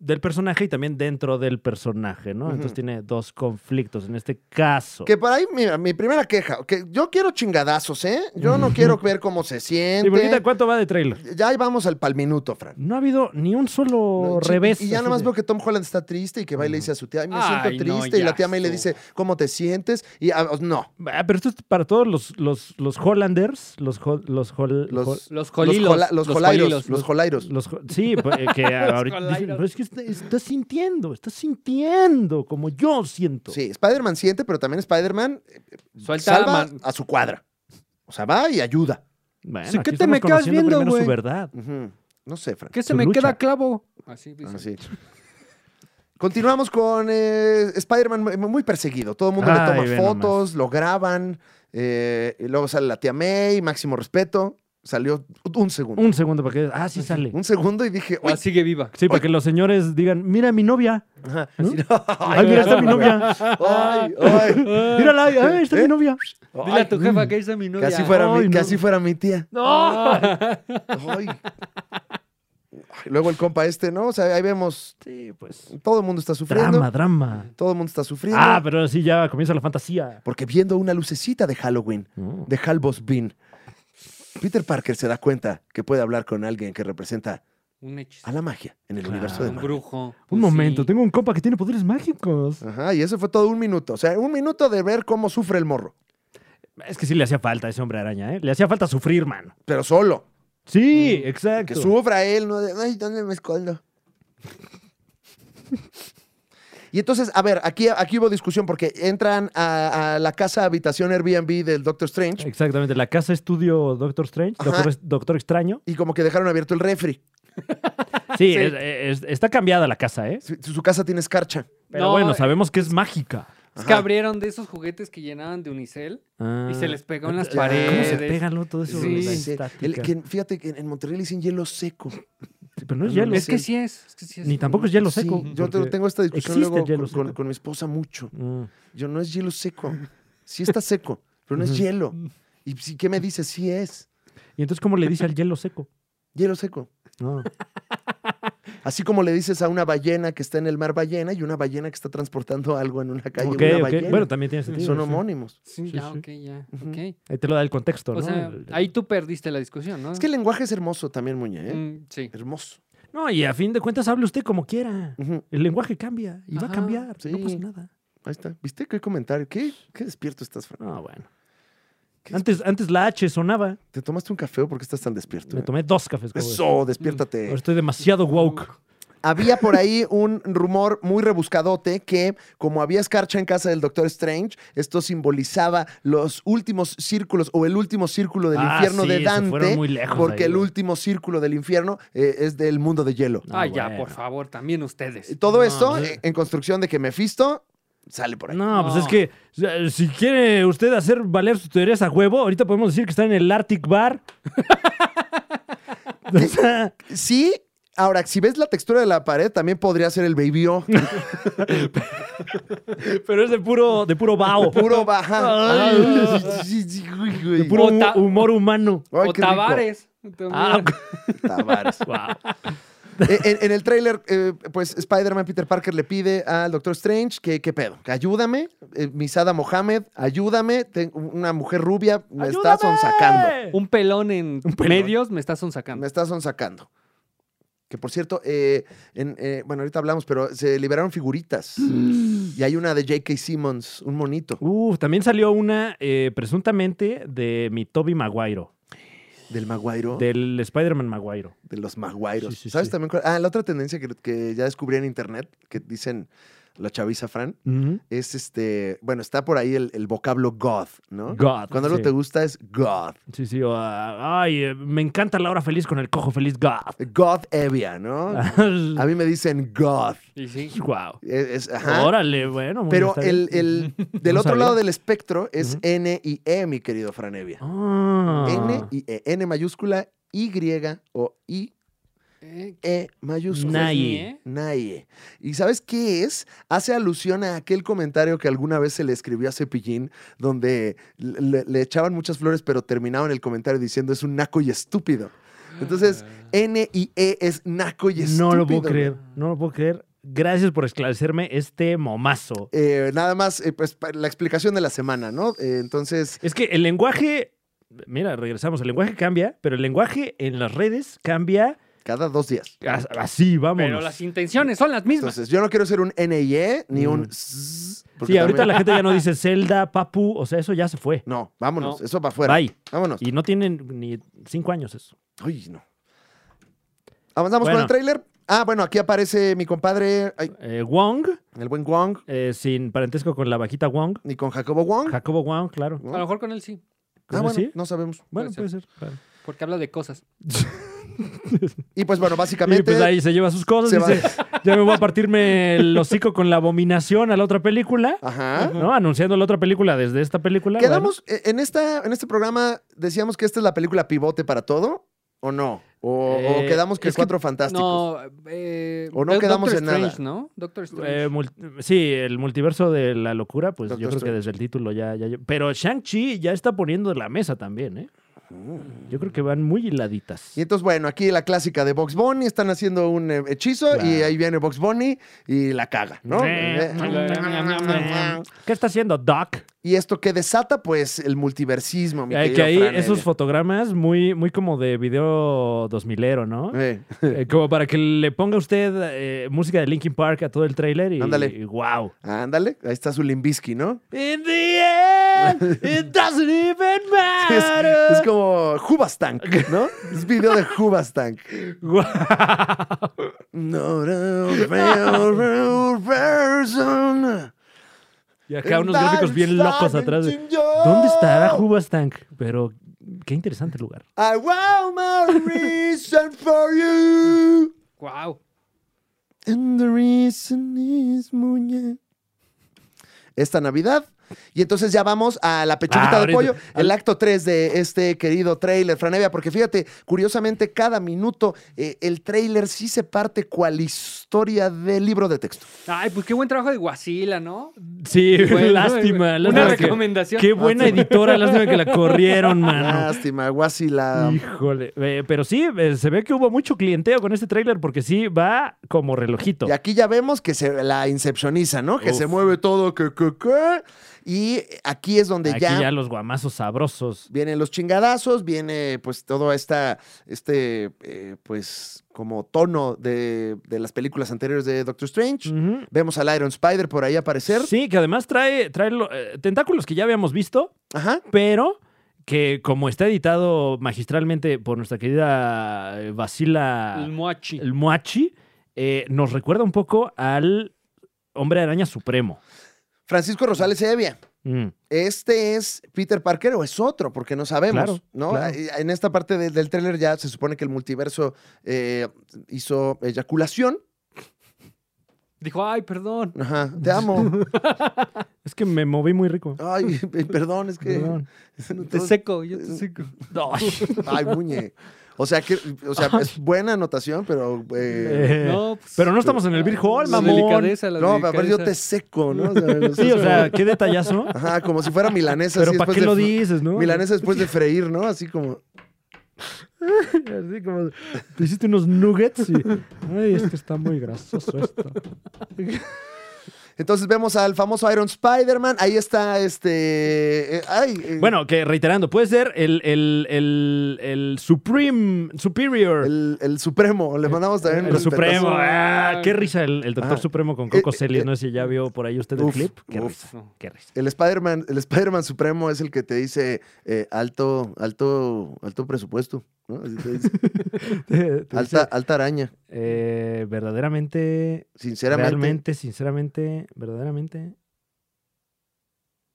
del personaje y también dentro del personaje, ¿no? Entonces
Ujú.
tiene dos conflictos en este caso.
Que para ahí, mira, mi primera queja, que yo quiero chingadazos, ¿eh? Yo
[LAUGHS]
no quiero ver cómo se
Sí, Brunita,
siente.
¿cuánto va de trailer?
Ya ahí vamos al palminuto, Fran.
No ha habido ni un solo
No, sí,
revés.
Y ya
así
nada más
de-
veo que Tom Holland está triste y que va y le dice a su tía, ay, me
Ay,
siento
no,
triste. y
ya
la tía May le
estuvo.
dice, ¿cómo te sientes? Y ah, no,
Ah, pero esto es para todos los, los, los Hollanders, los, hol- los, hol- hol-
los,
Los
los,
colilos.
jola- los jolairos. Los
los-
jolairos.
Los jo- sí, pues, eh,
[LAUGHS]
que ahorita
colairos.
dicen, "Pero es que está, está sintiendo, está sintiendo como yo siento.
Sí, Spider-Man siente, pero también Spider-Man eh,
Suelta la
salva
mano.
a su cuadra. O sea, va y ayuda.
Bueno,
Sí, ¿qué
aquí
te
estamos
me quedas
conociendo
viendo,
primero su
güey?
verdad.
Ujú. No sé, Fran.
¿Qué se
Su
me
lucha. Ah,
queda clavo? Así dice.
Así. Continuamos con eh, Spider-Man muy- muy perseguido. Todo el mundo
Ay,
le
ve
toma fotos, lo graban. eh, y luego sale la tía May, máximo respeto. Salió un segundo.
Un segundo para que. Ah, sí sale.
Un segundo y dije,
Ah, [LAUGHS]
"Uy,
sigue viva.
Sí, para que los señores digan, mira mi novia.
Ajá.
¿No?
Así,
[LAUGHS] Ay, mira, está mi novia.
ay, ay,
Mírala, ay, ay, está mi
¿Eh?
novia.
Dile a tu
ay.
mm.
jefa que hice mi novia.
Que así fuera, mi, que
Ay, no.
así fuera mi tía.
No.
Ay. Ay, Luego el compa este, ¿no? O sea, ahí vemos,
Sí, pues.
todo el mundo está sufriendo.
Drama, drama.
Todo el mundo está sufriendo.
Ah, pero así ya comienza la fantasía.
Porque viendo una lucecita de Halloween,
No.
de Halbos Bean, Peter Parker se da cuenta que puede hablar con alguien que representa
Un hechizo.
a la magia en el
Claro.
universo de
Un
Marvel.
brujo.
Un
Pues
momento,
sí.
tengo un compa que tiene poderes mágicos.
Ajá, y eso fue todo un minuto. O sea, un minuto de ver cómo sufre el morro.
Es que sí le hacía falta a ese hombre araña, ¿eh? Le hacía falta sufrir, mano.
Pero solo.
Sí,
Mm. Que
exacto.
sufra él, ¿no? De, Ay, ¿dónde me escondo? Y entonces, a ver, aquí, aquí hubo discusión porque entran a, a la casa habitación Airbnb del Doctor Strange
Exactamente, la casa estudio Doctor Strange,
Ajá.
Doctor, Doctor Extraño.
y como que dejaron abierto el refri.
Sí, es- es- está cambiada la casa, ¿eh?
Su, su casa tiene escarcha.
Pero
No,
bueno,
eh,
sabemos que es mágica.
Es que
Ajá.
abrieron de esos juguetes que llenaban de unicel y se les pegó en las
Ya. Ah. ¿Cómo se
paredes.
¿Cómo se pega luego todo eso?
Sí.
de la
Sí, sí. El-
estática?
que- fíjate que en, en Monterrey le dicen hielo seco.
Pero no es
no,
hielo.
no
Es que sí es. es que sí es.
Ni tampoco es hielo
Sí,
seco.
yo te-
porque-
tengo esta discusión
existe
luego
el hielo
con, con-
seco.
con mi esposa mucho.
Mm.
Yo no es hielo
[LAUGHS]
seco. Sí está seco, pero no es
Ujú.
hielo. ¿Y si- qué me dices? Sí es.
Y entonces, ¿cómo le dice al hielo seco?
Hielo seco.
No.
Así como le dices a una ballena que está en el mar ballena y una ballena que está transportando algo en una calle.
Ok,
una
ok.
ballena.
Bueno, también tiene sentido.
Son
sí.
homónimos.
Sí,
Sí,
ya,
sí.
ok, ya.
Ujú.
ok.
Ahí te lo da el contexto,
O
¿no?
sea, ahí tú perdiste la discusión, ¿no?
Es que el lenguaje es hermoso también, Muñe. ¿eh?
Mm, sí.
Hermoso.
No, y a fin de cuentas, hable usted como quiera.
Ujú.
El lenguaje cambia y va a
Ajá,
cambiar. No
Mm. sí.
pasa nada.
Ahí está. ¿Viste qué comentario? ¿Qué, qué despierto estás, Fran?
No, bueno.
¿Qué
Antes, antes la H sonaba.
¿Te tomaste un café o por qué estás tan despierto?
Me tomé dos cafés. como ves.
Eso, despiértate.
Ahora estoy demasiado woke.
Había por ahí un rumor muy rebuscadote que, como había escarcha en casa del Doctor Strange, esto simbolizaba los últimos círculos o el último círculo del
Ah,
infierno
sí,
de
se
Dante.
fueron muy lejos
Porque
ahí,
el
güey.
último círculo del infierno eh, es del mundo de hielo.
No,
Ah, ya,
bueno.
por favor, también ustedes.
Todo
No,
esto
pues-
eh, en construcción de que Mephisto sale por ahí.
No, pues
No.
es que eh, si quiere usted hacer valer sus teorías a huevo, ahorita podemos decir que está en el Arctic Bar. [LAUGHS] O sea,
Sí, ahora, si ves la textura de la pared, también podría ser el Baby O.
pero es de puro, de puro bao,
Puro baja.
[LAUGHS] Ay.
Ay, sí, sí, güey, güey.
de puro
O ta-
hu- humor humano.
Ay,
o
qué rico.
Tavares.
Ah,
también.
Tavares.
wow.
Eh, en, en el tráiler, eh, pues Spider-Man Peter Parker le pide al Doctor Strange que, ¿qué pedo? Que ayúdame, eh, Misada Mohamed, ayúdame, tengo una mujer rubia me está sonsacando.
Un-
[LAUGHS] Un pelón en medios me está
Me
sonsacando.
está sonsacando. Que por cierto, eh, en, eh, bueno, ahorita hablamos, pero se liberaron figuritas.
Mm.
y hay una de J.K. Simmons, un monito,
Uf, también salió una eh, presuntamente de mi Toby Maguiro,
del Maguairo, de,
del Spider-Man Maguiro.
los Maguairos.
Sí, sí,
¿Sabes
sí.
también cuál? Ah, la otra tendencia que, que ya descubrí en internet, que dicen la chaviza Fran, es este, bueno, está por ahí el, el vocablo God, ¿no?
God.
Cuando algo
Ah, sí.
te gusta es God.
Sí, sí, o, ah, ay, eh, me encanta la hora feliz con el cojo feliz God.
God Evia, ¿no?
Ah.
A mí me dicen God.
Y sí.
[LAUGHS] wow.
Es- es- ajá.
Órale, bueno. muy
Pero
está
el,
bien.
el- del
[LAUGHS] No
otro
sabía.
lado del espectro es
Ujú.
N y E, mi querido Fran Evia.
Ah.
N y E. N mayúscula, Y o I,
Eh,
E mayúscula.
Nah.
ni,
Naye.
¿eh?
Nadie. ¿Y sabes qué es? Hace alusión a aquel comentario que alguna vez se le escribió a Cepillín, donde le, le- le echaban muchas flores, pero terminaban el comentario diciendo es un naco y estúpido. Entonces,
Ah.
N-I-E es naco y estúpido.
No lo puedo
güey.
creer, no lo puedo creer. Gracias por esclarecerme este momazo.
Eh, nada más, eh, pues pa- la explicación de la semana, ¿no? Eh, entonces,
Es que el lenguaje, mira, regresamos, el lenguaje cambia, pero el lenguaje en las redes cambia
cada dos días.
as- así, vamos.
Pero las intenciones son las mismas.
Entonces, yo no quiero ser un NIE ni
Mm.
un zzz, porque
Sí, ahorita
también-
la gente
[LAUGHS]
ya no dice Zelda, Papu, o sea, eso ya se fue.
No, vámonos,
No.
eso para afuera.
Bye.
Vámonos.
Y no tienen ni cinco años eso.
Uy, no. Avanzamos
Bueno.
con el tráiler. Ah, bueno, aquí aparece mi compadre, ay,
Eh, Wong,
el buen Wong,
eh, sin parentesco con la vaquita Wong.
ni con Jacobo Wong.
Jacobo Wong, claro.
¿no?
A lo mejor con él sí,
Ah,
¿Cómo
bueno,
sí?
no sabemos.
Bueno, puede
puede
ser. claro.
porque habla de cosas.
Y pues bueno,
Y
básicamente
pues ahí se lleva sus cosas.
se va-
dice, ya me voy a partirme el hocico con la abominación a la otra película.
[LAUGHS] Ajá.
¿No? Anunciando la otra película desde esta película.
Quedamos eh, en esta en este programa decíamos que esta es la película pivote para todo o no? O, o
Eh,
quedamos que
es que-
Cuatro Fantásticos.
No, eh,
O no
Do-
quedamos
Doctor
en
Strange,
nada.
¿no? Doctor
Bueno,
Strange.
eh, mul- sí, el multiverso de la locura, pues yo
Doctor
creo
Strange.
que desde el título ya, ya- Pero Shang-Chi ya está poniendo la mesa también, ¿eh? Yo creo que van muy hiladitas.
Y entonces, bueno, aquí la clásica de Box Bunny, están haciendo un eh, hechizo
Claro.
y ahí viene Box Bunny y la caga,
Eh,
¿no? Eh,
¿Qué está haciendo Doc?
y esto que desata, pues, el multiversismo, mi
Eh, que
querido
ahí
Fran
esos
Evia.
fotogramas muy, muy como de video 2000ero,
[LAUGHS]
¿no?
Eh,
Eh, como para que le ponga usted eh, música de Linkin Park a todo el tráiler y,
Ándale.
y wow.
Ándale, ahí está su Limbisky, ¿no? [LAUGHS]
In the end, it doesn't even
Es,
matter.
es como Hubastank, ¿no? Es video de Hubastank.
Guau.
No, no, no, no, person.
Y acá unos gráficos bien locos atrás. de- ¿Dónde estará Hubastank? Pero qué interesante lugar.
I want my reason for you.
wow.
And the reason is muñe. Esta Navidad. Y entonces ya vamos a la pechuguita
Ah,
de
ahorita.
pollo, el acto 3 de este querido trailer, Franevia, porque fíjate, curiosamente, cada minuto eh, el trailer sí se parte cual historia del libro de texto.
Ay, pues qué buen trabajo de
[LAUGHS]
Guasila, ¿no?
Sí,
Bueno,
lástima. lástima
Una
que-
recomendación.
qué buena editora, lástima que la corrieron, mano.
Lástima, Guasi la.
Híjole. Eh, pero sí, eh, se ve que hubo mucho clienteo con este tráiler porque sí va como relojito.
Y aquí ya vemos que se la incepcioniza, ¿no? Que se
Uf.
mueve todo, que, que, que. Y aquí es donde
Aquí
ya
ya los guamazos sabrosos.
Vienen los chingadazos, viene pues todo esta, este, eh, pues como tono de, de las películas anteriores de Doctor Strange.
Ujú.
Vemos al Iron Spider por ahí aparecer.
Mm. Sí, que además trae, trae lo- eh, tentáculos que ya habíamos visto,
Ajá.
pero que como está editado magistralmente por nuestra querida eh, Basila
El moachi.
el Moachi, eh, nos recuerda un poco al Hombre Araña Supremo.
Francisco Rosales Evia.
Mm.
¿Este es Peter Parker o es otro? Porque no sabemos,
Claro,
¿no?
claro.
Eh, En esta parte de- del tráiler ya se supone que el multiverso eh, hizo eyaculación.
Dijo, ay, perdón.
Ajá, te amo.
[LAUGHS] Es que me moví muy rico.
Ay, perdón, es que... [LAUGHS]
Perdón.
Te seco, yo
eh,
te seco.
Ay, muñe. O sea, que, o
[LAUGHS]
sea es buena anotación, pero... eh,
Eh,
pues,
Pero no estamos en el Beer Hall,
la
mamón.
delicadeza, la
No, pero aparte yo te
delicadeza.
seco, ¿no? O sea,
Sí, o sea, qué detallazo.
Ajá, como si fuera milanesa.
Pero
así,
¿para
después
qué
pues de
lo
fr-
dices, no?
Milanesa después de freír, ¿no? Así como...
Así como te hiciste unos nuggets [LAUGHS] y. Ay, es que está muy grasoso esto.
Entonces vemos al famoso Iron Spider-Man. Ahí está este... eh, ay, eh,
Bueno, que reiterando, puede ser el, el, el, el Supreme, Superior. El,
El, el Supremo. Le mandamos también... un respetazo.
Supremo. Ah, qué risa el, el Doctor
Ah.
Supremo con Coco
Eh, eh,
Celis. No sé si ya vio por ahí usted el
Uf,
clip. Qué
uf.
risa.
[LAUGHS]
Qué risa.
El Spider-Man el Spider Supremo es el que te dice eh, alto, alto, alto presupuesto, ¿no? Así te dice,
[LAUGHS] Te- te
alta,
dice,
alta araña,
eh, verdaderamente
sinceramente.
Realmente, sinceramente, verdaderamente.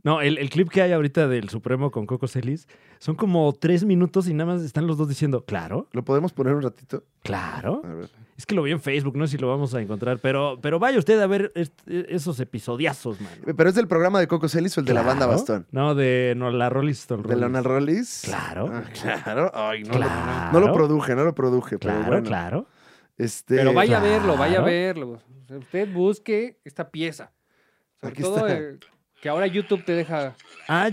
No, el, el clip que hay ahorita del Supremo con Coco Celis son como tres minutos y nada más están los dos diciendo, claro,
¿Lo podemos poner un ratito?
claro.
A ver.
Es que lo vi en Facebook, no sé si lo vamos a encontrar, pero, pero vaya usted a ver est- e, esos episodiazos, man.
Pero es del programa de Coco Celis o el de la banda Bastón.
No, de no, la Rolling Stone.
De Leonard Rollis.
Claro.
Ah, claro. Ay, no,
Claro.
Lo, no lo produje, no lo produje.
Claro,
pero bueno.
claro.
Este,
Pero vaya a verlo, vaya a
Claro.
verlo. O sea, Usted busque esta pieza. Sobre
Aquí
todo
está.
eh, que ahora YouTube te deja.
Ah,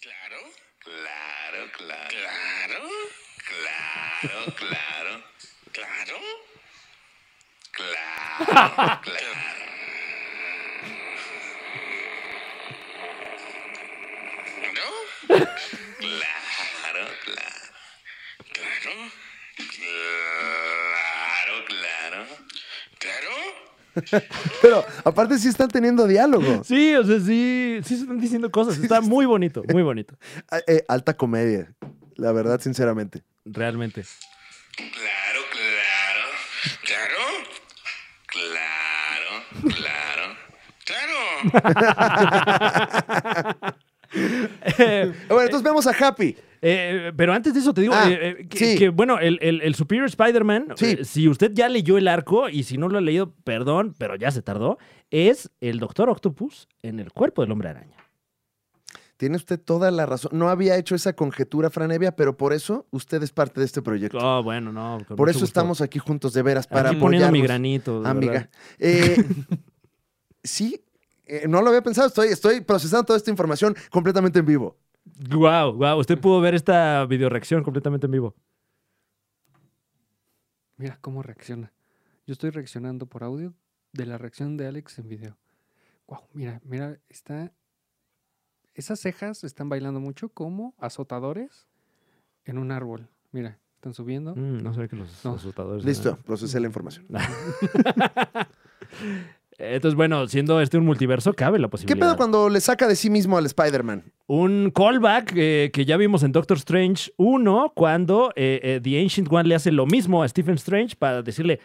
Claro, claro, claro. Claro, claro. Claro, claro. Claro. Claro, claro. ¿No? Claro, claro. Claro. Claro, claro. Claro.
[LAUGHS] Pero aparte sí están teniendo diálogo.
Sí, o sea, sí, sí se están diciendo
[LAUGHS]
cosas. Está muy bonito, muy bonito.
Ah, eh, alta comedia, la verdad, sinceramente.
Realmente.
Claro, claro. Claro. Claro, claro. Claro.
Eh,
Bueno, entonces vemos a Happy.
eh, pero antes de eso te digo
Ah,
eh, eh, que,
sí.
que, bueno, el, el- el Superior Spider-Man,
Sí.
eh, si usted ya leyó el arco y si no lo ha leído, perdón, pero ya se tardó, es el Doctor Octopus en el cuerpo del hombre araña.
Tiene usted toda la razón. No había hecho esa conjetura, Franevia, pero por eso usted es parte de este proyecto.
Ah, bueno, no. con
por
mucho
eso
gusto.
estamos aquí juntos, de veras, para
Aquí poniendo mi
apoyarnos.
granito. de
Amiga.
verdad. [LAUGHS]
Eh, sí, eh, no lo había pensado. Estoy, estoy procesando toda esta información completamente en vivo.
Guau, guau. Usted pudo ver esta videoreacción completamente en vivo.
Mira cómo reacciona. Yo estoy reaccionando por audio de la reacción de Alex en video. Wow, mira, mira, está. Esas cejas están bailando mucho como azotadores en un árbol. Mira, están subiendo.
Mm, no sé que los
No.
asustadores.
Listo, procesé la información.
Entonces, bueno, siendo este un multiverso, cabe la
¿Qué
posibilidad.
pedo cuando le saca de sí mismo al Spider-Man?
Un callback eh, que ya vimos en Doctor Strange 1, cuando eh, eh, The Ancient One le hace lo mismo a Stephen Strange para decirle,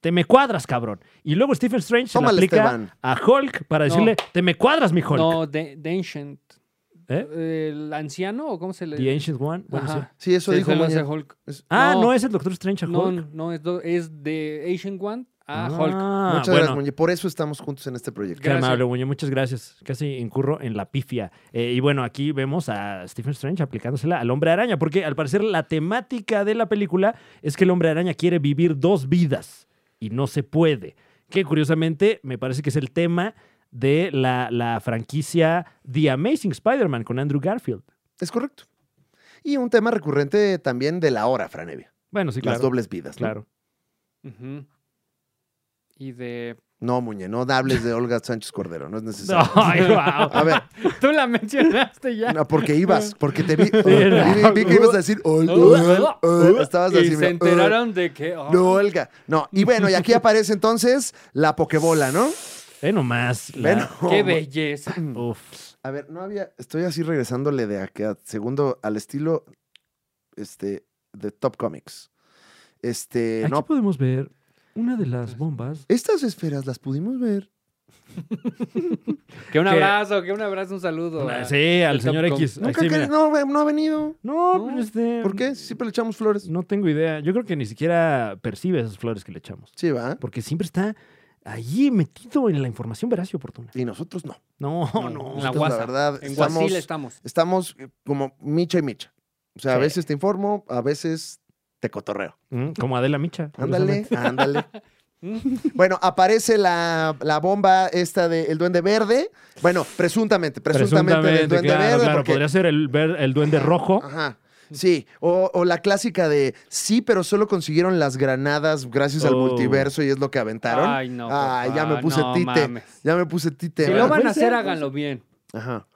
te me cuadras, cabrón. Y luego Stephen Strange se
Tómale,
le aplica
Esteban.
a Hulk para
No.
decirle, te me cuadras, mi Hulk.
No, de, de Ancient.
¿Eh?
¿El anciano o cómo se le
The Ancient One. bueno,
Ajá.
sí.
Sí, eso
Se-
dijo
se lo hace
Muñe.
Hulk.
Es-
Ah, no.
No.
es el Doctor Strange a
No,
Hulk.
no, es, do- es de Ancient One
Ah,
a Hulk.
Muchas
bueno.
gracias, Muñe. Por eso estamos juntos en este proyecto.
Qué
Gracias.
amable, Muñe, muchas gracias. Casi incurro en la pifia. Eh, y bueno, aquí vemos a Stephen Strange aplicándosela al hombre araña, porque al parecer la temática de la película es que el hombre araña quiere vivir dos vidas y no se puede. Que curiosamente me parece que es el tema de la, la franquicia The Amazing Spider-Man con Andrew Garfield.
Es correcto. Y un tema recurrente también de la hora, Franevia.
Bueno, sí,
Las
claro.
dobles vidas. ¿no? [LAUGHS]
Claro.
Ujú. Y de. [LAUGHS]
No, Muñe, no hables de Olga Sánchez Cordero, no es
[LAUGHS]
necesario.
Ay, guau.
A ver,
Tú la mencionaste ya.
no, porque ibas, porque te vi,
[LAUGHS]
oh,
no.
vi, vi que ibas a decir, "Ol, ol, ol". estabas
y
así.
se
mira,
enteraron de que. oh,
"Ol, No, Olga. No, y bueno, y aquí aparece entonces la Pokebola, ¿no?
Ve nomás. Eh, la-
Bueno,
¡Qué belleza!
Uf.
A ver, no había, estoy así regresándole de aquí a segundo al estilo, este, de Top Comics. Este,
Aquí
no,
podemos ver una de las bombas.
estas esferas las pudimos ver.
Que un
Que-
abrazo, que un abrazo, un saludo. a-
Sí, al
el
señor
Capcom.
X.
Nunca,
Sí,
que-
mira.
no, no ha venido.
No,
No,
pues, este.
¿Por
Mm.
qué? Siempre le echamos flores.
No tengo idea. Yo creo que ni siquiera percibe esas flores que le echamos.
Sí, va.
Porque siempre está allí metido en la información veraz y oportuna.
Y nosotros no.
No,
No,
no.
En la
Nosotros,
guasa.
verdad,
En
estamos-
Guasil estamos.
estamos eh, como micha y micha. O sea, a
Sí.
veces te informo, a veces te cotorreo.
Mm, Como Adela Micha.
Ándale,
curiosamente.
[LAUGHS]
ándale. bueno, aparece la, la bomba esta del Duende Verde. Bueno, presuntamente, presuntamente del Duende
claro,
Verde.
claro.
porque- Ah,
Podría ser el, ver- el duende rojo.
Ajá. Sí, o, o la clásica de sí, pero solo consiguieron las granadas gracias al
Oh.
multiverso y es lo que aventaron.
Ay, no.
Ay, Ah, ya
papá,
me puse
no
tite.
mames.
Ya me puse tite.
Si
¿verdad?
lo van a
Puede ser,
hacer,
puede
háganlo bien.
Ajá.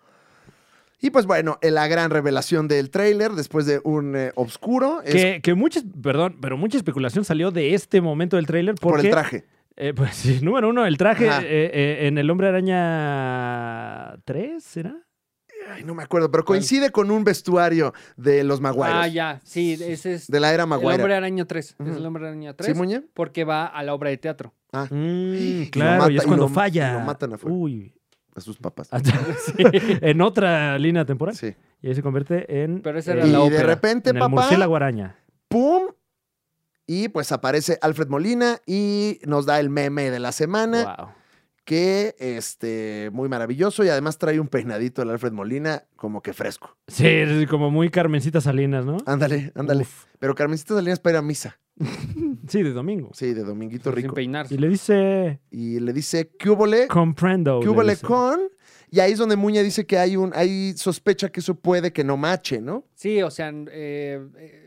Y pues bueno, eh, la gran revelación del tráiler después de un eh, obscuro es
Que, que muchas, perdón, pero mucha especulación salió de este momento del tráiler
por
porque,
el traje.
eh, pues sí, número uno, el traje
Ajá.
eh, eh, en el Hombre Araña 3, ¿será?
Ay, no me acuerdo, pero coincide con un vestuario de los Maguires.
Ah, ya. Sí, ese es
De la era
el Hombre
Maguire.
Araña 3. Es
Ujú.
el Hombre Araña 3.
¿Sí, Ah. Muñe?
porque va a la obra de teatro.
eh,
Mm,
lo
claro,
mata-
y es
y
cuando
lo-
falla.
y lo matan afuera.
Uy.
A sus papás.
[LAUGHS] en otra línea temporal.
Sí.
Y ahí se convierte en.
Pero esa
eh,
era
Y
la
de
ópera.
repente,
en el
papá,
murciélago araña.
¡pum! Y pues aparece Alfred Molina y nos da el meme de la semana,
Wow.
que este, muy maravilloso y además trae un peinadito el Alfred Molina como que fresco.
Sí, es como muy Carmencita Salinas, ¿no?
Ándale, Ah, ándale.
Uf.
Pero Carmencita Salinas para ir a misa.
Sí, de domingo.
Sí, de Dominguito
Sin
Rico.
Y
peinarse.
le dice.
Y le dice, ¿qué húbole?
Comprendo.
¿Qué
le
húbole
dice.
con? Y ahí es donde Muña dice que hay un, hay sospecha que eso puede que no mache, ¿no?
Sí, o sea, eh, eh,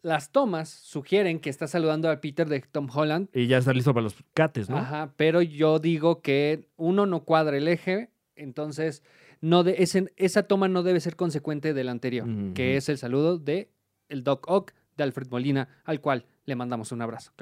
Las tomas sugieren que está saludando a Peter de Tom Holland,
Y ya está listo para los cates, ¿no?
ajá, pero yo digo que uno no cuadra el eje, entonces no de, ese- esa toma no debe ser consecuente del anterior,
Ujú.
que es el saludo de el Doc Ock de Alfred Molina, al cual le mandamos un abrazo.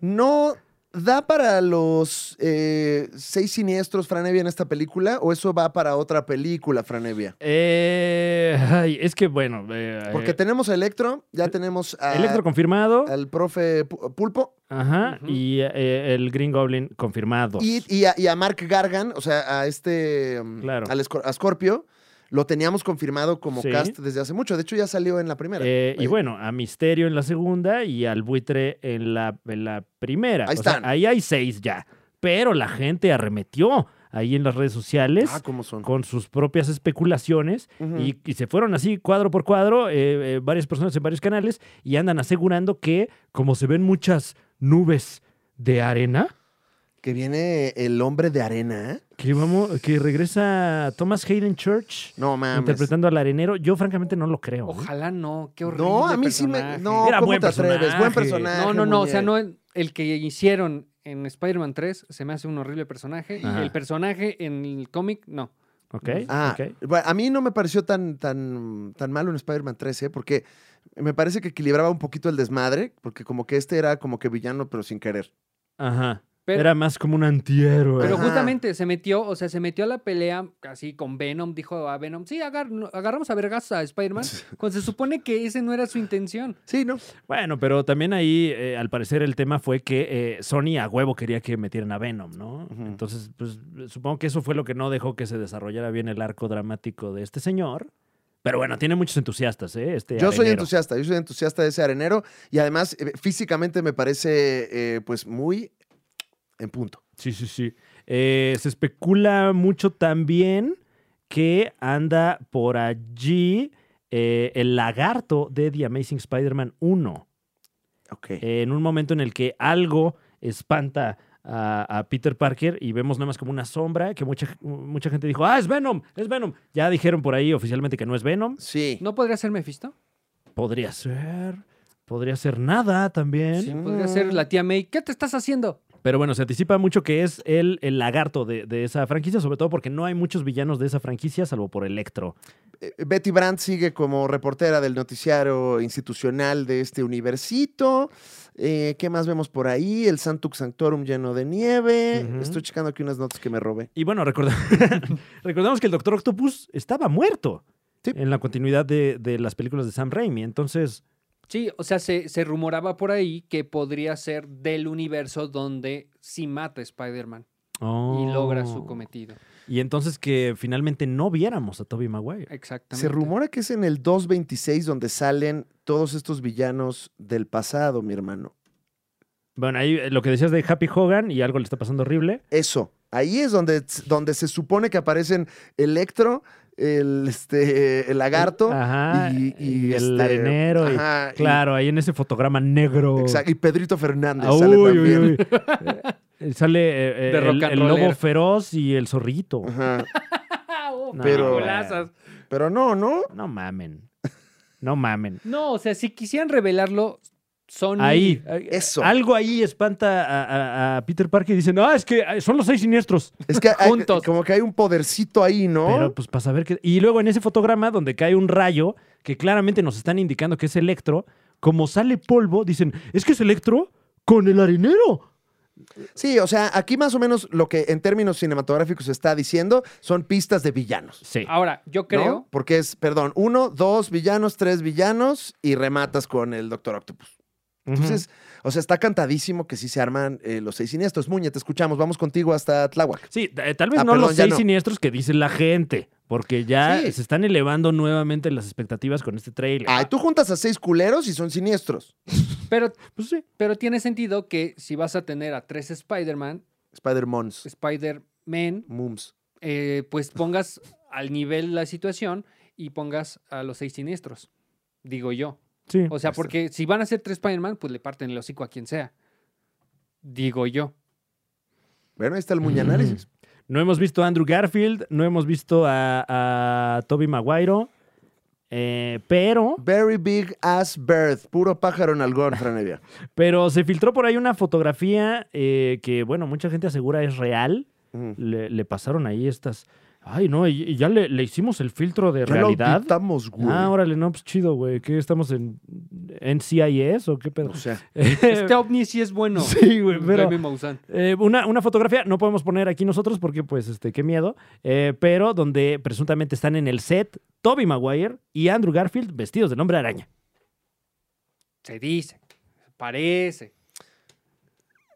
¿No da para los eh, seis siniestros Franevia en esta película o eso va para otra película Franevia?
Eh, ay, es que bueno. eh,
Porque
eh,
tenemos a Electro, ya tenemos a-
Electro confirmado.
al profe Pu- Pulpo
Ajá.
Ujú.
Y eh, el Green Goblin confirmado.
y, y a, y a Mark Gargan, o sea, a este, mm,
Claro.
al Escor- a Scorpio, lo teníamos confirmado como
Sí.
cast desde hace mucho. De hecho, ya salió en la primera.
Eh, y
Ahí-
bueno, a Misterio en la segunda y al buitre en la, en la primera.
Ahí
O sea,
están.
ahí hay seis ya. Pero la gente arremetió ahí en las redes sociales
Ah, cómo son.
con sus propias especulaciones
Ujú.
y, y se fueron así cuadro por cuadro, eh, eh, varias personas en varios canales y andan asegurando que como se ven muchas nubes de arena,
Que viene el hombre de arena, ¿eh?
que, vamos, que regresa Thomas Hayden Church
No mames.
interpretando al arenero, yo francamente no lo creo. ¿eh?
[LAUGHS] Ojalá no, qué horrible.
no, a mí sí me.
personaje.
No,
Era
¿cómo
buen
te atreves? Buen
personaje.
personaje.
No, no, no. O
muñe.
sea, no el, el que hicieron en Spider-Man 3 se me hace un horrible personaje.
Ajá.
Y el personaje en el cómic, no.
¿Ok?
Ah,
ok.
bueno, a mí no me pareció tan, tan, tan malo en Spider-Man 3, ¿eh? porque me parece que equilibraba un poquito el desmadre, porque como que este era como que villano, pero sin querer.
Ajá.
Pero,
Era más como un antihéroe.
pero
Ajá.
justamente se metió, o sea, se metió a la pelea así con Venom. Dijo a Venom, sí, agar- agarramos a vergas a Spider-Man. Cuando se supone que ese no era su intención.
Sí, ¿no?
Bueno, pero también ahí, eh, al parecer, el tema fue que eh, Sony a huevo quería que metieran a Venom, ¿no?
Ujú.
Entonces, pues supongo que eso fue lo que no dejó que se desarrollara bien el arco dramático de este señor. Pero bueno, tiene muchos entusiastas, ¿eh? Este
Yo soy
arenero.
entusiasta, yo soy entusiasta de ese arenero y además eh, físicamente me parece eh, pues muy en punto.
Sí, sí, sí. Eh, se especula mucho también que anda por allí eh, el lagarto de The Amazing Spider-Man 1.
Ok.
eh, en un momento en el que algo espanta a, a Peter Parker y vemos nada más como una sombra que mucha, mucha gente dijo, ah, es Venom, es Venom. Ya dijeron por ahí oficialmente que no es Venom.
sí.
¿No podría ser Mephisto?
Podría ser, podría ser nada también.
Sí, podría
Mm.
ser la tía May. ¿Qué te estás haciendo?
Pero bueno, se anticipa mucho que es el, el lagarto de, de esa franquicia, sobre todo porque no hay muchos villanos de esa franquicia, salvo por Electro.
Eh, Betty Brandt sigue como reportera del noticiario institucional de este universito. Eh, ¿Qué más vemos por ahí? El Santuc Sanctorum lleno de nieve.
Ujú.
Estoy checando aquí unas notas que me robé.
Y bueno, recorda- [LAUGHS] recordamos que el Doctor Octopus estaba muerto
Sí.
en la continuidad de, de las películas de Sam Raimi. Entonces,
Sí, o sea, se, se rumoraba por ahí que podría ser del universo donde sí mata a Spider-Man y logra
Oh.
su cometido.
Y entonces que finalmente no viéramos a Toby Maguire.
Exactamente.
Se rumora que es en el 226 donde salen todos estos villanos del pasado, mi hermano.
Bueno, ahí eh, lo que decías de Happy Hogan y algo le está pasando horrible.
Eso. Ahí es donde, donde se supone que aparecen Electro, el, este, el lagarto
Ajá,
y, y,
y ah, el
este,
arenero y-
ajá, y-
Claro, ahí en ese fotograma negro.
exacto, y Pedrito Fernández
Ah,
sale
uy, uy,
también.
uy.
[LAUGHS]
Eh, Sale eh, eh,
De
el,
rock
el
and
lobo
roller.
feroz y el zorrito.
Ajá.
Ah, oh,
No,
Pero-
peliculazas.
Pero no, ¿no?
No mamen.
[LAUGHS]
No mamen.
No, o sea, si quisieran revelarlo, Sony.
Ahí.
Eso.
Algo ahí espanta a, a- a Peter Parker y dicen, ah, es que eh, son los seis siniestros.
Es que hay-
Juntos.
como que hay un podercito ahí, ¿no?
Pero pues para saber qué. Y luego en ese fotograma donde cae un rayo, que claramente nos están indicando que es electro, como sale polvo, dicen, es que es electro con el harinero.
Sí, o sea, aquí más o menos lo que en términos cinematográficos se está diciendo son pistas de villanos.
Sí.
Ahora, yo
¿no?
creo.
Porque es, perdón, uno, dos villanos, tres villanos y rematas con el Doctor Octopus. Entonces, o sea, está cantadísimo que sí se arman eh, los seis siniestros. Muñe, te escuchamos, vamos contigo hasta Tláhuac.
Sí, eh, tal vez
Ah,
no
perdón,
los
ya
seis
no.
siniestros que dice la gente, porque ya
Sí.
se están elevando nuevamente las expectativas con este trailer.
Ay, tú juntas a seis culeros y son siniestros.
Pero,
Pues sí.
pero tiene sentido que si vas a tener a tres Spider-Man,
Spider-Mons,
Spider-Man,
Mums.
eh, pues pongas al nivel la situación y pongas a los seis siniestros. Digo yo.
Sí.
O sea, porque si van a ser tres Spider-Man, pues le parten el hocico a quien sea. Digo yo.
Bueno, ahí está el Muñe Análisis.
No hemos visto a Andrew Garfield, no hemos visto a, a Toby Maguire. Eh, pero,
Very big ass bird. Puro pájaro en algón, Franevia.
pero se filtró por ahí una fotografía eh, que, bueno, mucha gente asegura es real. Le, le pasaron ahí estas. Ay, no, y, y ya le, le hicimos el filtro de realidad.
Estamos, güey.
Ah, órale, no, pues chido, güey. ¿Qué estamos en NCIS o qué pedo?
o sea,
[LAUGHS]
Este ovni sí es bueno.
Eh, Sí,
Pues
güey, pero-
Jaime Maussan.
Eh, una, una fotografía, no podemos poner aquí nosotros porque, pues, este, qué miedo. eh, pero donde presuntamente están en el set Toby Maguire y Andrew Garfield vestidos del hombre araña.
Se dice. Parece.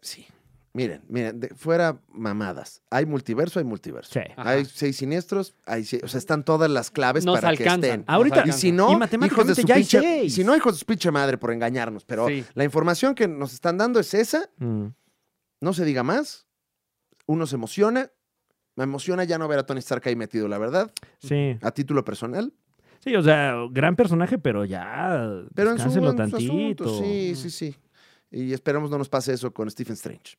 sí. Miren, miren, de- fuera mamadas. Hay multiverso, hay multiverso.
Sí.
Ajá.
Hay seis siniestros, hay seis- o sea, están todas las claves
Nos
Pues para que
alcanzan.
estén.
Ahorita-
Y
Nos
si
alcanzan.
no,
Ah, Y
hijos de
matemáticamente
su
ya hay
pinche, y
seis.
si no, hijos de su pinche madre por engañarnos. Pero
Sí.
la información que nos están dando es esa,
Mm.
no se diga más. Uno se emociona. Me emociona ya no ver a Tony Stark ahí metido, la verdad,
Sí.
a título personal.
Sí, o sea, gran personaje, pero ya.
Pero en su,
descánsenlo
en su asunto,
tantito.
sí, sí, sí. Y esperamos no nos pase eso con Stephen Strange.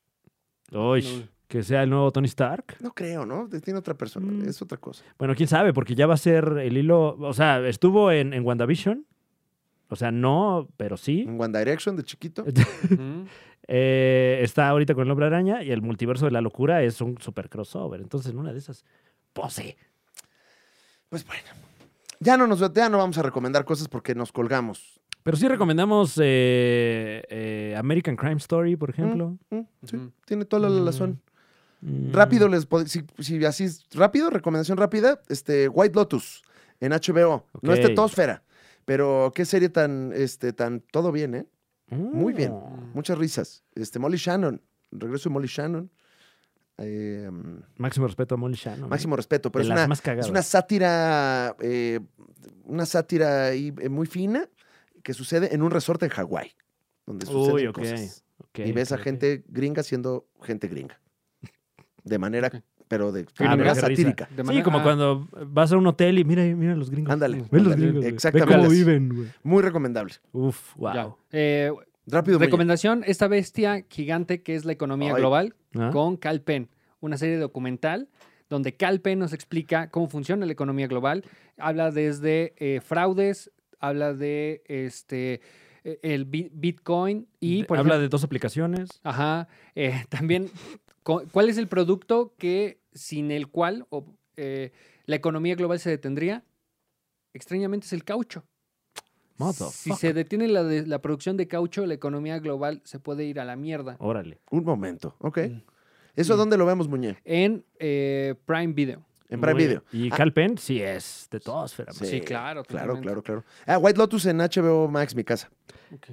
Uy, que sea el nuevo Tony Stark.
No creo, ¿no? Tiene otra persona,
Mm.
es otra cosa.
Bueno, quién sabe, porque ya va a ser el hilo. O sea, estuvo en, en WandaVision. O sea, no, pero sí.
En One Direction de chiquito.
Ujú.
Eh, está ahorita con el hombre araña y el multiverso de la locura es un super crossover. Entonces, en una de esas, pose.
Pues bueno. Ya no nos ya no vamos a recomendar cosas porque nos colgamos.
Pero sí recomendamos eh, eh, American Crime Story, por ejemplo.
Mm, sí,
Ujú.
tiene toda la razón.
Mm.
Rápido les pod- si, si así es rápido, recomendación rápida, este White Lotus en HBO. No es
Ok.
Tetosfera, pero qué serie tan este tan todo bien, ¿eh? muy bien.
Mm.
Muchas risas. Este Molly Shannon, regreso de Molly Shannon. Eh,
Máximo respeto a Molly Shannon.
máximo respeto, pero
de
es
las
una,
más
Es
cagadas.
una sátira, eh, una sátira ahí, eh, muy fina que sucede en un resorte en Hawái, donde suceden
Uy, ok,
cosas.
Ok,
y ves
ok,
a
ok.
gente gringa siendo gente gringa. De manera,
Ok.
pero de
Ah, pero
manera
qué risa.
satírica.
De
Sí,
manera-
como
ah,
cuando vas a un hotel y mira, mira los gringos.
Ándale,
Ve los
ándale,
gringos. güey.
exactamente.
Ve cómo viven, güey.
Muy recomendable.
Uf, wow.
ya. Eh,
Rápido, Muñe.
recomendación, esta bestia gigante que es la economía
Ay.
global
¿Ah?
con Cal Penn, una serie documental donde Cal Penn nos explica cómo funciona la economía global. Habla desde eh, fraudes, habla de este eh, el bi- Bitcoin y
De-
por
Habla
ejemplo,
de dos aplicaciones.
ajá, eh, también cu- cuál es el producto que sin el cual o, eh, la economía global se detendría. Extrañamente es el caucho. Si
Motherfucker.
se detiene la, de- la producción de caucho, la economía global se puede ir a la mierda.
Órale.
Un momento, ok.
Mm.
¿Eso
Mm.
dónde lo vemos, Muñe?
En eh, Prime Video.
En Prime
Muy-
Video.
Y
Ah.
Calpen sí es de todos, pero
Sí,
Sí, claro.
Claro,
totalmente.
claro, claro. Ah, White Lotus en HBO Max, mi casa.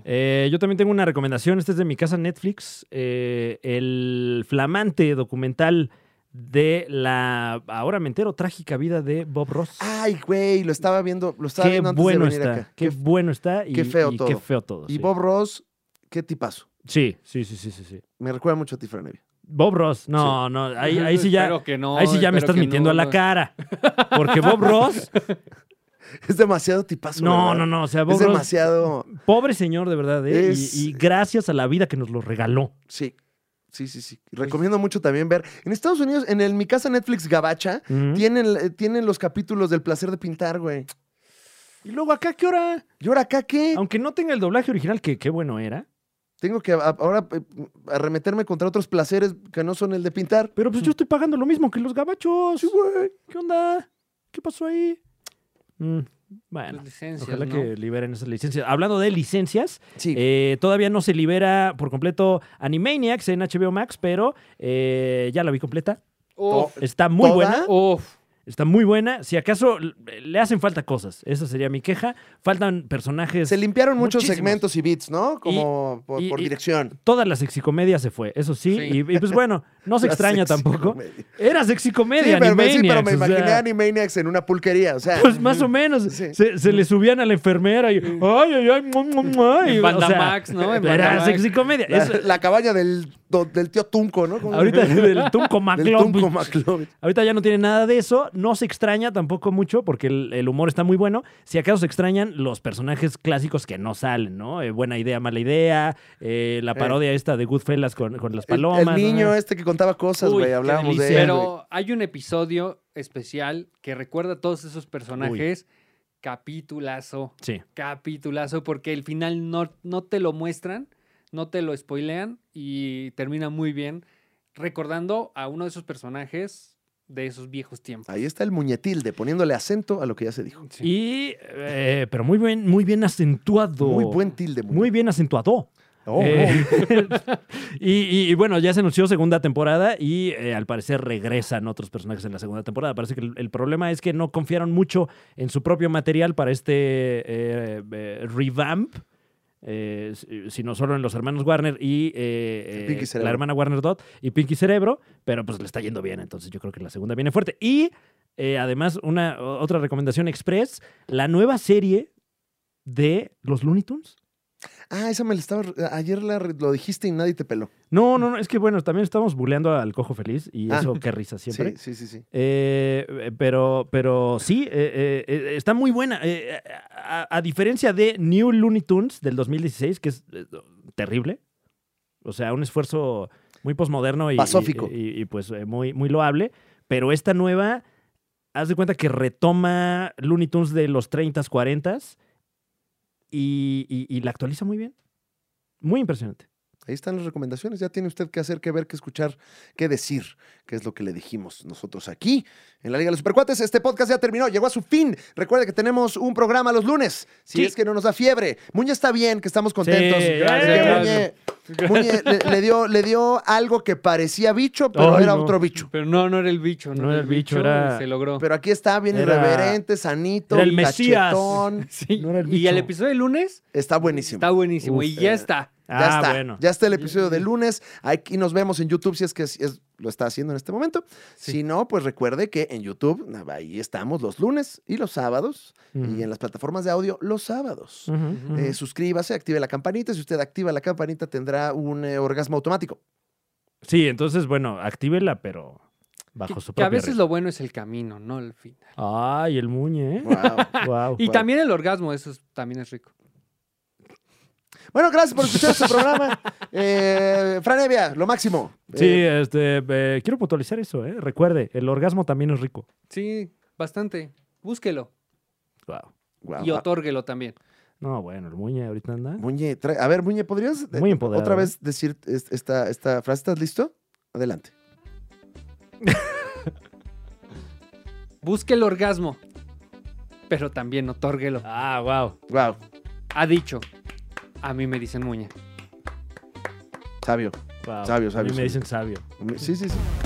Eh, yo también tengo una recomendación. Este es de mi casa Netflix. Eh, el flamante documental de la ahora me entero trágica vida de Bob Ross.
Ay, güey, lo estaba viendo, lo estaba
qué
viendo Ah, antes
bueno
de venir
está.
acá.
Qué,
Qué
bueno está y
qué feo
y Qué
todo.
feo todo.
Y
sí.
Bob Ross, qué tipazo.
Sí, sí, sí, sí, sí, sí.
Me recuerda mucho a ti, Franevia.
Bob Ross. No, no. Ahí, ahí sí ya.
Espero que no,
ahí sí ya me
espero
estás
que
mintiendo
no,
a la
no.
cara. Porque
[LAUGHS]
Bob Ross.
[LAUGHS] Es demasiado tipazo.
No,
¿verdad?
no, no. O sea,
Es
Bob Ross.
demasiado.
Pobre señor, de verdad. ¿eh? Y-
Es-
Y, gracias a la vida que nos lo regaló.
Sí. Sí, sí, sí. Recomiendo mucho también ver. En Estados Unidos, en el Mi Casa Netflix Gabacha,
Ujú.
tienen, eh, tienen los capítulos del placer de pintar, güey.
Y luego acá, ¿qué hora?
¿Y ahora acá qué?
Aunque no tenga el doblaje original, que qué bueno era.
Tengo que a- ahora eh, arremeterme contra otros placeres que no son el de pintar.
Pero pues yo estoy pagando lo mismo que los gabachos. ¿Qué onda? ¿Qué pasó ahí? Mm, bueno,
Las licencias,
ojalá
¿no?
que liberen esas licencias. Hablando de licencias,
Sí.
eh, todavía no se libera por completo Animaniacs en HBO Max, pero eh, ya la vi completa.
Uf,
Está muy
¿Toda?
buena.
uf.
Está muy buena. Si acaso l- le hacen falta cosas, esa sería mi queja. Faltan personajes.
Se limpiaron muchos
muchísimos.
segmentos y beats, ¿no? Como por,
y-
por
y-
dirección.
Todas las sexicomedias se fue, eso sí.
Sí.
Y, y, pues bueno, no
[LAUGHS]
se
La
extraña
sexy
tampoco.
comedia. Sí,
Era sexicomedia,
pero, pues sí, pero
Animaniacs,
me
o sea.
imaginé a Animaniacs en una pulquería. O sea,
Pues más o menos.
Sí.
Se, se le subían a la enfermera y. ¡Ay, ay, ay! mua, mua, mua", y,
En
o
Banda
sea,
Max, ¿no? En Banda
Era
Max.
sexy comedia.
la,
Es-
la cabaña del, do- del tío Tunco, ¿no? Como-
ahorita del Tunco
del
Maclón. pues,
Tunco
[LAUGHS]
McLovin.
Ahorita ya no tiene nada de eso. No se extraña tampoco mucho porque el, el humor está muy bueno. Si acaso se extrañan los personajes clásicos que no salen, ¿no? Eh, buena idea, mala idea. eh, la parodia esta de Goodfellas con, con las
El-
palomas.
El,
¿no? Eh,
niño este que contaba cosas,
Uy,
güey.
qué
Hablábamos de
delicia.
él.
Pero hay un episodio especial que recuerda a todos esos personajes capitulazo,
Sí.
capitulazo, porque el final no, no te lo muestran, no te lo spoilean y termina muy bien recordando a uno de esos personajes de esos viejos tiempos.
Ahí está el muñetilde, poniéndole acento a lo que ya se dijo.
Sí.
Y, eh, pero muy bien, muy bien acentuado.
Muy buen tilde. muñe-
Muy bien acentuado.
Oh,
Eh, [LAUGHS] y, y- y bueno, ya se anunció segunda temporada y eh, al parecer regresan otros personajes en la segunda temporada. Parece que el, el problema es que no confiaron mucho en su propio material para este eh, eh, revamp, eh, si- sino solo en los hermanos Warner y eh, eh,
Pinky Cerebro.
la hermana Warner Dot y Pinky Cerebro, pero pues le está yendo bien, entonces yo creo que la segunda viene fuerte. Y eh, además, una o- otra recomendación express, la nueva serie de los Looney Tunes.
Ah, esa me la estaba. Ayer la re- lo dijiste y nadie te peló.
No, no, no, es que bueno, también estamos buleando al cojo feliz y
Ah. [LAUGHS]
eso qué risa siempre.
Sí, sí, sí. sí.
Eh, eh, pero, pero sí, eh, eh, eh, está muy buena. Eh, a, a- a diferencia de New Looney Tunes del 2016, que es eh, terrible. O sea, un esfuerzo muy posmoderno y,
Pasófico.
y, y- y, pues eh, muy, muy loable. Pero esta nueva, haz de cuenta que retoma Looney Tunes de los 30s, 40s y, y- y la actualiza muy bien. Muy impresionante.
Ahí están las recomendaciones. Ya tiene usted que hacer, que ver, que escuchar, que decir, que es lo que le dijimos nosotros aquí en la Liga de los Supercuates. Este podcast ya terminó, llegó a su fin. Recuerde que tenemos un programa los lunes. Si
Sí.
es que no nos da fiebre. Muñe está bien, que estamos contentos.
Sí,
gracias,
Bien,
gracias.
Muñe. Muñe le, le dio, le dio algo que parecía bicho, pero
Ay,
era
no.
otro bicho.
Pero no, no era el bicho, no, era el bicho,
era-
se logró.
Pero aquí está bien
Era-
irreverente, sanito,
era el Mesías.
cachetón.
Sí,
no era el
Y el
bicho.
episodio de lunes
Está buenísimo.
está buenísimo
Uf,
y ya
eh,
está.
Ya
ah,
está.
bueno.
Ya está el episodio de lunes. Aquí nos vemos en YouTube si es que es- es- lo está haciendo en este momento. Si no, pues recuerde que en YouTube na- ahí estamos los lunes y los sábados y en las plataformas de audio los sábados.
Ujú,
Eh,
ujú.
suscríbase, active la campanita. Si usted activa la campanita tendrá un eh, orgasmo automático.
Sí, entonces, bueno, actívela, pero bajo
Que,
su
que
propia
a veces
regla.
lo bueno es el camino, no el final.
Ay, el muñe, ¿eh?
Wow.
[LAUGHS] Guau.
Y
Bueno.
también el orgasmo, eso es- también es rico.
bueno, gracias por escuchar este
[LAUGHS]
programa. Eh, Fran Evia, lo máximo.
Sí,
Eh,
este, eh, quiero puntualizar eso, ¿eh? Recuerde, el orgasmo también es rico.
Sí, bastante. Búsquelo
Wow.
guau. ah,
y otórguelo también.
No, bueno, el muñe ahorita anda.
Muñe, trae- a ver, Muñe, ¿podrías eh,
Muy empoderado,
otra
¿eh?
vez decir es- esta, esta frase? ¿Estás listo? Adelante.
Busque el orgasmo, pero también otórguelo.
Ah, wow.
Wow,
Ha dicho. A mí me dicen muñe.
sabio. Sabio, sabio,
A mí me
sabio.
dicen sabio.
Sí, sí, sí.